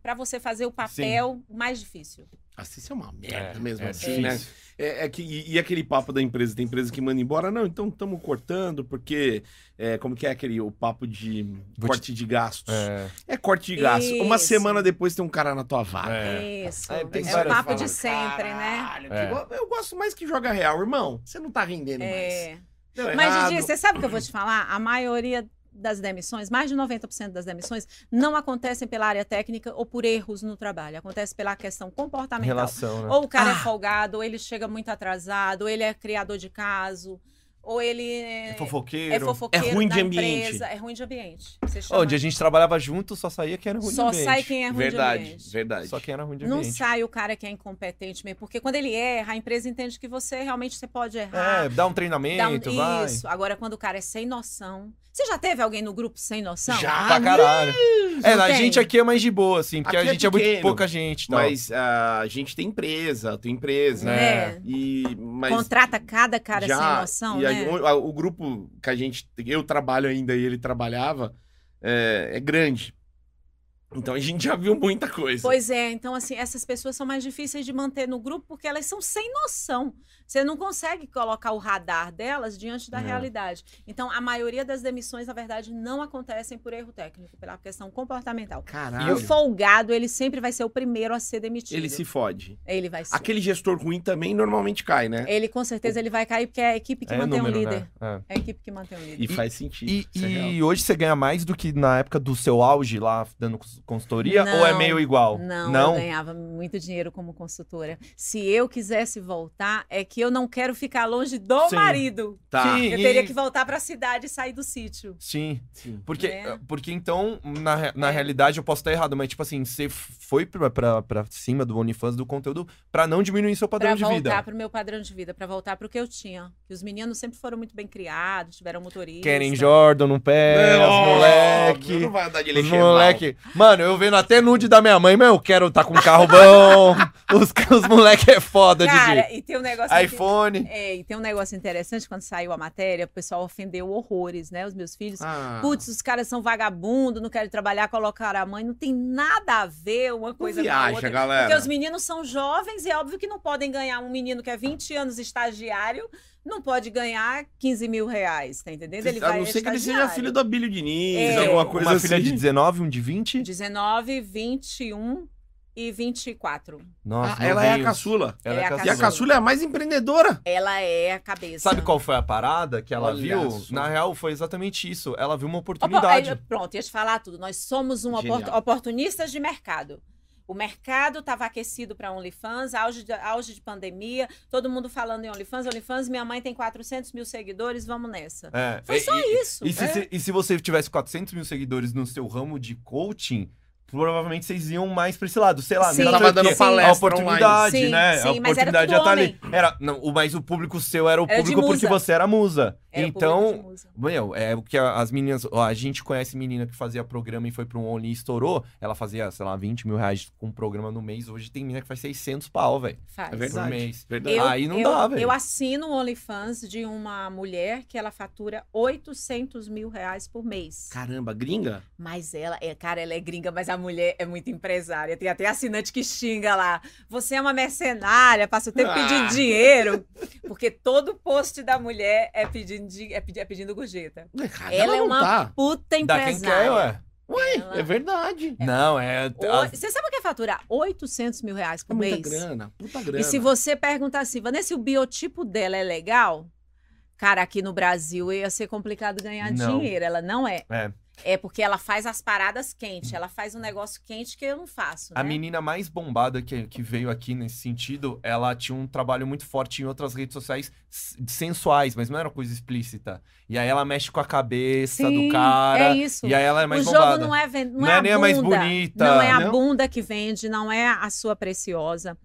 Speaker 3: para você fazer o papel mais difícil.
Speaker 1: Assim, isso é uma merda
Speaker 2: É,
Speaker 1: mesmo.
Speaker 2: é
Speaker 1: assim, né?
Speaker 2: difícil.
Speaker 1: É, é que, e, e aquele papo da empresa? Tem empresa que manda embora? Não, então estamos cortando, porque. é, como que é aquele o papo de
Speaker 2: Vou te-
Speaker 1: corte de gastos? É,
Speaker 2: É.
Speaker 1: corte de gastos. Uma
Speaker 3: Isso.
Speaker 1: semana depois tem um cara na tua vaga.
Speaker 2: É.
Speaker 3: Isso.
Speaker 2: É,
Speaker 3: É,
Speaker 2: tem
Speaker 3: o
Speaker 2: várias
Speaker 3: papo de
Speaker 2: formas.
Speaker 3: sempre, né?
Speaker 1: Caralho,
Speaker 2: É.
Speaker 1: que- eu, eu gosto mais que joga real, irmão. Você não tá rendendo mais.
Speaker 3: É.
Speaker 1: Deu
Speaker 3: Mas,
Speaker 1: Tá errado.
Speaker 3: Didi, você sabe o que eu vou te falar? A maioria das demissões, mais de 90% das demissões, não acontecem pela área técnica ou por erros no trabalho. Acontece pela questão comportamental.
Speaker 2: Relação, né?
Speaker 3: então. Ou o cara é
Speaker 1: Ah.
Speaker 3: folgado, ou ele chega muito atrasado, ou ele é criador de caso, ou ele é,
Speaker 2: É fofoqueiro.
Speaker 3: é fofoqueiro
Speaker 1: É ruim
Speaker 3: da
Speaker 1: de ambiente.
Speaker 3: empresa. É ruim de ambiente. Você chama-
Speaker 2: Onde a gente trabalhava junto, só saía quem era ruim
Speaker 3: Só
Speaker 2: de ambiente.
Speaker 3: sai quem é ruim de
Speaker 1: Verdade,
Speaker 3: ambiente.
Speaker 1: verdade.
Speaker 2: Só quem era ruim de
Speaker 3: Não
Speaker 2: ambiente.
Speaker 3: sai o cara que é incompetente mesmo, porque quando ele erra, a empresa entende que você realmente você pode errar.
Speaker 2: É, dá um
Speaker 3: dá um-
Speaker 2: treinamento, vai.
Speaker 3: Isso. Agora, quando o cara é sem noção. Você já teve alguém no grupo sem noção?
Speaker 1: Já,
Speaker 2: Pra caralho. É, a
Speaker 3: Ah, tem.
Speaker 2: gente aqui é mais de boa, assim, porque
Speaker 1: Aqui é
Speaker 2: a gente é, muito
Speaker 1: pequeno,
Speaker 2: pouca gente. e tal.
Speaker 1: Mas ah, a gente tem empresa, tem empresa.
Speaker 2: É.
Speaker 3: Né?
Speaker 1: E, mas
Speaker 3: Contrata cada cara
Speaker 1: já,
Speaker 3: sem noção,
Speaker 1: e
Speaker 3: né?
Speaker 1: aí, o, a- o grupo que a gente. Eu trabalho ainda e ele trabalhava é, é grande. Então a gente já viu muita coisa.
Speaker 3: Pois é, então assim, essas pessoas são mais difíceis de manter no grupo porque elas são sem noção. Você não consegue colocar o radar delas diante da
Speaker 2: É.
Speaker 3: realidade. Então, a maioria das demissões, na verdade, não acontecem por erro técnico, pela questão comportamental.
Speaker 1: Caralho.
Speaker 3: O folgado, ele sempre vai ser o primeiro a ser demitido.
Speaker 1: Ele se fode.
Speaker 3: Ele vai ser.
Speaker 1: Aquele gestor ruim também normalmente cai, né?
Speaker 3: Ele com certeza ele vai cair porque é a equipe que
Speaker 2: é
Speaker 3: mantém o
Speaker 2: número,
Speaker 3: líder.
Speaker 2: né? É.
Speaker 3: É a equipe que mantém o líder.
Speaker 1: E faz sentido.
Speaker 2: E,
Speaker 1: isso é
Speaker 2: e
Speaker 1: real.
Speaker 2: hoje você ganha mais do que na época do seu auge lá, dando cons- consultoria? ou é
Speaker 3: Não,
Speaker 2: meio igual?
Speaker 3: Não, eu ganhava muito dinheiro como consultora. Se eu quisesse voltar, é que eu não quero ficar longe do
Speaker 2: Sim.
Speaker 3: marido.
Speaker 1: Tá.
Speaker 2: Sim,
Speaker 3: Eu
Speaker 2: e-
Speaker 3: teria que voltar pra cidade e sair do sítio.
Speaker 2: Sim.
Speaker 1: Sim.
Speaker 2: Porque,
Speaker 3: Né?
Speaker 2: porque então, na, re- na realidade, eu posso estar errado, mas, tipo assim, você f- foi pra, pra, pra cima do OnlyFans, do conteúdo, pra não diminuir seu padrão
Speaker 3: Pra
Speaker 2: de
Speaker 3: voltar
Speaker 2: vida.
Speaker 3: pro meu padrão de vida, pra voltar pro que eu tinha. Que os meninos sempre foram muito bem criados, tiveram motorista.
Speaker 2: Querem Jordan no pé,
Speaker 1: Não,
Speaker 2: é, os moleque.
Speaker 1: Não vai andar de
Speaker 2: Os
Speaker 1: leite
Speaker 2: moleque. Mano, eu vendo até nude da minha mãe, mas eu quero tá com um carro bom. os os moleque é foda,
Speaker 3: Cara,
Speaker 2: Didi.
Speaker 3: e tem um negócio aqui-
Speaker 2: iPhone.
Speaker 3: É, e tem um negócio interessante, quando saiu a matéria, o pessoal ofendeu horrores, né? Os meus filhos.
Speaker 1: Ah,
Speaker 3: Putz, os caras são vagabundo, não querem trabalhar, colocaram a mãe. Não tem nada a ver uma
Speaker 1: não
Speaker 3: coisa com a
Speaker 1: viaja,
Speaker 3: outra.
Speaker 1: galera.
Speaker 3: Porque os meninos são jovens e é óbvio que não podem ganhar. Um menino que é 20 anos estagiário não pode ganhar 15 mil reais, tá entendendo? Ele
Speaker 1: a
Speaker 3: vai
Speaker 1: não ser que ele seja
Speaker 3: estagiário.
Speaker 1: filho do Abílio Diniz,
Speaker 3: É.
Speaker 1: alguma coisa
Speaker 2: Uma
Speaker 1: assim.
Speaker 2: filha de 19, um de
Speaker 1: Ah,
Speaker 2: 20?
Speaker 3: 19, 21 e 24.
Speaker 2: Nossa,
Speaker 1: Ah, ela é a
Speaker 2: novinhos.
Speaker 1: caçula.
Speaker 2: Ela é a
Speaker 1: E a
Speaker 2: caçula.
Speaker 1: caçula é a mais empreendedora.
Speaker 3: Ela é a cabeça.
Speaker 2: Sabe qual foi a parada que ela
Speaker 1: Olha
Speaker 2: viu?
Speaker 1: só.
Speaker 2: Na real, foi exatamente isso. Ela viu uma
Speaker 3: Opo- aí,
Speaker 2: oportunidade.
Speaker 3: pronto, ia te falar tudo. Nós somos um opor-
Speaker 1: Genial.
Speaker 3: oportunistas de mercado. O mercado estava aquecido para OnlyFans, auge de, auge de pandemia, todo mundo falando em OnlyFans, OnlyFans, minha mãe tem 400 mil seguidores, vamos nessa.
Speaker 2: É,
Speaker 3: Foi
Speaker 2: e-
Speaker 3: só
Speaker 2: e,
Speaker 3: isso.
Speaker 2: E se,
Speaker 3: É.
Speaker 2: se- e se você tivesse 400 mil seguidores no seu ramo de coaching, provavelmente vocês iam mais pra esse lado. Sei lá,
Speaker 3: Sim.
Speaker 2: não
Speaker 3: Tava
Speaker 2: sei o
Speaker 1: dando
Speaker 2: quê.
Speaker 1: palestra
Speaker 2: A oportunidade,
Speaker 3: online.
Speaker 2: né?
Speaker 3: Sim,
Speaker 2: a
Speaker 3: sim, mas era
Speaker 2: oportunidade
Speaker 3: tudo
Speaker 2: já tá ali.
Speaker 3: homem.
Speaker 2: Era, não, o- mas o público seu era o
Speaker 3: Era de
Speaker 2: público porque
Speaker 3: musa.
Speaker 2: você era musa.
Speaker 3: Era o público de
Speaker 2: então.
Speaker 3: musa.
Speaker 2: Meu, é o que a- as meninas. ó, a gente conhece menina que fazia programa e foi pra um Only e estourou. Ela fazia, sei lá, 20 mil reais com programa no mês. Hoje tem menina que faz 600 pau, velho.
Speaker 3: Faz.
Speaker 1: É
Speaker 2: Por
Speaker 1: Verdade.
Speaker 2: mês.
Speaker 1: Verdade.
Speaker 3: Eu,
Speaker 2: Ah, Aí não
Speaker 3: eu-
Speaker 2: dá, velho.
Speaker 3: Eu assino o OnlyFans de uma mulher que ela fatura 800 mil reais por mês.
Speaker 1: Ah, Caramba, gringa?
Speaker 3: Mas ela, é, cara, ela é gringa, mas a mulher é muito empresária. Tem até assinante que xinga lá. Você é uma mercenária, passa o tempo
Speaker 1: Ah.
Speaker 3: pedindo dinheiro. Porque todo post da mulher é pedindo, di- é pedi- é pedindo gorjeta.
Speaker 1: Ela,
Speaker 3: Ela é
Speaker 1: não
Speaker 3: uma-
Speaker 1: tá.
Speaker 3: Puta
Speaker 2: Dá quem quer,
Speaker 3: empresária.
Speaker 2: ué.
Speaker 1: Ué,
Speaker 3: Ela-
Speaker 1: é verdade.
Speaker 2: Não, é.
Speaker 3: Oi- Você sabe o que é faturar? 800 mil reais
Speaker 1: É
Speaker 3: por
Speaker 1: muita
Speaker 3: mês.
Speaker 1: grana, puta
Speaker 2: É,
Speaker 1: grana.
Speaker 3: E
Speaker 2: né?
Speaker 3: se você perguntar assim, Vanessa, o biotipo dela é legal? Cara, aqui no Brasil ia ser complicado ganhar
Speaker 2: Não.
Speaker 3: dinheiro. Ela não é.
Speaker 2: É.
Speaker 3: É porque ela faz as paradas quentes, ela faz um negócio quente que eu não faço.
Speaker 2: A
Speaker 3: né?
Speaker 2: menina mais bombada que, que veio aqui nesse sentido, ela tinha um trabalho muito forte em outras redes sociais s- sensuais, mas não era coisa explícita. E aí ela mexe com a cabeça
Speaker 4: Sim,
Speaker 2: do cara.
Speaker 3: é isso.
Speaker 2: E aí ela é mais
Speaker 3: o jogo
Speaker 2: bombada.
Speaker 3: não é ven- não,
Speaker 2: Não
Speaker 3: é,
Speaker 2: é
Speaker 3: a
Speaker 2: nem a mais
Speaker 3: bunda,
Speaker 2: bonita,
Speaker 3: Não é a
Speaker 2: não?
Speaker 3: bunda que vende, não é a sua preciosa,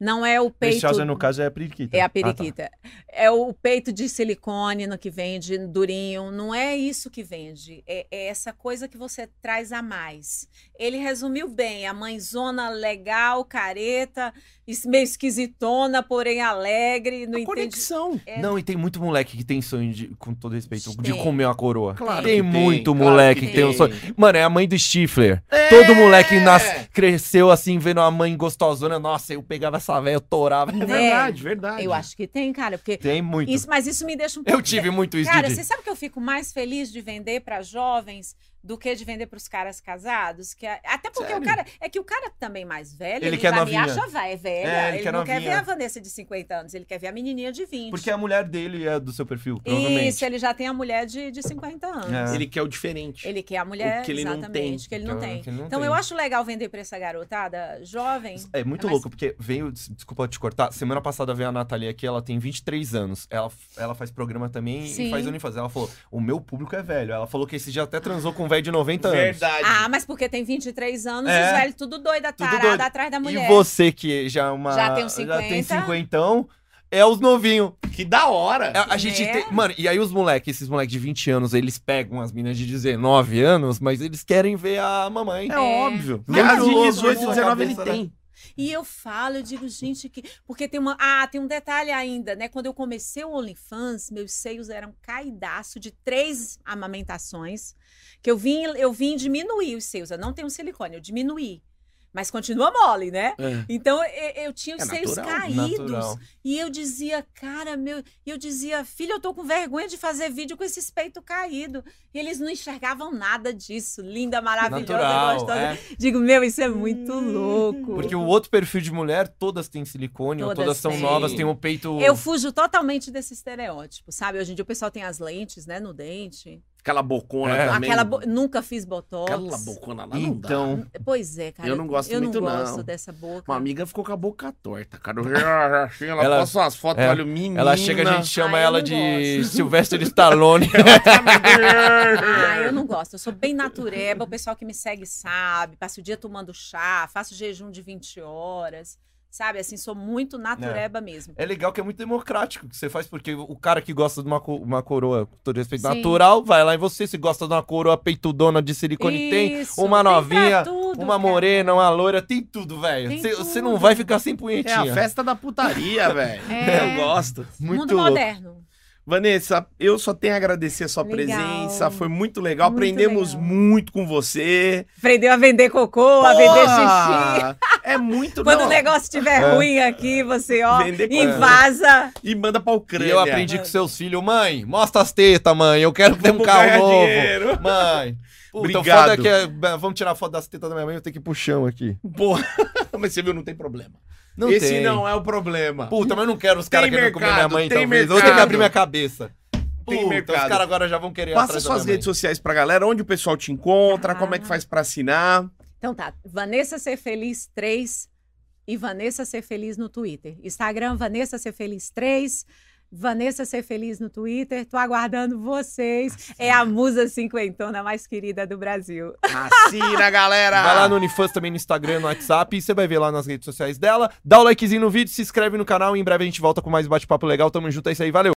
Speaker 3: não é o peito.
Speaker 5: Preciosa, no caso, é a periquita.
Speaker 3: É a
Speaker 5: Ah, tá.
Speaker 3: periquita. É o peito de silicone no que vende, durinho. Não é isso que vende. É, é essa coisa que você traz a mais. Ele resumiu bem. A mãezona legal, careta, es- meio esquisitona, porém alegre. Não
Speaker 1: A
Speaker 3: entende.
Speaker 1: conexão.
Speaker 3: É.
Speaker 2: Não, e tem muito moleque que tem sonho, de, com todo respeito, de
Speaker 3: Tem.
Speaker 2: comer uma coroa.
Speaker 1: Claro
Speaker 2: tem
Speaker 1: que É,
Speaker 2: muito
Speaker 1: claro
Speaker 2: moleque que tem um sonho. Mano, é a mãe do Stifler.
Speaker 5: É!
Speaker 2: Todo moleque nas- cresceu assim, vendo a mãe gostosona. Nossa, eu pegava essa velha, eu torava.
Speaker 1: É verdade, verdade.
Speaker 3: Eu acho que tem, cara, porque
Speaker 2: Tem muito.
Speaker 3: isso, mas isso me deixa um pouco.
Speaker 2: Eu tive muito isso,
Speaker 3: Cara,
Speaker 2: Didi.
Speaker 3: você sabe que eu fico mais feliz de vender para jovens do que de vender para os caras casados? Que é- Até porque o
Speaker 2: Sério?
Speaker 3: cara. É que o cara também mais velho,
Speaker 2: Ele
Speaker 3: ele,
Speaker 2: quer
Speaker 3: já
Speaker 2: novinha.
Speaker 3: me acha vai, é velha.
Speaker 2: É, ele
Speaker 3: ele
Speaker 2: quer
Speaker 3: não quer
Speaker 2: novinha.
Speaker 3: ver a Vanessa de 50 anos, ele quer ver a menininha de 20.
Speaker 2: Porque a mulher dele é do seu perfil, provavelmente.
Speaker 3: Isso, ele já tem a mulher de, de 50 anos.
Speaker 2: É.
Speaker 1: Ele quer o diferente.
Speaker 3: Ele quer a mulher,
Speaker 1: O que ele não
Speaker 3: exatamente,
Speaker 1: tem.
Speaker 3: que ele não
Speaker 2: Que ela-
Speaker 3: tem.
Speaker 2: é que ele não
Speaker 3: então
Speaker 2: tem.
Speaker 3: eu acho legal vender para essa garotada jovem.
Speaker 2: É muito
Speaker 3: Mas-
Speaker 2: louco, porque veio. des- Desculpa te cortar. Semana passada veio a Nathalie aqui, ela tem 23 anos. Ela, ela faz programa também e
Speaker 4: Sim.
Speaker 2: faz OnlyFans. Ela falou: o meu público é velho. Ela falou que esse dia até transou com um velho de 90 anos.
Speaker 1: Verdade.
Speaker 3: Ah, mas porque tem 23 anos,
Speaker 2: É.
Speaker 3: os velhos tudo doida,
Speaker 2: Tudo
Speaker 3: tarada
Speaker 2: doido.
Speaker 3: atrás da mulher.
Speaker 2: E você, que já é uma.
Speaker 3: Já tem uns
Speaker 2: Já tem
Speaker 3: 50.
Speaker 2: cinquentão, É os novinhos.
Speaker 3: Ah.
Speaker 1: Que da hora.
Speaker 2: A, a gente
Speaker 3: Né?
Speaker 2: tem. Mano, e aí os moleques, esses moleques de 20 anos, eles pegam as meninas de 19 anos, mas eles querem ver a mamãe.
Speaker 1: É, óbvio.
Speaker 2: Mas
Speaker 1: Mas de
Speaker 2: louco,
Speaker 1: 18 e
Speaker 2: louco,
Speaker 1: 19 ele
Speaker 2: cabeça, né?
Speaker 1: tem.
Speaker 3: E eu falo, eu digo, gente, que. Porque tem uma. Ah, tem um detalhe ainda, né? Quando eu comecei o OnlyFans, meus seios eram caidaço de três amamentações. Que eu vim, eu vim diminuir os seios. Eu não tenho silicone, eu diminuí. Mas continua mole, né? Então eu, eu tinha os
Speaker 1: É
Speaker 3: seios
Speaker 1: natural,
Speaker 2: É.
Speaker 3: caídos.
Speaker 2: Natural.
Speaker 3: E eu dizia, cara, meu. E eu dizia, filho, eu tô com vergonha de fazer vídeo com esses peitos caídos. E eles não enxergavam nada disso. Linda, maravilhosa,
Speaker 2: Natural.
Speaker 3: gostosa.
Speaker 2: É.
Speaker 3: Digo, meu, isso é muito louco.
Speaker 2: Porque o outro perfil de mulher, todas têm silicone, ou
Speaker 3: Todas
Speaker 2: todas são
Speaker 3: têm.
Speaker 2: novas, tem o peito.
Speaker 3: Eu fujo totalmente desse estereótipo, sabe? Hoje em dia o pessoal tem as lentes, né, no dente.
Speaker 1: Aquela bocona
Speaker 2: É.
Speaker 1: também.
Speaker 3: Aquela bo- nunca fiz botox.
Speaker 1: Aquela bocona lá não dá.
Speaker 2: Então,
Speaker 3: Pois é, cara.
Speaker 1: Eu não gosto
Speaker 3: eu
Speaker 1: muito,
Speaker 3: não.
Speaker 1: não.
Speaker 3: gosto dessa boca.
Speaker 1: Uma amiga ficou com a boca torta, cara. "Ah, assim, Ela,
Speaker 2: Ela-
Speaker 1: posta umas fotos,
Speaker 2: é.
Speaker 1: olha o menino.
Speaker 2: ela chega, a gente chama
Speaker 3: Ah, eu
Speaker 2: ela
Speaker 3: não
Speaker 2: de
Speaker 3: gosto.
Speaker 2: Sylvester Stallone.
Speaker 3: Ah, eu não gosto. Eu sou bem natureba, o pessoal que me segue sabe. Passo o dia tomando chá, faço jejum de 20 horas. Sabe, assim, sou muito natureba mesmo.
Speaker 2: é legal que é muito democrático que você faz, porque o cara que gosta de uma, co- uma coroa, com todo respeito,
Speaker 4: Sim.
Speaker 2: natural, vai lá em você. Se gosta de uma coroa peitudona de silicone, tem.
Speaker 3: Isso,
Speaker 2: uma
Speaker 3: pra
Speaker 2: novinha,
Speaker 3: tudo, é
Speaker 2: Uma
Speaker 3: cara.
Speaker 2: morena, uma loira, tem tudo, velho.
Speaker 4: Tem
Speaker 2: Você- Você
Speaker 4: tudo.
Speaker 2: não vai ficar sem punhetinha.
Speaker 1: É a festa da putaria, velho.
Speaker 4: É.
Speaker 1: Eu gosto.
Speaker 2: Muito
Speaker 3: Mundo
Speaker 2: louco.
Speaker 3: moderno.
Speaker 1: Vanessa, eu só tenho a agradecer a sua
Speaker 3: Legal.
Speaker 1: presença. Foi muito legal.
Speaker 3: Muito
Speaker 1: Aprendemos
Speaker 3: legal.
Speaker 1: muito com você.
Speaker 3: Aprendeu a vender cocô, a vender xixi.
Speaker 1: xixi. É muito
Speaker 3: Quando
Speaker 1: não,
Speaker 3: o negócio estiver
Speaker 2: É.
Speaker 3: ruim aqui, você, ó,
Speaker 1: Vender com-
Speaker 3: invasa.
Speaker 1: E manda pra Ucrânia.
Speaker 2: E eu aprendi com seus filhos, mãe, mostra as tetas, mãe. Eu quero ter um
Speaker 1: é. Vamos
Speaker 2: carro
Speaker 1: ganhar
Speaker 2: novo.
Speaker 1: dinheiro.
Speaker 2: Mãe. Puta, o foda é
Speaker 1: Obrigado.
Speaker 2: que é, vamos tirar a foto das tetas da minha mãe, eu tenho que ir pro chão aqui.
Speaker 1: Porra, mas você viu, não tem problema.
Speaker 2: Não
Speaker 1: Esse
Speaker 2: tem.
Speaker 1: não é o problema.
Speaker 2: Puta, mas eu não quero os caras
Speaker 1: Tem
Speaker 2: querendo comer minha
Speaker 1: mercado,
Speaker 2: mãe,
Speaker 1: tem
Speaker 2: talvez. Eu tenho que
Speaker 1: mercado.
Speaker 2: abrir minha cabeça.
Speaker 1: Tem
Speaker 2: Puta,
Speaker 1: mercado.
Speaker 2: os caras agora já vão querer
Speaker 1: Passa
Speaker 2: atrás da
Speaker 1: suas
Speaker 2: minha
Speaker 1: redes sociais pra galera, onde o pessoal te encontra, como
Speaker 3: Ah.
Speaker 1: é que faz pra assinar.
Speaker 3: Então tá, Vanessa Ser Feliz 3 e Vanessa Ser Feliz no Twitter. Instagram, Vanessa Ser Feliz 3. Vanessa Ser Feliz no Twitter, tô aguardando vocês. é a musa cinquentona mais querida do Brasil.
Speaker 1: Assina, galera!
Speaker 2: Vai lá no Unifans também no Instagram, no WhatsApp, e você vai ver lá nas redes sociais dela. Dá o likezinho no vídeo, se inscreve no canal e em breve a gente volta com mais bate-papo legal. Tamo junto, é isso aí, valeu!